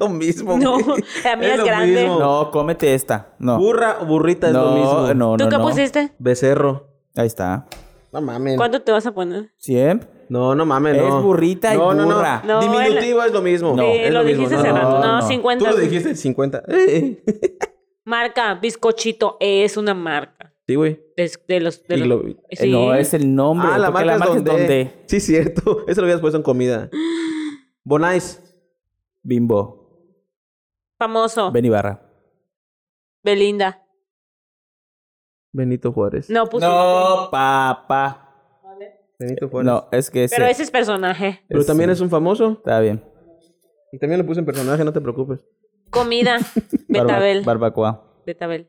Speaker 1: lo mismo.
Speaker 3: No,
Speaker 1: güey.
Speaker 3: la mía
Speaker 1: Es
Speaker 3: es,
Speaker 1: lo
Speaker 3: grande.
Speaker 1: mismo.
Speaker 2: No, cómete esta. No.
Speaker 1: Burra o burrita es lo
Speaker 2: no,
Speaker 1: mismo.
Speaker 2: no, no.
Speaker 3: ¿Tú qué
Speaker 2: no.
Speaker 3: pusiste?
Speaker 1: Becerro.
Speaker 2: Ahí está.
Speaker 1: No mames.
Speaker 3: ¿Cuánto te vas a poner?
Speaker 2: Siempre.
Speaker 1: No, no mames, no.
Speaker 2: Es burrita y burra.
Speaker 1: No, no,
Speaker 3: No,
Speaker 1: Diminutivo es lo mismo.
Speaker 2: No,
Speaker 3: Sí,
Speaker 1: es
Speaker 3: lo, dijiste
Speaker 1: mismo, no,
Speaker 3: cerrando.
Speaker 1: no,
Speaker 3: No,
Speaker 2: no.
Speaker 3: 50.
Speaker 1: Tú lo dijiste 50. Eh, eh.
Speaker 3: Marca, bizcochito es una marca.
Speaker 1: Sí, güey.
Speaker 3: De, de los. De
Speaker 1: Y
Speaker 3: los-
Speaker 1: lo-
Speaker 2: Eh,
Speaker 3: Sí.
Speaker 2: No, es el nombre.
Speaker 1: ah, la marca,
Speaker 2: porque la marca
Speaker 1: es donde. Sí, cierto. Eso lo habías puesto en comida. Bonais.
Speaker 2: Bimbo.
Speaker 3: Famoso.
Speaker 2: Benibarra.
Speaker 3: Belinda.
Speaker 1: Benito Juárez.
Speaker 3: Pues No pusiste.
Speaker 2: No, papá.
Speaker 1: Benito Juárez.
Speaker 2: No, es que ese.
Speaker 3: Pero ese es personaje.
Speaker 1: Pero también es un famoso.
Speaker 2: Está bien.
Speaker 1: Y también lo puse en personaje, no te preocupes.
Speaker 3: Comida.
Speaker 2: Barba-
Speaker 3: Betabel.
Speaker 2: Barbacoa.
Speaker 3: Betabel.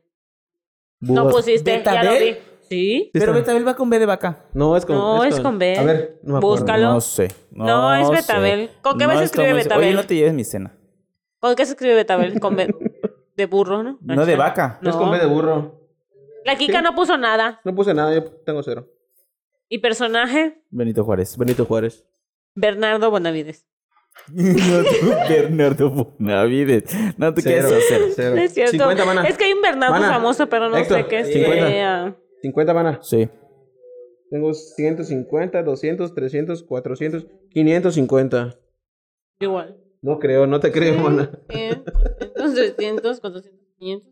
Speaker 1: Burra.
Speaker 3: No pusiste. Ya lo
Speaker 2: ¿Betabel?
Speaker 3: vi. Sí.
Speaker 1: Sí,
Speaker 2: Pero
Speaker 1: está.
Speaker 2: Betabel va con B de vaca.
Speaker 1: No, es con
Speaker 3: No, es con B.
Speaker 1: A ver, no me acuerdo.
Speaker 3: Búscalo.
Speaker 2: No sé. No,
Speaker 3: No, es
Speaker 2: sé.
Speaker 3: Betabel. ¿Con qué
Speaker 2: No
Speaker 3: vas
Speaker 2: estoy
Speaker 3: a escribir
Speaker 2: muy-
Speaker 3: Betabel?
Speaker 2: Oye, no te lleves mi cena.
Speaker 3: ¿Con qué se escribe Betabel? Con B- de burro, ¿no?
Speaker 2: No de vaca.
Speaker 3: No.
Speaker 1: Es con B de burro.
Speaker 3: La Kika no puso nada.
Speaker 1: No puse nada, yo tengo cero.
Speaker 3: Y personaje,
Speaker 2: Benito Juárez.
Speaker 1: Benito Juárez.
Speaker 3: Bernardo Bonavides.
Speaker 2: No, tú, Bernardo Bonavides. No te
Speaker 1: Cero.
Speaker 2: quieres hacer.
Speaker 1: Cero.
Speaker 3: No es cierto.
Speaker 1: 50 van a.
Speaker 3: Es que hay un Bernardo
Speaker 1: Mana.
Speaker 3: famoso, pero no
Speaker 1: Héctor,
Speaker 3: sé qué es.
Speaker 1: 50.
Speaker 3: Eh,
Speaker 1: 50 van a.
Speaker 2: Sí.
Speaker 1: Tengo 150, 200, 300, 400, 550.
Speaker 3: igual.
Speaker 1: No creo, no te creo, mana.
Speaker 3: 100, 200, 300, 400, 500.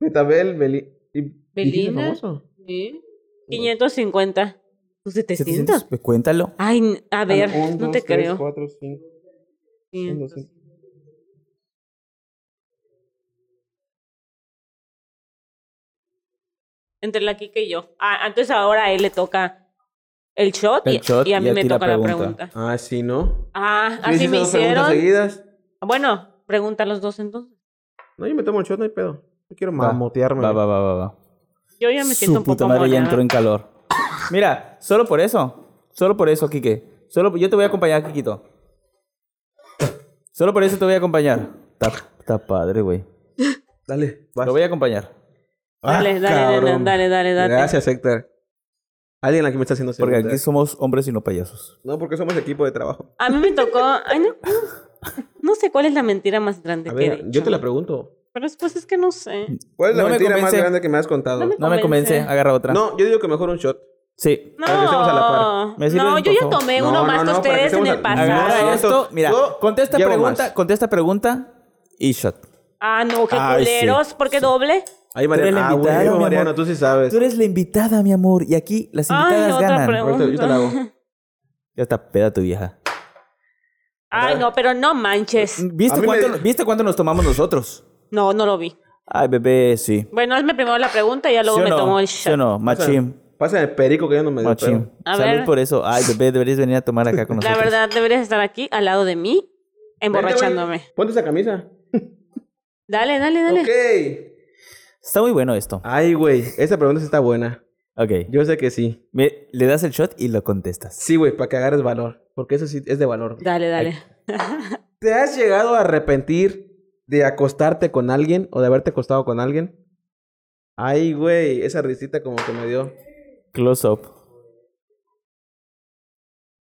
Speaker 1: Betabel, Beli... y- ¿dijiste
Speaker 3: Belina.
Speaker 1: famoso?
Speaker 3: ¿sí? 550. ¿Tus 700?
Speaker 2: 700, pues, Cuéntalo.
Speaker 3: Ay, n- a ver,
Speaker 1: Ah, un,
Speaker 3: no
Speaker 1: dos,
Speaker 3: te
Speaker 1: tres,
Speaker 3: creo.
Speaker 1: cuatro, cinco.
Speaker 3: 500.
Speaker 1: doscientos.
Speaker 3: Entre la Kika y yo. Ah, entonces ahora a él le toca el shot,
Speaker 2: El
Speaker 3: y,
Speaker 2: shot
Speaker 3: y a mí
Speaker 2: y a
Speaker 3: me
Speaker 2: ti la
Speaker 3: toca la pregunta.
Speaker 2: pregunta.
Speaker 1: Ah, sí, ¿no?
Speaker 3: Ah,
Speaker 1: ¿Tú
Speaker 3: así
Speaker 1: hiciste
Speaker 3: me
Speaker 1: dos preguntas
Speaker 3: hicieron.
Speaker 1: seguidas?
Speaker 3: Bueno, pregunta a los dos entonces.
Speaker 1: No, yo me tomo el shot, no hay pedo. Yo quiero
Speaker 2: Va,
Speaker 1: mamotearme.
Speaker 2: Va, va, va, va, va.
Speaker 3: Yo ya me siento
Speaker 2: Su
Speaker 3: un poco
Speaker 2: puta madre ya
Speaker 3: mareada.
Speaker 2: entró en calor. Mira, solo por eso. Solo por eso, Quique. Solo, yo te voy a acompañar, Quiquito. Solo por eso te voy a acompañar. Está, está padre, güey.
Speaker 1: Dale, vas.
Speaker 2: Lo voy a acompañar.
Speaker 3: Dale,
Speaker 1: Ah,
Speaker 3: dale, dale,
Speaker 1: cabrón.
Speaker 3: dale, dale, date.
Speaker 1: Gracias, Héctor. Alguien aquí me está haciendo
Speaker 2: Porque
Speaker 1: segundas.
Speaker 2: aquí somos hombres y no payasos.
Speaker 1: No, porque somos equipo de trabajo.
Speaker 3: A mí me tocó. Ay, no. No sé cuál es la mentira más grande
Speaker 1: A
Speaker 3: que he
Speaker 1: ver,
Speaker 3: dicho.
Speaker 1: yo te la pregunto.
Speaker 3: Pero después es que no sé.
Speaker 1: ¿Cuál es la
Speaker 2: No me
Speaker 1: mentira más
Speaker 2: convence.
Speaker 1: grande que me has contado?
Speaker 3: No me-
Speaker 2: No me
Speaker 3: Convence.
Speaker 2: convence, agarra otra.
Speaker 1: No, yo digo que mejor un shot.
Speaker 2: Sí.
Speaker 3: No,
Speaker 1: Para que estemos a la par.
Speaker 2: ¿Me sirven,
Speaker 3: no yo
Speaker 2: por
Speaker 3: ya
Speaker 2: favor?
Speaker 3: tomé
Speaker 1: No,
Speaker 3: uno
Speaker 1: no,
Speaker 3: más
Speaker 1: no,
Speaker 3: que
Speaker 1: para que
Speaker 3: ustedes en
Speaker 1: estemos
Speaker 3: el
Speaker 1: al- al-
Speaker 3: pasado.
Speaker 1: Ahora
Speaker 2: Agarra esto. Mira,
Speaker 1: Yo
Speaker 2: contesta
Speaker 1: llevo
Speaker 2: pregunta,
Speaker 1: más.
Speaker 2: contesta pregunta y shot.
Speaker 3: Ah, no, qué
Speaker 2: Ay, sí,
Speaker 3: culeros. ¿Por qué doble?
Speaker 1: Ahí
Speaker 2: eres la
Speaker 1: Mariana. Ah,
Speaker 2: invitada,
Speaker 1: güey,
Speaker 2: mi
Speaker 1: Mariana,
Speaker 2: amor.
Speaker 1: tú sí sabes.
Speaker 2: Tú eres la invitada, mi amor, y aquí las
Speaker 3: Ay,
Speaker 2: invitadas
Speaker 3: otra
Speaker 2: ganan.
Speaker 3: pregunta.
Speaker 1: Ahorita- yo te la hago.
Speaker 2: Ya está peda tu vieja.
Speaker 3: Ay, no, pero no manches.
Speaker 1: A
Speaker 2: ¿Viste
Speaker 1: mí
Speaker 2: cuánto,
Speaker 1: me-
Speaker 2: ¿Viste cuánto nos tomamos nosotros?
Speaker 3: No, no lo vi.
Speaker 2: Ay, bebé, sí.
Speaker 3: Bueno, hazme primero la pregunta y ya luego
Speaker 2: ¿Sí o
Speaker 3: me
Speaker 2: no?
Speaker 3: tomo el
Speaker 2: ¿Sí o
Speaker 3: shot.
Speaker 2: no? Machín.
Speaker 1: Pasa el perico que yo no me dio.
Speaker 2: Machín.
Speaker 1: pedo.
Speaker 3: A
Speaker 2: Salud
Speaker 3: ver.
Speaker 2: por eso. Ay, bebé, deberías venir a tomar acá con
Speaker 3: La
Speaker 2: nosotros.
Speaker 3: verdad, deberías estar aquí al lado de mí, emborrachándome.
Speaker 1: Vente, güey. Ponte esa camisa.
Speaker 3: Dale, dale, dale.
Speaker 1: Ok.
Speaker 2: Está muy bueno esto.
Speaker 1: Ay, güey. Esa pregunta sí está buena.
Speaker 2: Ok.
Speaker 1: Ah, Yo sé que sí.
Speaker 2: Me- le das el shot y lo contestas.
Speaker 1: Sí, güey, para que agarres valor. Porque eso sí es de valor.
Speaker 3: Dale, dale.
Speaker 1: ¿Te has llegado a arrepentir de acostarte con alguien o de haberte acostado con alguien? Ay, güey, esa risita como que me dio.
Speaker 2: Close up.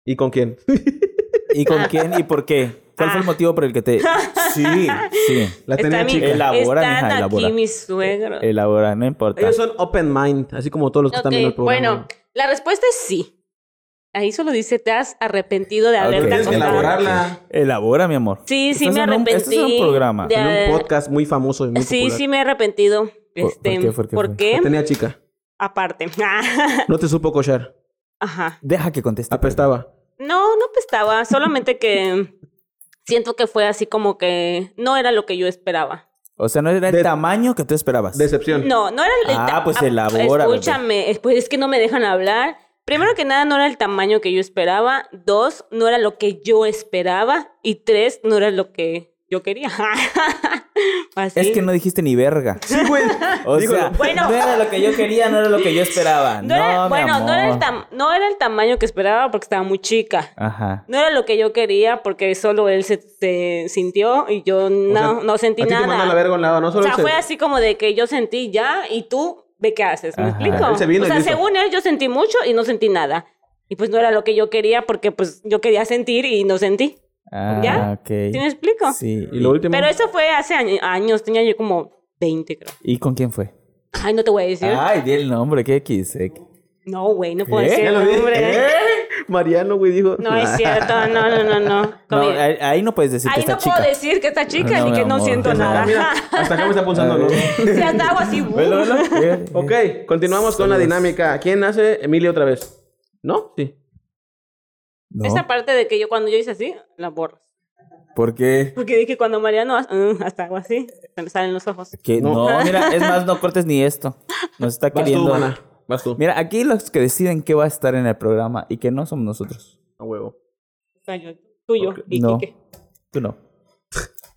Speaker 1: ¿Y con quién?
Speaker 2: ¿Y con quién y por qué? ¿Cuál
Speaker 3: Ah.
Speaker 2: fue el motivo por el que te...? Sí, sí.
Speaker 1: La tenía
Speaker 3: Está mi-
Speaker 1: chica.
Speaker 2: Ela- Elabora,
Speaker 3: Están
Speaker 2: mija, elabora.
Speaker 3: aquí mis suegros.
Speaker 2: Elabora, no importa.
Speaker 1: Ellos son open mind, así como todos los que están viendo el
Speaker 3: Ok,
Speaker 1: programa.
Speaker 3: bueno, la respuesta es sí. Ahí solo dice, te has arrepentido de
Speaker 2: Ah,
Speaker 3: haberte
Speaker 2: ok.
Speaker 1: Tienes que
Speaker 2: Elabora.
Speaker 3: acostado.
Speaker 1: elaborarla
Speaker 2: Elabora, mi amor.
Speaker 3: Sí, sí
Speaker 2: Estás
Speaker 3: me
Speaker 2: en un-
Speaker 3: arrepentí.
Speaker 2: estás en un programa,
Speaker 3: de-
Speaker 1: en un podcast muy famoso y muy
Speaker 3: sí,
Speaker 1: popular.
Speaker 3: sí me he arrepentido.
Speaker 2: ¿Por-
Speaker 3: Este,
Speaker 2: por qué, por qué, por
Speaker 1: La
Speaker 3: porque,
Speaker 1: tenía chica.
Speaker 3: aparte.
Speaker 1: No te supo cochar.
Speaker 3: Ajá.
Speaker 2: Deja que conteste.
Speaker 1: Apestaba.
Speaker 3: No, no pestaba. Solamente que siento que fue así como que no era lo que yo esperaba.
Speaker 2: O sea, no era el
Speaker 1: De-
Speaker 2: tamaño que tú esperabas.
Speaker 1: Decepción.
Speaker 3: No, no era el
Speaker 2: Ah,
Speaker 3: ta-
Speaker 2: pues
Speaker 3: ah,
Speaker 2: elabora,
Speaker 3: Escúchame, es- pues es que no me dejan hablar. Primero que nada, no era el tamaño que yo esperaba. Dos, no era lo que yo esperaba. Y tres, no era lo que yo quería. Así.
Speaker 2: Es que no dijiste ni verga.
Speaker 1: Sí, güey.
Speaker 2: O
Speaker 1: Digo,
Speaker 2: sea,
Speaker 3: Bueno.
Speaker 2: no era lo que yo quería, no era lo que yo esperaba.
Speaker 3: No era-
Speaker 2: No, mi
Speaker 3: bueno, no era,
Speaker 2: amor.
Speaker 3: el tam- no era el tamaño que esperaba porque estaba muy chica.
Speaker 2: Ajá.
Speaker 3: No era lo que yo quería porque solo él se, se sintió y yo no,
Speaker 1: sea,
Speaker 3: no sentí
Speaker 1: a ti te mandó a la
Speaker 3: nada.
Speaker 1: verga a un lado. No
Speaker 3: O
Speaker 1: solo
Speaker 3: sea,
Speaker 1: se-
Speaker 3: fue así como de que yo sentí ya y tú ve qué haces. ¿Me
Speaker 2: Ajá.
Speaker 3: explico?
Speaker 1: Él se vino
Speaker 3: o
Speaker 1: y
Speaker 3: sea,
Speaker 1: listo.
Speaker 3: según él, yo sentí mucho y no sentí nada. Y pues no era lo que yo quería porque pues yo quería sentir y no sentí.
Speaker 2: Ah,
Speaker 3: ¿Ya?
Speaker 2: ok.
Speaker 3: ¿Sí me explico?
Speaker 2: Sí.
Speaker 1: Y lo último.
Speaker 3: Pero eso fue hace año- años, tenía yo como 20 creo.
Speaker 2: ¿Y con quién fue?
Speaker 3: Ay, no te voy a decir.
Speaker 2: Ay, di el nombre, qué quise.
Speaker 3: No, güey, no puedo
Speaker 2: Ah. ¿Eh?
Speaker 3: decir
Speaker 1: Ya
Speaker 3: el
Speaker 1: lo dije.
Speaker 3: nombre.
Speaker 1: Mariano, güey, dijo.
Speaker 3: pues,
Speaker 1: Ah,
Speaker 3: No es cierto, no, no, no, no.
Speaker 2: No,
Speaker 3: Como-
Speaker 2: ahí, ahí no puedes decir que
Speaker 3: Ahí
Speaker 2: está
Speaker 3: no
Speaker 2: chica.
Speaker 3: puedo decir que está chica
Speaker 2: No,
Speaker 3: ni
Speaker 2: mi
Speaker 3: que no
Speaker 2: amor.
Speaker 3: siento
Speaker 2: Hasta
Speaker 3: nada.
Speaker 1: Mira, hasta acá me está punzando, ¿no?
Speaker 3: Si hasta hago así,
Speaker 2: Velo, velo. Eh, eh.
Speaker 1: Ok, continuamos con la dinámica. ¿Quién hace Emilio otra vez? ¿No? Sí.
Speaker 2: No,
Speaker 3: esa parte de que yo cuando yo hice así, la borras.
Speaker 2: ¿Por qué?
Speaker 3: Porque dije cuando Mariano hace, "Mm", hasta hago así, se me salen los ojos.
Speaker 2: Que
Speaker 1: No.
Speaker 2: no. mira, es más, no cortes ni esto. Nos está
Speaker 1: Vas tú,
Speaker 2: queriendo.
Speaker 1: mana. Vas tú.
Speaker 2: Mira, aquí los que deciden qué va a estar en el programa y que no somos nosotros.
Speaker 1: A huevo.
Speaker 3: O sea, yo, tú y yo, y
Speaker 2: No.
Speaker 3: Quique.
Speaker 2: Tú no.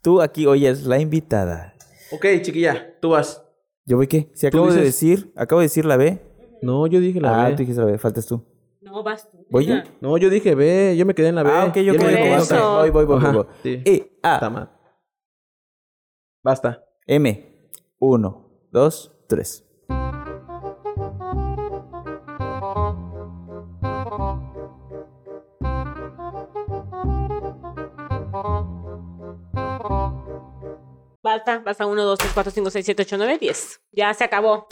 Speaker 2: Tú aquí hoy es la invitada.
Speaker 1: Ok, chiquilla, tú vas.
Speaker 2: ¿Yo voy qué? Si
Speaker 1: Tú
Speaker 2: acabo de
Speaker 1: dices-
Speaker 2: decir, acabo de decir la B.
Speaker 1: No, yo dije
Speaker 2: ah,
Speaker 1: la B.
Speaker 2: tú dijiste la B, faltas tú.
Speaker 3: No, vas tú.
Speaker 2: ¿Voy yo?
Speaker 1: No, yo dije B. Yo me quedé en la B.
Speaker 2: Ah, ok,
Speaker 1: Y
Speaker 2: yo
Speaker 1: él me
Speaker 2: creo
Speaker 1: dijo,
Speaker 3: quedé
Speaker 2: que
Speaker 3: con
Speaker 1: "Vas".
Speaker 3: eso.
Speaker 2: Voy, voy, voy,
Speaker 1: Ajá,
Speaker 2: voy.
Speaker 1: sí.
Speaker 2: Y,
Speaker 1: Está
Speaker 2: ah,
Speaker 1: mal. Basta.
Speaker 2: M. Uno, dos, tres.
Speaker 3: Basta, basta 1, 2, 3, 4, 5, 6, 7, 8, 9, 10. Ya se acabó.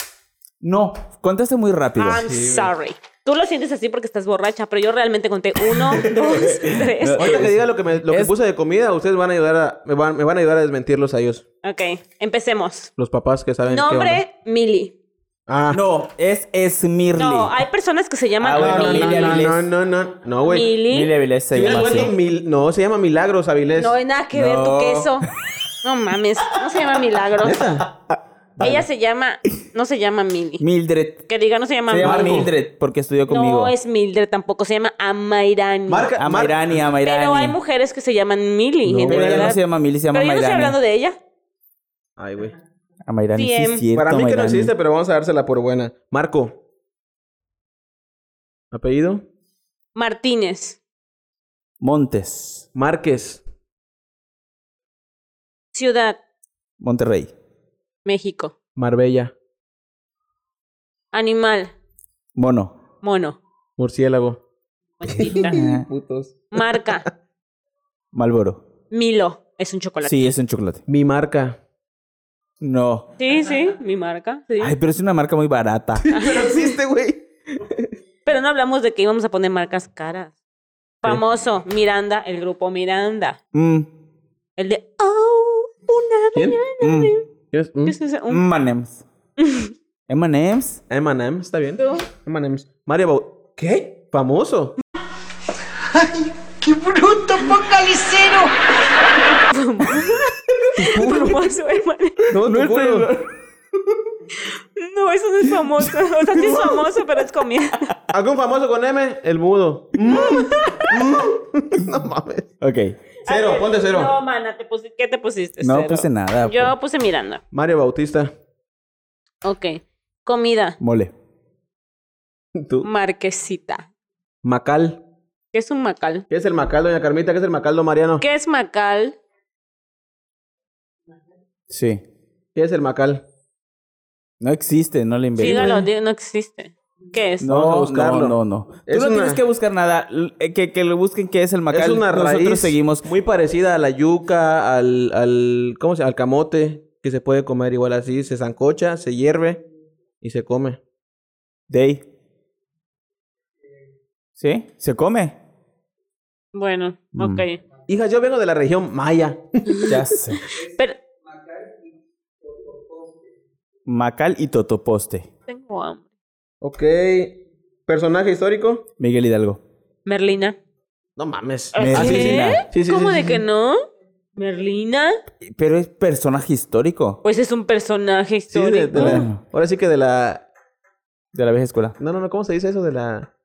Speaker 2: No, contaste muy rápido.
Speaker 3: I'm sorry. Tú lo sientes así porque estás borracha, pero yo realmente conté 1, 2, 3.
Speaker 1: Ahorita que diga lo que, me, lo que
Speaker 2: Es-
Speaker 1: puse de comida, ustedes van a ayudar a, me, van, me van a ayudar a desmentirlos a ellos.
Speaker 3: Ok, empecemos.
Speaker 1: Los papás que saben qué onda.
Speaker 3: Nombre, Mili.
Speaker 1: Ah.
Speaker 2: No, es Esmirli.
Speaker 3: No, hay personas que se llaman
Speaker 2: Ah, bueno,
Speaker 1: No, no,
Speaker 3: Mili.
Speaker 1: no, no, no, no, no, güey.
Speaker 2: Mili Avilés se
Speaker 1: Sí,
Speaker 2: llama
Speaker 1: güey,
Speaker 2: así.
Speaker 1: Mil- no, se llama Milagros Avilés.
Speaker 3: No hay nada que ver
Speaker 2: No.
Speaker 3: tu queso. No mames, no se llama Milagro.
Speaker 1: ¿Neta?
Speaker 3: Ella se llama, no se llama Mili.
Speaker 2: Mildred.
Speaker 3: Que diga, no se llama
Speaker 2: Se llama
Speaker 3: Mili.
Speaker 2: Mildred porque estudió conmigo.
Speaker 3: No es Mildred tampoco, se llama Amairani.
Speaker 1: Marca-
Speaker 2: Amairani, Amairani.
Speaker 3: Pero hay mujeres que se llaman Mili,
Speaker 1: No,
Speaker 3: en
Speaker 2: Pero ella
Speaker 3: realidad.
Speaker 2: no se llama Mili, se llama
Speaker 3: Pero yo no estoy
Speaker 2: Amairani.
Speaker 3: hablando de ella.
Speaker 1: Ay, güey.
Speaker 2: Amairani, sí, es
Speaker 3: Sí,
Speaker 2: cierto,
Speaker 1: Para mí que no
Speaker 2: Amairani.
Speaker 1: existe, pero vamos a dársela por buena. Marco. Apellido.
Speaker 3: Martínez.
Speaker 2: Montes,
Speaker 1: Márquez.
Speaker 3: Ciudad,
Speaker 2: Monterrey.
Speaker 3: México.
Speaker 1: Marbella.
Speaker 3: Animal,
Speaker 2: Mono.
Speaker 3: mono.
Speaker 1: Murciélago.
Speaker 3: mosquita.
Speaker 1: Putos.
Speaker 3: Marca,
Speaker 2: Malboro.
Speaker 3: Milo. Es un chocolate.
Speaker 2: Sí, es un chocolate.
Speaker 1: Mi marca.
Speaker 2: No.
Speaker 3: sí, sí, mi marca. sí.
Speaker 2: Ay, pero es una marca muy barata.
Speaker 1: pero existe, güey.
Speaker 3: Pero no hablamos de que íbamos a poner marcas caras. Famoso, Miranda, el grupo Miranda.
Speaker 2: Mm,
Speaker 3: El de Oh, una
Speaker 1: ¿Quién?
Speaker 2: mm,
Speaker 1: ¿Quién es? Mm.
Speaker 3: ¿Qué es ese? Un-
Speaker 2: M&M's. M&M's.
Speaker 1: Eminem, está bien. Eminem. Mario Bau. ¿Qué? Famoso.
Speaker 5: ¡Qué bruto, focalicero!
Speaker 3: famoso, hermano.
Speaker 1: No, no es
Speaker 3: No, eso no es famoso. O sea, sí es famoso, pero es comida.
Speaker 1: ¿Algún famoso con M? El mudo. Mm. Mm. no mames.
Speaker 2: Ok.
Speaker 1: Cero, ponte cero.
Speaker 3: No, mana, te pusi- ¿qué te pusiste?
Speaker 2: No
Speaker 3: Cero.
Speaker 2: puse nada.
Speaker 3: Yo
Speaker 2: po.
Speaker 1: pues.
Speaker 3: puse Miranda.
Speaker 1: Mario Bautista.
Speaker 3: Ok. Comida,
Speaker 2: Mole.
Speaker 1: Tú.
Speaker 3: marquesita.
Speaker 1: Macal.
Speaker 3: ¿Qué es un macal?
Speaker 1: ¿Qué es el Macal, doña Carmita? ¿Qué es el Macal, don Mariano? ¿Qué,
Speaker 3: ¿Qué es macal?
Speaker 2: Sí.
Speaker 1: es el Macal?
Speaker 2: No existe, no le inventé.
Speaker 3: Dígalo, di- no existe. ¿Qué es?
Speaker 1: Vamos a
Speaker 2: No,
Speaker 1: buscarlo.
Speaker 2: no, no, no.
Speaker 1: Es
Speaker 2: Tú no
Speaker 1: una-
Speaker 2: tienes que buscar nada. L- eh, Que, que lo busquen qué es el macal.
Speaker 1: es una
Speaker 2: Nosotros
Speaker 1: raíz
Speaker 2: seguimos.
Speaker 1: muy parecida a la yuca, al, al ¿cómo se llama? Al camote, que se puede comer igual así, se zancocha, se hierve y se come.
Speaker 2: Day. ¿Sí? ¿Se come?
Speaker 3: Bueno,
Speaker 1: Mm.
Speaker 3: ok.
Speaker 1: Hija, yo vengo de la región maya.
Speaker 2: Ya sé.
Speaker 3: Pero
Speaker 2: Macal y Totoposte.
Speaker 3: tengo hambre.
Speaker 1: ok. ¿Personaje histórico?
Speaker 2: Miguel Hidalgo.
Speaker 3: Merlina.
Speaker 1: No mames. Ah,
Speaker 3: ¿Eh?
Speaker 2: Merlina.
Speaker 3: ¿Qué?
Speaker 1: Sí, sí,
Speaker 3: ¿Cómo
Speaker 1: sí,
Speaker 3: de
Speaker 1: sí,
Speaker 3: que
Speaker 1: sí.
Speaker 3: no? Merlina,
Speaker 2: Pero es personaje histórico.
Speaker 3: pues es un personaje
Speaker 1: Sí, de-
Speaker 3: histórico.
Speaker 1: de la- ahora sí que de la...
Speaker 2: De la vieja escuela.
Speaker 1: No, no, no, ¿cómo se dice eso de la...?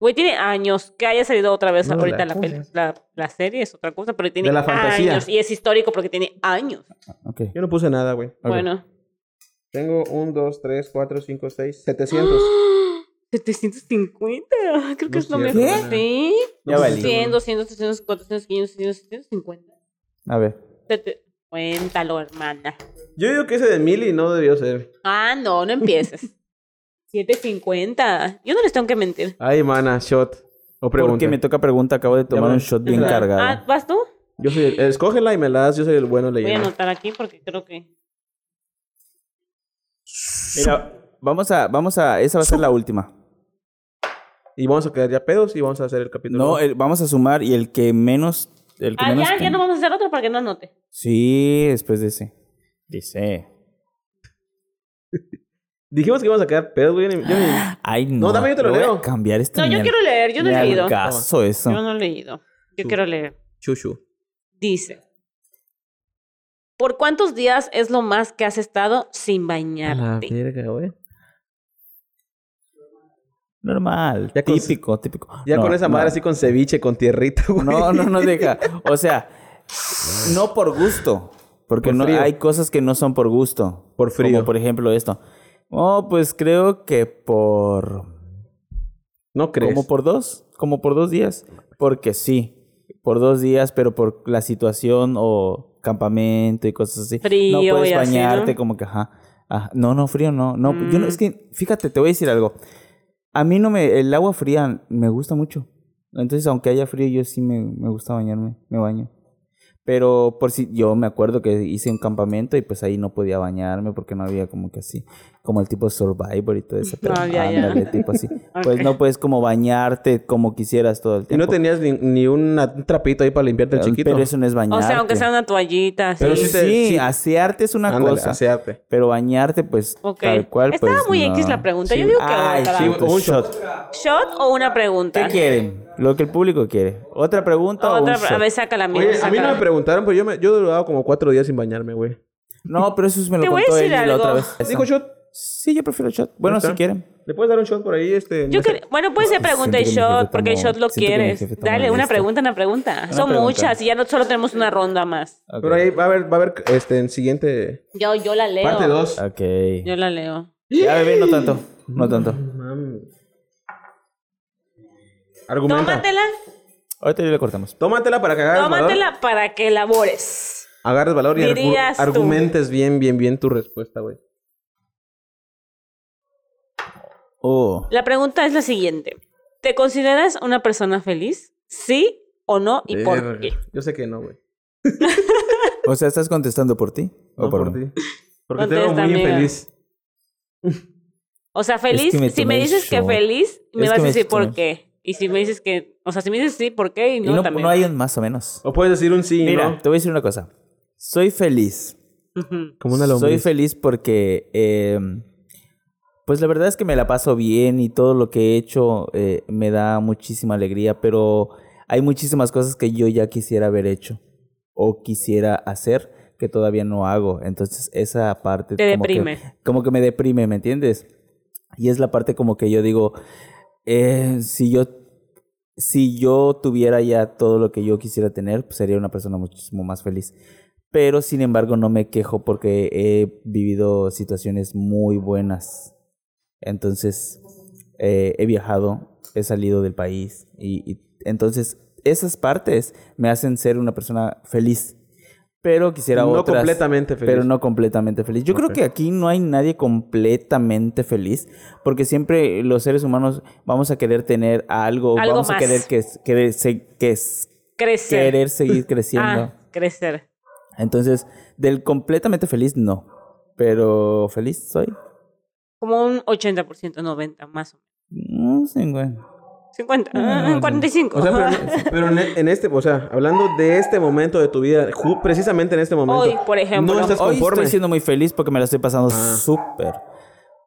Speaker 3: Güey, tiene años. Que haya salido otra vez
Speaker 1: No,
Speaker 3: ahorita
Speaker 1: la-
Speaker 3: la,
Speaker 1: ¿cómo
Speaker 3: pel-
Speaker 1: se
Speaker 3: la, la serie es otra cosa, pero tiene
Speaker 1: De la fantasía.
Speaker 3: años. Y es histórico porque tiene años.
Speaker 2: Ok.
Speaker 1: Yo no puse nada, güey.
Speaker 2: Ok.
Speaker 3: Bueno.
Speaker 1: Tengo un, dos, tres, cuatro, cinco, seis, 700.
Speaker 3: 750. Creo que
Speaker 1: No
Speaker 3: es lo
Speaker 1: es
Speaker 3: mejor.
Speaker 1: cierto,
Speaker 2: ¿Qué?
Speaker 3: Sí.
Speaker 2: Ya valí.
Speaker 3: 100, 200, 300, 400, 500, 600, 750.
Speaker 2: A ver.
Speaker 3: Sete- Cuéntalo, hermana.
Speaker 1: Yo digo que ese de Mili no debió ser.
Speaker 3: Ah, no, no empieces. 750. Yo no les tengo que mentir.
Speaker 1: Ay, mana, shot. O pregunta.
Speaker 2: Porque me toca pregunta. Acabo de tomar
Speaker 1: Ya
Speaker 2: un
Speaker 1: va.
Speaker 2: shot bien
Speaker 1: Ya va.
Speaker 2: cargado.
Speaker 3: Ah, ¿vas tú?
Speaker 1: Yo soy el- Escógela y me la das, yo soy el bueno
Speaker 3: Voy a
Speaker 1: leyendo.
Speaker 3: anotar aquí porque creo que.
Speaker 2: Mira, vamos a, vamos a, esa va a ser la última.
Speaker 1: Y vamos a quedar ya pedos y vamos a hacer el capítulo.
Speaker 2: No, el- vamos a sumar y el que menos, el que
Speaker 3: Ah,
Speaker 2: menos.
Speaker 3: ya, ya
Speaker 2: tenga.
Speaker 3: no vamos a hacer otro para que no anote.
Speaker 2: Sí, después de ese. Dice.
Speaker 1: Dijimos que íbamos a quedar pedos, güey. yo ni- yo ni-
Speaker 2: Ay, no.
Speaker 1: No, dame, yo te lo
Speaker 2: voy a
Speaker 1: leo.
Speaker 2: cambiar este.
Speaker 3: No, yo
Speaker 2: ni
Speaker 3: quiero
Speaker 2: al-
Speaker 3: leer. Yo no
Speaker 2: ni
Speaker 3: he
Speaker 2: al
Speaker 3: leído.
Speaker 2: caso eso.
Speaker 3: Yo no he leído. Yo
Speaker 1: Tú.
Speaker 3: quiero leer.
Speaker 1: Chuchu.
Speaker 3: Dice. ¿Por cuántos días es lo más que has estado sin
Speaker 1: A la
Speaker 3: bañarte?
Speaker 1: verga, güey.
Speaker 2: Normal.
Speaker 1: Ya con-
Speaker 2: típico, típico.
Speaker 1: Ya
Speaker 2: No,
Speaker 1: con esa madre
Speaker 2: no.
Speaker 1: así con ceviche, con tierrita, güey.
Speaker 2: No, no, no deja. O sea, no por gusto. Porque
Speaker 1: Por
Speaker 2: no
Speaker 1: frío.
Speaker 2: hay cosas que no son por gusto.
Speaker 1: Por frío.
Speaker 2: Como por ejemplo esto. Oh, pues creo que por.
Speaker 1: No crees.
Speaker 2: Como por dos, como por dos días. Porque sí. por dos días, pero por la situación o campamento y cosas así, no
Speaker 3: Frío
Speaker 2: puedes
Speaker 3: y así,
Speaker 2: bañarte
Speaker 3: ¿no?
Speaker 2: como que, ajá, ajá. no, no, frío, no, no, yo no,
Speaker 3: Mm.
Speaker 2: es que, fíjate, te voy a decir algo, a mí no me, el agua fría me gusta mucho, entonces aunque haya frío, yo sí me, me gusta bañarme, me baño. Pero por si yo me acuerdo que hice un campamento y pues ahí no podía bañarme porque no había como que así, como el tipo Survivor y todo eso. Pero
Speaker 3: Ah, ya, ya.
Speaker 2: ándale, tipo así. Pues
Speaker 3: Ok.
Speaker 2: no puedes como bañarte como quisieras todo el
Speaker 1: Y
Speaker 2: tiempo.
Speaker 1: no tenías ni, ni una- un trapito ahí para limpiarte el chiquito.
Speaker 2: Pero eso no es
Speaker 3: O
Speaker 2: bañarte.
Speaker 3: sea, aunque sea una toallita, así.
Speaker 1: Pero
Speaker 2: Sí,
Speaker 1: sí te- sí.
Speaker 2: asearte es una
Speaker 1: Ándale,
Speaker 2: cosa.
Speaker 1: asearte.
Speaker 2: Pero bañarte, pues,
Speaker 3: Ok.
Speaker 2: tal cual,
Speaker 3: Estaba
Speaker 2: pues,
Speaker 3: muy
Speaker 2: no.
Speaker 3: X la pregunta. Yo digo que
Speaker 2: Ay,
Speaker 3: aguanta.
Speaker 2: sí,
Speaker 1: la-
Speaker 2: un shot.
Speaker 3: ¿Shot o una pregunta?
Speaker 2: ¿Qué quieren? Lo que el público quiere. ¿Otra pregunta o un
Speaker 3: Otra, a
Speaker 2: shot?
Speaker 3: ver, sácala mía.
Speaker 1: Oye, a mí no
Speaker 3: sácala.
Speaker 1: me preguntaron, pero yo, me, yo duraba como cuatro días sin bañarme, güey.
Speaker 2: No, pero eso me lo
Speaker 3: Te voy a
Speaker 2: contó él
Speaker 3: decir
Speaker 2: la
Speaker 3: algo.
Speaker 2: otra vez.
Speaker 1: Dijo shot.
Speaker 2: Sí, yo prefiero shot. Bueno, si
Speaker 1: está.
Speaker 2: quieren.
Speaker 1: ¿Le puedes dar un shot por ahí? Este,
Speaker 3: Yo
Speaker 1: no sé?
Speaker 3: que- bueno, puede ser pregunta y
Speaker 2: Siento que mi jefe
Speaker 3: shot, porque el
Speaker 2: tomó-
Speaker 3: shot lo
Speaker 2: siento que mi
Speaker 3: quieres.
Speaker 2: jefe tomó
Speaker 3: Dale,
Speaker 2: la
Speaker 3: una
Speaker 2: lista.
Speaker 3: pregunta, una pregunta. Son
Speaker 2: pregunta.
Speaker 3: muchas y ya no solo tenemos una ronda más.
Speaker 2: Ok.
Speaker 1: Pero ahí va a haber, va a haber este, en siguiente
Speaker 3: Yo, yo la leo.
Speaker 1: parte 2.
Speaker 2: Ok.
Speaker 3: Yo la leo.
Speaker 2: Ya bebé, no tanto. No tanto.
Speaker 1: Argumenta.
Speaker 3: Tómatela,
Speaker 2: Ahorita ya le cortamos.
Speaker 1: Tómatela para que agarres valor.
Speaker 3: tómatela para que elabores.
Speaker 1: Agarres valor y argu-
Speaker 3: Dirías tú.
Speaker 1: argumentes bien, bien, bien tu respuesta, güey.
Speaker 2: Oh.
Speaker 3: La pregunta es la siguiente. ¿Te consideras una persona feliz? ¿Sí o no? ¿Y por
Speaker 1: Verga.
Speaker 3: qué?
Speaker 1: Yo sé que no, güey.
Speaker 2: O sea, ¿estás contestando por ti? ¿O
Speaker 1: No por
Speaker 2: mí?
Speaker 1: ti. Porque te veo
Speaker 3: Contesta,
Speaker 1: muy
Speaker 3: amiga.
Speaker 1: infeliz.
Speaker 3: O sea, feliz,
Speaker 2: que me
Speaker 3: si
Speaker 2: tomé
Speaker 3: me
Speaker 2: el
Speaker 3: dices que
Speaker 2: shot.
Speaker 3: feliz, me
Speaker 2: Es
Speaker 3: vas
Speaker 2: que
Speaker 3: a
Speaker 2: me
Speaker 3: decir
Speaker 2: tomé
Speaker 3: por
Speaker 2: el
Speaker 3: qué. Y si me dices que, o sea, si me dices sí, por qué y
Speaker 2: Y
Speaker 3: no,
Speaker 2: no,
Speaker 3: también.
Speaker 2: no hay un más o menos.
Speaker 1: O puedes decir un sí y
Speaker 2: Mira,
Speaker 1: no.
Speaker 2: te voy a decir una cosa. Soy feliz.
Speaker 3: Ujú.
Speaker 1: Como una
Speaker 2: Soy
Speaker 1: lombriz.
Speaker 2: feliz porque, eh, pues la verdad es que me la paso bien y todo lo que he hecho eh, me da muchísima alegría, pero hay muchísimas cosas que yo ya quisiera haber hecho o quisiera hacer que todavía no hago. Entonces esa parte...
Speaker 3: Te
Speaker 2: como que-
Speaker 3: deprime.
Speaker 2: como que me deprime, ¿me entiendes? Y es la parte como que yo digo, eh, si yo si yo tuviera ya todo lo que yo quisiera tener, pues sería una persona muchísimo más feliz. Pero sin embargo no me quejo porque he vivido situaciones muy buenas. Entonces eh, he viajado, he salido del país y, y entonces esas partes me hacen ser una persona feliz. Pero quisiera
Speaker 1: no
Speaker 2: otras.
Speaker 1: completamente feliz.
Speaker 2: Pero no completamente feliz. Yo
Speaker 1: Ok.
Speaker 2: creo que aquí no hay nadie completamente feliz, porque siempre los seres humanos vamos a querer tener algo,
Speaker 3: Algo
Speaker 2: vamos a
Speaker 3: más.
Speaker 2: querer que, querer se- que s-
Speaker 3: Crecer.
Speaker 2: querer seguir creciendo.
Speaker 3: Ah, crecer.
Speaker 2: Entonces, del completamente feliz no, pero feliz soy.
Speaker 3: Como un 80%, 90% más o menos.
Speaker 2: Mm, sí, güey.
Speaker 3: 50, ah,
Speaker 2: no, no.
Speaker 3: 45.
Speaker 1: O sea, pero, pero en, en este, o sea, hablando de este momento de tu vida, ju- precisamente en este momento.
Speaker 3: Hoy, por ejemplo.
Speaker 1: No estás
Speaker 2: Hoy
Speaker 1: conforme. Ah.
Speaker 2: estoy siendo muy feliz porque me la estoy pasando súper.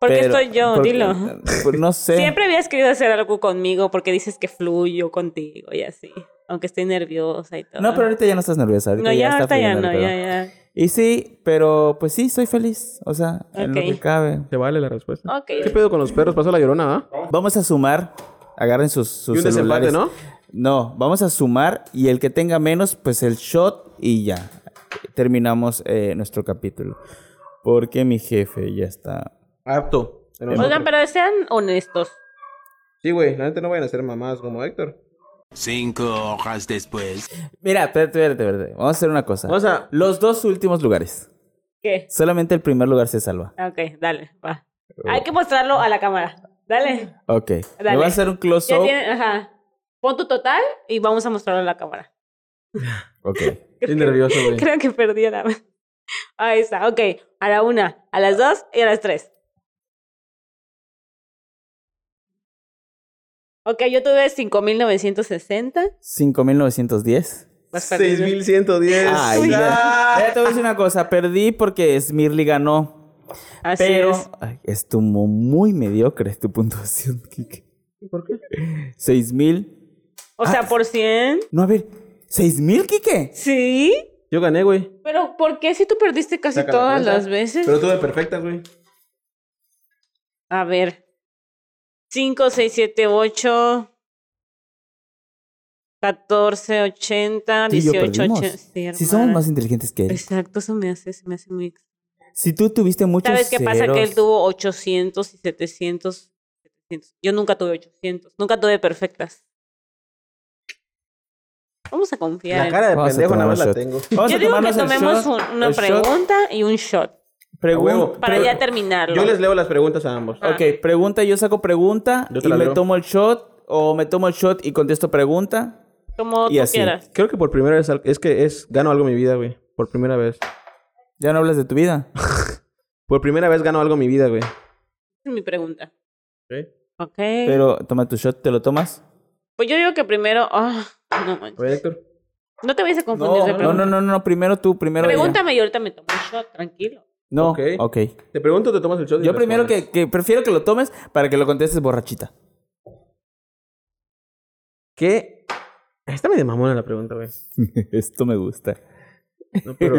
Speaker 3: ¿Por qué
Speaker 2: pero-
Speaker 3: estoy yo?
Speaker 2: porque-
Speaker 3: Dilo.
Speaker 2: pues, no sé.
Speaker 3: Siempre habías querido hacer algo conmigo porque dices que fluyo contigo y así. Aunque estoy nerviosa y todo.
Speaker 2: No, pero ahorita ya no estás nerviosa. Ahorita
Speaker 3: No,
Speaker 2: ya,
Speaker 3: ya,
Speaker 2: está
Speaker 3: ahorita ya
Speaker 2: fluyendo
Speaker 3: no,
Speaker 2: el pedo.
Speaker 3: ya, ya.
Speaker 2: Y sí, pero pues sí, soy feliz. O sea, en lo
Speaker 3: Ok.
Speaker 2: que cabe.
Speaker 1: ¿Te vale la respuesta?
Speaker 3: Ok.
Speaker 1: ¿Qué pedo con los perros? Pasó la llorona, ¿ah?
Speaker 2: Vamos a sumar. Agarren sus, sus
Speaker 1: Y un desempate,
Speaker 2: celulares.
Speaker 1: ¿no?
Speaker 2: No, vamos a sumar y el que tenga menos, pues el shot y ya. Terminamos eh, nuestro capítulo. Porque mi jefe ya está.
Speaker 1: Apto. de nosotros.
Speaker 3: Oigan, pero sean honestos.
Speaker 1: Sí, güey, la gente no vayan a ser mamás como Héctor.
Speaker 6: Cinco horas después.
Speaker 2: Mira, espérate, espérate, espérate. Vamos a hacer una cosa.
Speaker 1: Vamos a.
Speaker 2: Los dos últimos lugares.
Speaker 3: ¿Qué?
Speaker 2: Solamente el primer lugar se salva.
Speaker 3: Ok, dale, va. Hay que mostrarlo a la cámara. Dale.
Speaker 2: Ok.
Speaker 3: Dale.
Speaker 2: Le voy a hacer un
Speaker 3: Ya
Speaker 2: close-up.
Speaker 3: tiene, ajá. Pon tu total y vamos a mostrarlo a la cámara.
Speaker 2: Ok.
Speaker 1: Estoy nervioso, güey.
Speaker 3: Creo que perdí la. Ahí está, ok. A la una, a las dos y a las tres. Ok, yo tuve 5,960.
Speaker 2: 5910.
Speaker 3: Vas perdiendo.
Speaker 1: 6110.
Speaker 2: Ay,
Speaker 3: Ah.
Speaker 2: ya. Ya te voy a decir una cosa. Perdí porque Smirly ganó.
Speaker 3: Así
Speaker 2: Pero
Speaker 3: es.
Speaker 2: ay, estuvo muy mediocre tu puntuación, Kike. ¿Por qué? 6000.
Speaker 3: O sea, por 100.
Speaker 2: No, a ver, 6000, Kike.
Speaker 3: Sí.
Speaker 1: Yo gané, güey.
Speaker 3: Pero ¿por qué si tú perdiste casi
Speaker 1: Saca la
Speaker 3: todas
Speaker 1: cuenta.
Speaker 3: las veces?
Speaker 1: Pero tuve perfecta, güey.
Speaker 3: A ver. 5, 6, 7, 8. 14, 80,
Speaker 2: Tú y yo
Speaker 3: 18,
Speaker 2: perdimos.
Speaker 3: 80. Sí, Pues,
Speaker 2: Si somos
Speaker 3: hermana.
Speaker 2: más inteligentes que él.
Speaker 3: Exacto, eso me hace, se me hace muy...
Speaker 2: Si tú tuviste muchos
Speaker 3: ¿Sabes qué pasa? Que él
Speaker 2: ceros,
Speaker 3: tuvo 800 y 700. 700. Yo nunca tuve 800. Nunca tuve perfectas. Vamos a confiar.
Speaker 1: La cara de
Speaker 2: Vamos a
Speaker 1: pendejo nada
Speaker 2: tomar
Speaker 1: más la
Speaker 2: shot.
Speaker 1: tengo.
Speaker 2: Vamos
Speaker 3: Yo
Speaker 2: a
Speaker 3: digo que
Speaker 2: tomarnos el shot,
Speaker 3: tomemos un- una
Speaker 2: el shot.
Speaker 3: pregunta y un shot
Speaker 2: Pregun-
Speaker 1: huevo.
Speaker 3: para
Speaker 2: pre-
Speaker 3: ya terminarlo.
Speaker 1: Yo les leo las preguntas a ambos.
Speaker 3: Ah.
Speaker 2: Ok, pregunta, yo saco pregunta
Speaker 1: Yo te
Speaker 2: y
Speaker 1: la
Speaker 2: me
Speaker 1: leo.
Speaker 2: tomo el shot o me tomo el shot y contesto pregunta.
Speaker 3: Como
Speaker 2: Y
Speaker 3: tú
Speaker 2: así.
Speaker 3: quieras.
Speaker 1: Creo que por primera vez al- es que es gano algo en mi vida, güey. Por primera vez.
Speaker 2: Ya no hablas de tu vida.
Speaker 1: Por primera vez gano algo en mi vida, güey.
Speaker 3: Esa es mi pregunta.
Speaker 1: Ok.
Speaker 3: Ok.
Speaker 2: Pero toma tu shot, ¿te lo tomas?
Speaker 3: Pues yo digo que primero. ah, no, manches.
Speaker 1: A ver, Héctor.
Speaker 3: no te vayas a confundir de
Speaker 2: Pues, No, no,
Speaker 3: pregunta.
Speaker 2: no, no, no, primero tú, primero ella.
Speaker 3: Pregúntame y ahorita me tomo un shot, tranquilo.
Speaker 2: No,
Speaker 1: Ok.
Speaker 2: ok.
Speaker 1: Te pregunto, te tomas el shot. y
Speaker 2: Yo
Speaker 1: respondes.
Speaker 2: primero que, que prefiero que lo tomes para que lo contestes borrachita.
Speaker 1: ¿Qué? Está medio mamona la pregunta, güey.
Speaker 2: Esto me gusta.
Speaker 1: No, pero.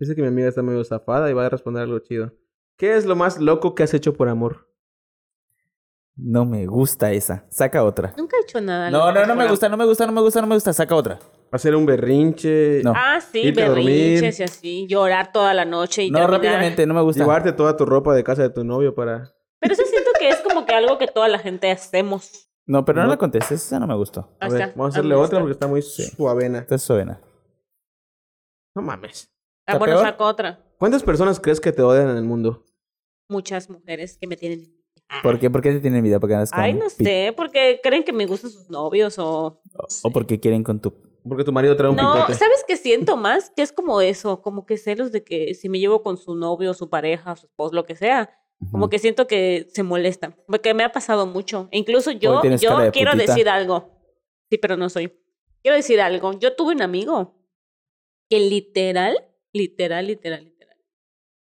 Speaker 1: Dice que mi amiga está medio zafada y va a responder algo chido. ¿Qué es lo más loco que has hecho por amor?
Speaker 2: No me gusta esa. Saca otra.
Speaker 3: Nunca he hecho nada.
Speaker 2: No,
Speaker 3: loco,
Speaker 2: no, no me
Speaker 3: por
Speaker 2: gusta, no me gusta, no me gusta, no me gusta. Saca otra.
Speaker 1: Hacer un berrinche.
Speaker 2: No.
Speaker 3: Ah, sí,
Speaker 1: Irte a dormir.
Speaker 3: berrinches y así, llorar toda la noche y
Speaker 2: No,
Speaker 3: terminar.
Speaker 2: rápidamente, no me gusta.
Speaker 1: Llevarte toda tu ropa de casa de tu novio para.
Speaker 3: Pero eso siento que es como que algo que toda la gente hacemos.
Speaker 2: No, pero no,
Speaker 1: No.
Speaker 2: la contestes, esa no me gustó.
Speaker 1: A
Speaker 3: Ahí
Speaker 1: ver,
Speaker 3: está.
Speaker 1: vamos a hacerle
Speaker 3: Ahí
Speaker 1: otra
Speaker 3: está.
Speaker 1: porque está muy suavena.
Speaker 2: Esta es suena.
Speaker 1: No mames.
Speaker 3: Ah,
Speaker 2: ¿Está
Speaker 3: bueno,
Speaker 2: peor?
Speaker 3: saco otra.
Speaker 1: ¿Cuántas personas crees que te odian en el mundo?
Speaker 3: Muchas mujeres que me tienen.
Speaker 2: ¿Por qué? ¿Por qué te tienen vida? Porque andas con
Speaker 3: Ay, no
Speaker 2: pi-
Speaker 3: sé, porque creen que me gustan sus novios o.
Speaker 2: O porque quieren con tu.
Speaker 1: Porque tu marido trae un
Speaker 3: No,
Speaker 1: picote.
Speaker 3: ¿sabes qué siento más? Que es como eso, como que celos de que si me llevo con su novio, su pareja, su esposo, lo que sea. Como que siento que se molestan. Porque me ha pasado mucho. E incluso yo,
Speaker 2: Hoy tienes
Speaker 3: yo
Speaker 2: cara de
Speaker 3: quiero
Speaker 2: putita.
Speaker 3: decir algo. Sí, pero no soy. Quiero decir algo. Yo tuve un amigo que literal, literal, literal, literal.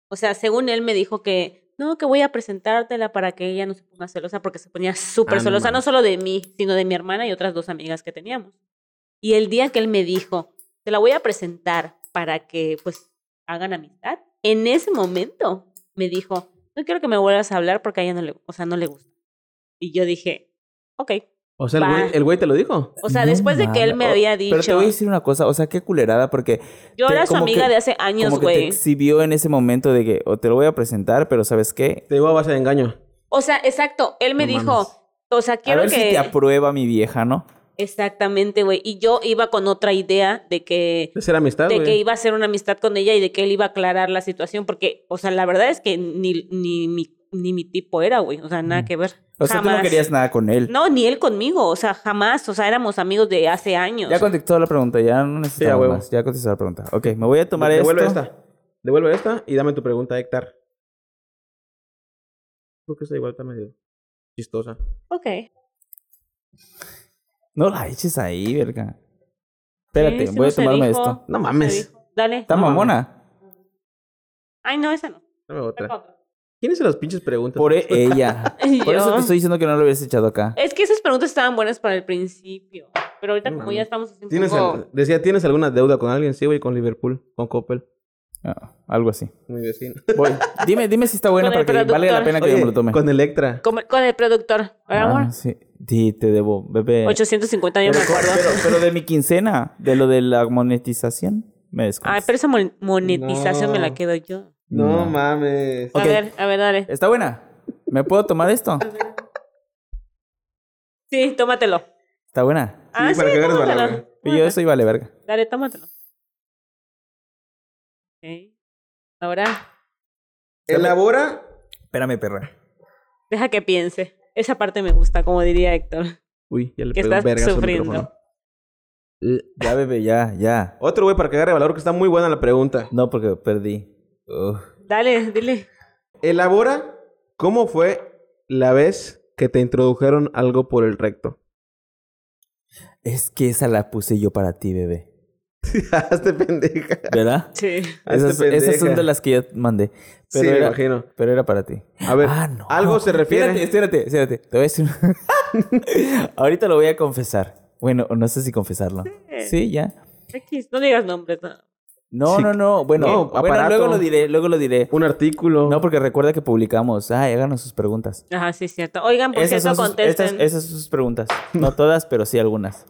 Speaker 3: O sea, según él me dijo que no, que voy a presentártela para que ella no se ponga celosa porque se ponía súper
Speaker 1: Ah, no
Speaker 3: celosa, no
Speaker 1: mames.
Speaker 3: solo de mí, sino de mi hermana y otras dos amigas que teníamos. Y el día que él me dijo, te la voy a presentar para que pues hagan amistad, en ese momento me dijo, no quiero que me vuelvas a hablar porque a ella no le, o sea, no le gusta. Y yo dije, ok.
Speaker 1: O sea, el güey, el güey te lo dijo.
Speaker 3: O sea,
Speaker 2: No
Speaker 3: después de que él
Speaker 2: mames.
Speaker 3: me
Speaker 2: O-
Speaker 3: había
Speaker 2: Pero te
Speaker 3: dicho,
Speaker 2: voy a decir una cosa, o sea, qué culerada, porque.
Speaker 3: yo
Speaker 2: te-
Speaker 3: era su
Speaker 2: como
Speaker 3: amiga
Speaker 2: que-
Speaker 3: de hace años,
Speaker 2: Como que te
Speaker 3: güey.
Speaker 2: exhibió en ese momento de que o te lo voy a presentar, pero ¿sabes qué?
Speaker 1: Te digo a base de engaño.
Speaker 3: O sea, exacto, él me
Speaker 1: No
Speaker 3: dijo,
Speaker 1: mames.
Speaker 3: o sea,
Speaker 2: A
Speaker 3: quiero
Speaker 2: ver
Speaker 3: que...
Speaker 2: si te aprueba mi vieja, ¿no?
Speaker 3: Exactamente, güey. Y yo iba con otra idea de que,
Speaker 1: De ser amistad,
Speaker 3: de que
Speaker 1: güey.
Speaker 3: iba a hacer una amistad con ella y de que él iba a aclarar la situación, porque, o sea, la verdad es que ni, ni, mi, ni mi tipo era, güey. O sea, nada que ver.
Speaker 2: Mm. O sea, tú no
Speaker 3: Jamás.
Speaker 2: querías nada con él.
Speaker 3: No, ni él conmigo, o sea, jamás. O sea, éramos amigos de hace años.
Speaker 2: Ya contestó la pregunta, ya no necesitamos
Speaker 1: huevo.
Speaker 2: más. Ya contestó la pregunta. Ok, me voy a tomar esto.
Speaker 1: Devuelve esta. Devuelve esta y dame tu pregunta, Héctor. Creo que esta igual está medio chistosa.
Speaker 3: Ok.
Speaker 2: No la eches ahí, verga. Espérate,
Speaker 3: Sí, sí
Speaker 2: voy a
Speaker 3: no se
Speaker 2: tomarme
Speaker 3: dijo.
Speaker 2: esto.
Speaker 1: No
Speaker 3: Me
Speaker 1: mames.
Speaker 3: dijo, Dale.
Speaker 2: Está mamona.
Speaker 3: Ay, no, esa no.
Speaker 1: Dame otra.
Speaker 3: Otra.
Speaker 1: ¿Quiénes son las pinches preguntas? Pues,
Speaker 2: Por e- ella. Por eso
Speaker 3: Yo.
Speaker 2: te estoy diciendo que no lo hubieras echado acá.
Speaker 3: Es que esas preguntas estaban buenas para el principio. Pero ahorita,
Speaker 1: No
Speaker 3: como
Speaker 1: mames.
Speaker 3: ya estamos
Speaker 2: eh,
Speaker 3: así un
Speaker 1: ¿Tienes
Speaker 3: poco-
Speaker 1: al- Decía, ¿tienes alguna deuda con alguien? Sí, güey, con Liverpool, con Coppel,
Speaker 2: Ah, algo así.
Speaker 1: mi vecino.
Speaker 2: Voy. Dime, dime si está buena
Speaker 3: Con
Speaker 2: para
Speaker 3: el
Speaker 2: que valga la
Speaker 3: productor.
Speaker 2: pena que yo
Speaker 1: Oye,
Speaker 2: me lo tome.
Speaker 1: con Electra.
Speaker 3: Como- Con el productor. ¿verdad, amor?
Speaker 2: Ah, sí. Sí, te debo, bebé.
Speaker 3: 850, yo
Speaker 2: pero,
Speaker 3: me acuerdo.
Speaker 2: pero, pero de mi quincena, de lo de la monetización, me
Speaker 3: Ay,
Speaker 2: desconozco.
Speaker 3: pero esa mon- monetización
Speaker 1: No.
Speaker 3: me la quedo yo.
Speaker 1: No
Speaker 2: No.
Speaker 1: mames.
Speaker 2: Ok. Eh,
Speaker 3: A ver, a ver, dale.
Speaker 2: ¿Está buena? ¿Me puedo tomar esto?
Speaker 3: Sí, tómatelo.
Speaker 2: ¿Está buena?
Speaker 3: Ah, sí,
Speaker 1: para que agarres
Speaker 3: tómatelo.
Speaker 1: valor.
Speaker 2: Y yo soy vale verga.
Speaker 3: Dale, tómatelo. Ok. Ahora,
Speaker 1: Elabora.
Speaker 2: Espérame, perra.
Speaker 3: deja que piense. Esa parte me gusta, como diría Héctor.
Speaker 1: Uy, ya le
Speaker 3: Que
Speaker 1: pegó un
Speaker 3: estás
Speaker 1: vergazo al
Speaker 3: sufriendo.
Speaker 1: micrófono.
Speaker 2: Ya, bebé, ya, ya.
Speaker 1: Otro güey para que agarre valor, que está muy buena la pregunta.
Speaker 2: No, porque perdí. Uf.
Speaker 3: Dale, dile.
Speaker 1: Elabora cómo fue la vez que te introdujeron algo por el recto.
Speaker 2: Es que esa la puse yo para ti, bebé.
Speaker 1: Hazte pendeja.
Speaker 2: ¿Verdad?
Speaker 3: Sí.
Speaker 1: Hazte
Speaker 2: Esas,
Speaker 1: Ah, este pendeja.
Speaker 2: esas son de las que yo mandé.
Speaker 1: Sí,
Speaker 2: Pero,
Speaker 1: me
Speaker 2: era,
Speaker 1: imagino.
Speaker 2: pero era para ti.
Speaker 1: A ver,
Speaker 2: Ah, no.
Speaker 1: algo se refiere.
Speaker 2: Espérate, espérate, espérate. Te voy a decir. Ahorita lo voy a confesar. Bueno, no sé si confesarlo. Sí, ya.
Speaker 3: X, no digas nombres. no.
Speaker 2: No,
Speaker 1: Sí.
Speaker 2: no, no. Bueno,
Speaker 1: No,
Speaker 2: bueno,
Speaker 1: aparato.
Speaker 2: luego lo diré, luego lo diré.
Speaker 1: Un artículo.
Speaker 2: No, porque recuerda que publicamos. Ah, háganos sus preguntas.
Speaker 3: Ajá, sí, cierto. Oigan, por
Speaker 2: Esas
Speaker 3: cierto,
Speaker 2: son, sus, esas,
Speaker 3: contesten.
Speaker 2: esas son sus preguntas. No todas, pero sí algunas.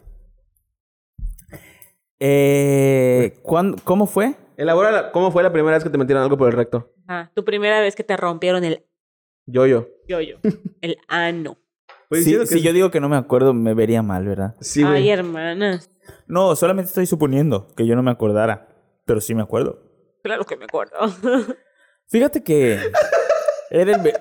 Speaker 2: Eh, ¿cuán- ¿Cómo fue?
Speaker 1: Elabora la- cómo fue la primera vez que te metieron algo por el recto.
Speaker 3: Ajá, tu primera vez que te rompieron el
Speaker 1: Yo, yo.
Speaker 3: yoyo, el ano.
Speaker 1: Estoy
Speaker 2: Si,
Speaker 1: diciendo que
Speaker 2: si yo digo pues, que no me acuerdo, me vería mal, ¿verdad?
Speaker 1: Sí, güey.
Speaker 3: Ay, hermanas.
Speaker 2: No, solamente estoy suponiendo que yo no me acordara, pero sí me acuerdo.
Speaker 3: Claro que me acuerdo.
Speaker 2: Fíjate que era el, ve-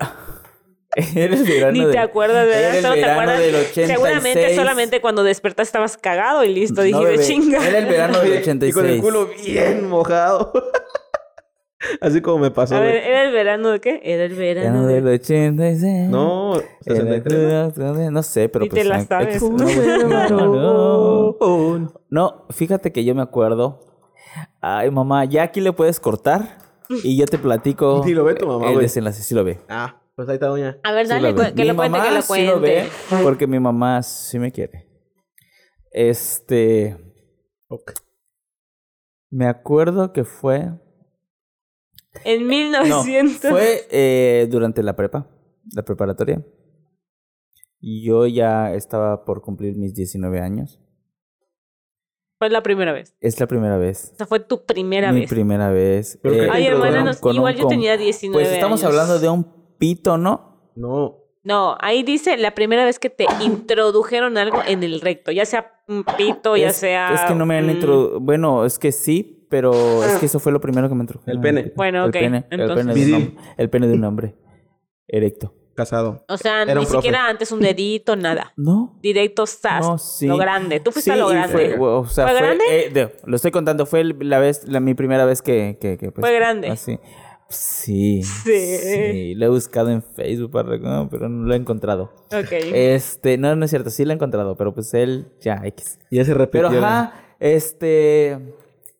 Speaker 2: era el verano
Speaker 3: Ni
Speaker 2: de-
Speaker 3: te acuerdas,
Speaker 2: era
Speaker 3: ¿verdad?
Speaker 2: el
Speaker 3: Solo te
Speaker 2: verano
Speaker 3: acuerdas.
Speaker 2: del 86.
Speaker 3: Seguramente solamente cuando despertaste estabas cagado y listo.
Speaker 2: No,
Speaker 3: Dije, de
Speaker 2: bebé,
Speaker 3: chinga.
Speaker 2: Era el verano del
Speaker 1: Y
Speaker 2: 86.
Speaker 1: con el culo bien mojado. Así como me pasó,
Speaker 3: A ver, eh.
Speaker 1: güey.
Speaker 3: ¿era el verano de qué? Era el verano
Speaker 2: Verano del
Speaker 3: de...
Speaker 2: 86.
Speaker 1: No, 63.
Speaker 2: Era- No sé, pero
Speaker 3: Ni
Speaker 2: pues.
Speaker 3: te la
Speaker 2: ah,
Speaker 3: sabes.
Speaker 2: X, no,
Speaker 1: pues,
Speaker 2: güey. No, fíjate que yo me acuerdo. Ay, mamá, ya aquí le puedes cortar y yo te platico.
Speaker 1: Sí lo ve tu mamá,
Speaker 2: el
Speaker 1: güey.
Speaker 2: desenlace, sí lo ve.
Speaker 1: Ah, pues ahí está, doña.
Speaker 3: A ver,
Speaker 2: Sí
Speaker 3: dale,
Speaker 2: lo ve.
Speaker 3: cu- que
Speaker 2: Mi
Speaker 3: lo cuente,
Speaker 2: mamá
Speaker 3: que lo
Speaker 2: sí lo
Speaker 3: cuente.
Speaker 2: ve porque mi mamá sí me quiere. Este,
Speaker 1: Ok.
Speaker 2: me acuerdo que fue
Speaker 3: En
Speaker 2: No,
Speaker 3: 1900.
Speaker 2: fue eh, durante la prepa, la preparatoria. Y Yo ya estaba por cumplir mis 19 años.
Speaker 3: Fue la primera vez.
Speaker 2: Es la primera vez.
Speaker 3: O sea, fue tu primera
Speaker 2: Mi
Speaker 3: vez.
Speaker 2: primera vez. eh,
Speaker 1: Pero ¿qué te
Speaker 3: Ay,
Speaker 1: Dentro de
Speaker 3: hermana,
Speaker 1: un-
Speaker 3: no- igual yo tenía 19
Speaker 2: Pues estamos
Speaker 3: años.
Speaker 2: hablando de un pito, ¿no?
Speaker 1: No.
Speaker 3: No, ahí dice la primera vez que te introdujeron algo en el recto, ya sea un pito, ya
Speaker 2: es,
Speaker 3: sea...
Speaker 2: Es que no me han
Speaker 3: mm,
Speaker 2: introducido. Bueno, es que sí, pero es que eso fue lo primero que me introdujo.
Speaker 1: El pene.
Speaker 3: Bueno,
Speaker 2: el
Speaker 3: ok,
Speaker 2: Pene, el,
Speaker 3: entonces-
Speaker 2: pene de un
Speaker 1: Vidil.
Speaker 2: hombre, el pene de un hombre. Erecto.
Speaker 1: Casado.
Speaker 3: O sea,
Speaker 1: Era
Speaker 3: ni
Speaker 1: un profe.
Speaker 3: siquiera antes un dedito, nada.
Speaker 2: No.
Speaker 3: Directo, sas.
Speaker 2: No, sí.
Speaker 3: Lo grande. Tú fuiste
Speaker 2: Sí,
Speaker 3: a lo
Speaker 2: y
Speaker 3: grande.
Speaker 2: fue- o sea,
Speaker 3: ¿Fue
Speaker 2: fue-
Speaker 3: grande?
Speaker 2: eh, de- lo estoy contando, fue el- la vez, la, mi primera vez que, que- que, pues,
Speaker 3: Fue grande.
Speaker 2: Así. Sí,
Speaker 3: Sí.
Speaker 2: sí. Lo he buscado en Facebook, para- no, pero no lo he encontrado.
Speaker 3: Ok.
Speaker 2: Este, no, no es cierto, sí lo he encontrado, pero pues él ya X.
Speaker 1: Ya se repitió.
Speaker 2: Pero ajá, este,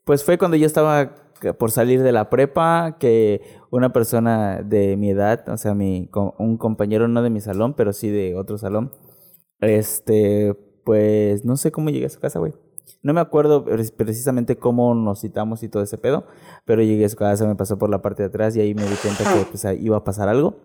Speaker 2: pues fue cuando yo estaba c- por salir de la prepa que una persona de mi edad, o sea, mi, co- un compañero no de mi salón, pero sí de otro salón, este, pues no sé cómo llegué a su casa, güey. No me acuerdo pre- precisamente cómo nos citamos y todo ese pedo, pero llegué a su casa, me pasó por la parte de atrás y ahí me di cuenta que pues, ahí iba a pasar algo.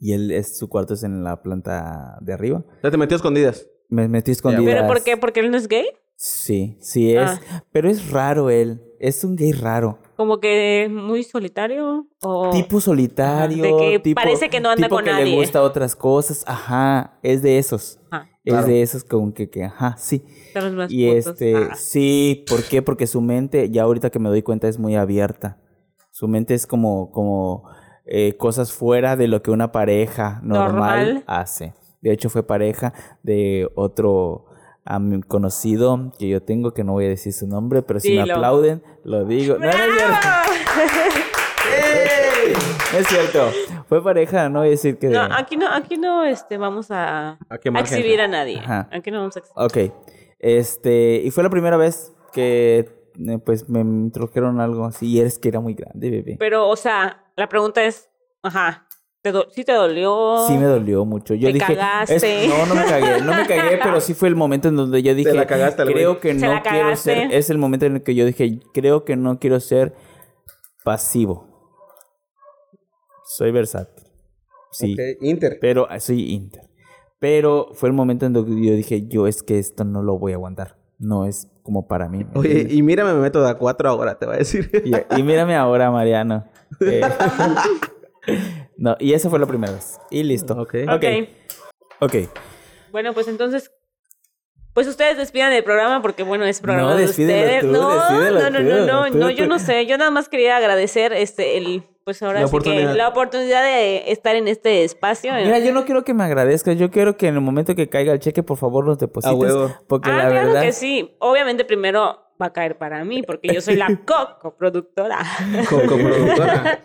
Speaker 2: Y él, es, su cuarto es en la planta de arriba.
Speaker 1: Ya te metió a escondidas.
Speaker 2: Me metí escondido.
Speaker 3: ¿Pero por qué? ¿Porque él no es gay?
Speaker 2: Sí, sí es.
Speaker 3: Ah.
Speaker 2: Pero es raro él. Es un gay raro.
Speaker 3: Como que muy solitario. O...
Speaker 2: Tipo solitario.
Speaker 3: Oh. De que
Speaker 2: tipo-
Speaker 3: parece que no anda
Speaker 2: tipo
Speaker 3: con
Speaker 2: que le
Speaker 3: nadie.
Speaker 2: gusta otras cosas. Ajá. Es de esos.
Speaker 3: Ajá.
Speaker 2: Es
Speaker 1: Claro.
Speaker 2: de esos con que, que ajá, sí.
Speaker 3: son los Ah, más
Speaker 2: Y
Speaker 3: putos.
Speaker 2: este,
Speaker 3: Ah.
Speaker 2: sí, ¿por qué? Porque su mente, ya ahorita que me doy cuenta, es muy abierta. Su mente es como, como eh, cosas fuera de lo que una pareja normal,
Speaker 3: Normal.
Speaker 2: hace. De hecho, fue pareja de otro am- conocido que yo tengo, que no voy a decir su nombre, pero si me
Speaker 3: Dilo.
Speaker 2: aplauden, lo digo. No, no es cierto. No es cierto. Fue pareja, no voy a decir que...
Speaker 3: No, aquí no, aquí no este, vamos a,
Speaker 1: A quemar
Speaker 3: a exhibir
Speaker 1: gente.
Speaker 3: a nadie.
Speaker 2: Ajá.
Speaker 3: Aquí no vamos a exhibir.
Speaker 2: Ok. Este, y fue la primera vez que eh, pues me introdujeron algo así y eres que era muy grande, bebé.
Speaker 3: Pero, o sea, la pregunta es, ajá, ¿te do- ¿sí te dolió?
Speaker 2: Sí me dolió mucho. Yo
Speaker 3: Oh, Te
Speaker 2: dije,
Speaker 3: cagaste.
Speaker 2: es- no, no me cagué, no me cagué, pero sí fue el momento en donde yo dije,
Speaker 1: la cagaste al
Speaker 2: creo
Speaker 1: güey.
Speaker 2: que
Speaker 3: Se
Speaker 2: no
Speaker 3: la
Speaker 2: quiero
Speaker 3: cagaste.
Speaker 2: ser, es el momento en el que yo dije, creo que no quiero ser pasivo. Soy versátil. Sí.
Speaker 1: Ok, Inter.
Speaker 2: Pero soy Inter. Pero fue el momento en donde yo dije, yo es que esto no lo voy a aguantar. No es como para mí. ¿me
Speaker 1: Oye,
Speaker 2: entiendes?
Speaker 1: y mírame, me meto de a cuatro ahora, te voy a decir.
Speaker 2: Y, y mírame ahora, Mariano. Eh, no, y esa fue la primera vez. Y listo.
Speaker 1: Ok.
Speaker 2: Ok.
Speaker 3: Ok.
Speaker 2: Ok.
Speaker 3: Bueno, pues entonces, pues ustedes despidan el programa porque bueno, es programa
Speaker 2: No,
Speaker 3: de
Speaker 2: despídelo
Speaker 3: ustedes.
Speaker 2: tú,
Speaker 3: no,
Speaker 2: despídelo
Speaker 3: no, no,
Speaker 2: tú,
Speaker 3: no, no,
Speaker 2: tú,
Speaker 3: no,
Speaker 2: tú.
Speaker 3: yo no sé. Yo nada más quería agradecer este el pues ahora
Speaker 1: La
Speaker 3: sí que
Speaker 1: oportunidad.
Speaker 3: la oportunidad de estar en este espacio. en-
Speaker 2: Mira, yo no quiero que me agradezcas. Yo quiero que en el momento que caiga el cheque, por favor, nos deposites.
Speaker 1: A huevo.
Speaker 2: Porque
Speaker 3: ah,
Speaker 2: la
Speaker 3: claro
Speaker 2: verdad.
Speaker 3: que sí. Obviamente primero va a caer para mí porque yo soy la co- coproductora.
Speaker 1: Como productora.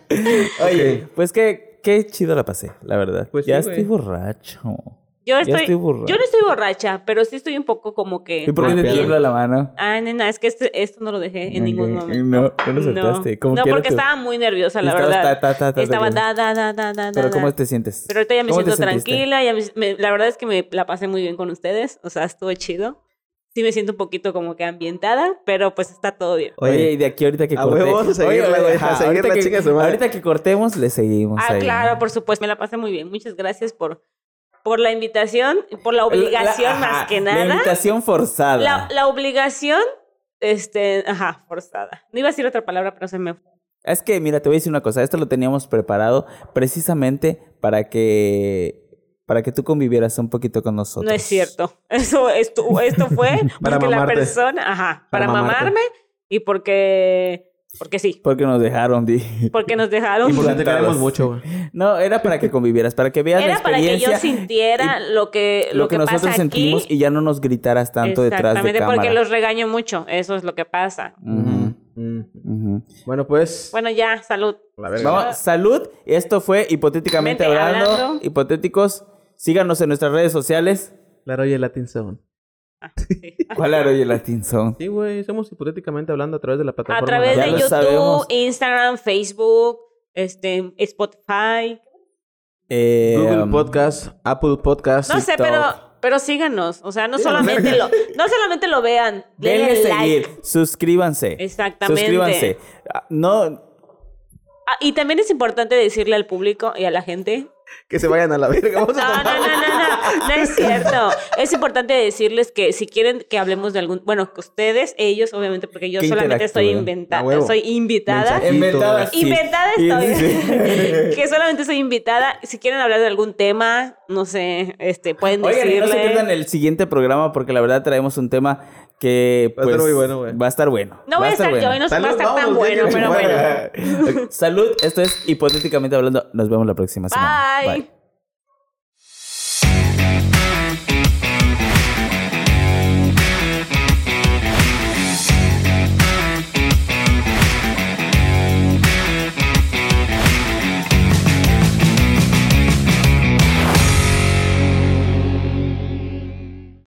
Speaker 2: Oye, pues que, qué chido la pasé, la verdad.
Speaker 1: Pues
Speaker 2: ya
Speaker 1: sí, güey.
Speaker 2: estoy borracho.
Speaker 3: Yo estoy,
Speaker 2: estoy borracho.
Speaker 3: yo no estoy borracha, pero sí estoy un poco como
Speaker 2: ¿Y
Speaker 3: que
Speaker 2: por qué
Speaker 1: Mal
Speaker 2: te
Speaker 1: pedo.
Speaker 2: tiembla la mano?
Speaker 3: Ah, nena, es que este- esto no lo dejé en ningún
Speaker 2: Ok.
Speaker 3: momento.
Speaker 2: No, no lo
Speaker 3: No,
Speaker 2: soltaste. Como
Speaker 3: No,
Speaker 2: quiera
Speaker 3: porque
Speaker 2: te-
Speaker 3: estaba muy nerviosa, la
Speaker 2: Estabas
Speaker 3: verdad.
Speaker 2: ta, ta, ta, ta,
Speaker 3: estaba
Speaker 2: ta,
Speaker 3: da, da, da, da, da,
Speaker 2: Pero
Speaker 3: da,
Speaker 2: ¿cómo
Speaker 3: da.
Speaker 2: te sientes?
Speaker 3: Pero ahorita ya me
Speaker 2: ¿Cómo te
Speaker 3: siento
Speaker 2: sentiste?
Speaker 3: tranquila, ya me- me- la verdad es que me la pasé muy bien con ustedes, o sea, estuvo chido. Sí me siento un poquito como que ambientada, pero pues está todo bien.
Speaker 2: Oye,
Speaker 1: Oye,
Speaker 2: y de aquí ahorita que
Speaker 1: a huevo, vamos a seguirla,
Speaker 2: Oye,
Speaker 1: güey, a
Speaker 2: ajá,
Speaker 1: seguirla,
Speaker 2: ahorita, que,
Speaker 1: chinga su madre.
Speaker 2: ahorita que cortemos, le seguimos.
Speaker 3: Ah,
Speaker 2: ahí.
Speaker 3: claro, por supuesto, me la pasé muy bien. Muchas gracias por, por la invitación, por la obligación
Speaker 2: La-
Speaker 3: más
Speaker 2: ajá,
Speaker 3: que
Speaker 2: La
Speaker 3: nada.
Speaker 2: invitación forzada.
Speaker 3: La, la obligación, este, ajá, forzada. No iba a decir otra palabra, pero se me fue.
Speaker 2: Es que, mira, te voy a decir una cosa. Esto lo teníamos preparado precisamente para que para que tú convivieras un poquito con nosotros.
Speaker 3: No es cierto. Eso esto, esto fue
Speaker 1: Para
Speaker 3: porque la
Speaker 1: mamarte.
Speaker 3: persona, ajá, para,
Speaker 1: Para mamarte.
Speaker 3: mamarme y porque porque sí,
Speaker 2: Porque nos dejaron, di.
Speaker 3: porque nos dejaron.
Speaker 1: Y porque te
Speaker 2: Plantadas.
Speaker 1: queremos mucho, güey.
Speaker 2: No, era para que convivieras, para que veas la
Speaker 3: Era para que
Speaker 2: experiencia.
Speaker 3: yo sintiera lo que
Speaker 2: lo que,
Speaker 3: pasa
Speaker 2: nosotros
Speaker 3: aquí.
Speaker 2: sentimos y ya no nos gritaras tanto detrás de
Speaker 3: Exactamente,
Speaker 2: cámara.
Speaker 3: porque los regaño mucho, eso es lo que pasa.
Speaker 2: Ujú,
Speaker 1: Mm.
Speaker 2: ujú.
Speaker 1: Bueno, pues.
Speaker 3: Bueno, ya, salud.
Speaker 1: la verga.
Speaker 2: Vamos, salud. Esto fue hipotéticamente
Speaker 3: Mente
Speaker 2: hablando,
Speaker 3: hablando.
Speaker 2: hipotéticos. Síganos en nuestras redes sociales.
Speaker 1: La Roya Latin Sound.
Speaker 3: Ah, sí.
Speaker 2: ¿Cuál era el Latin Sound?
Speaker 1: Sí, güey, somos hipotéticamente hablando a través de la plataforma.
Speaker 3: A través
Speaker 2: Ya
Speaker 3: de
Speaker 2: lo
Speaker 3: YouTube,
Speaker 2: sabemos.
Speaker 3: Instagram, Facebook, este, Spotify.
Speaker 2: Eh,
Speaker 1: Google
Speaker 2: um,
Speaker 1: Podcast, Apple Podcast.
Speaker 3: No sé,
Speaker 2: TikTok.
Speaker 3: pero, pero síganos. O sea, no
Speaker 1: Síganos,
Speaker 3: solamente
Speaker 1: verga.
Speaker 3: lo, no solamente lo vean.
Speaker 2: Denle
Speaker 3: Denle
Speaker 2: seguir.
Speaker 3: like.
Speaker 2: Suscríbanse.
Speaker 3: Exactamente.
Speaker 2: Suscríbanse. Ah, No,
Speaker 3: Ah, y también es importante decirle al público y a la gente.
Speaker 1: Que se vayan a la verga. Vamos a
Speaker 3: No, no,
Speaker 1: tomar-
Speaker 3: no, no, no. No es cierto. Es importante decirles que si quieren que hablemos de algún. Bueno, que ustedes, ellos, obviamente, porque yo
Speaker 2: Que
Speaker 3: solamente estoy
Speaker 2: interactúen.
Speaker 1: A
Speaker 3: inventada.
Speaker 1: huevo.
Speaker 3: Soy invitada.
Speaker 1: Mensaje.
Speaker 2: inventada. sí.
Speaker 3: Inventada
Speaker 2: Y-
Speaker 3: estoy.
Speaker 2: sí.
Speaker 3: que solamente soy invitada. Si quieren hablar de algún tema, no sé, este, pueden
Speaker 2: Oigan,
Speaker 3: decirle.
Speaker 2: y no se pierdan el siguiente programa porque la verdad traemos un tema que
Speaker 1: Va a estar
Speaker 2: pues,
Speaker 1: muy bueno, güey.
Speaker 2: va a estar bueno. va
Speaker 3: No voy
Speaker 2: a
Speaker 3: a estar
Speaker 2: bueno.
Speaker 3: yo y no se va a
Speaker 1: Salud,
Speaker 3: estar tan
Speaker 1: vámonos,
Speaker 3: bueno,
Speaker 1: ya que se
Speaker 3: pero bueno.
Speaker 1: muera.
Speaker 2: Ok, Salud, esto es hipotéticamente hablando. Nos vemos la próxima semana.
Speaker 3: Bye.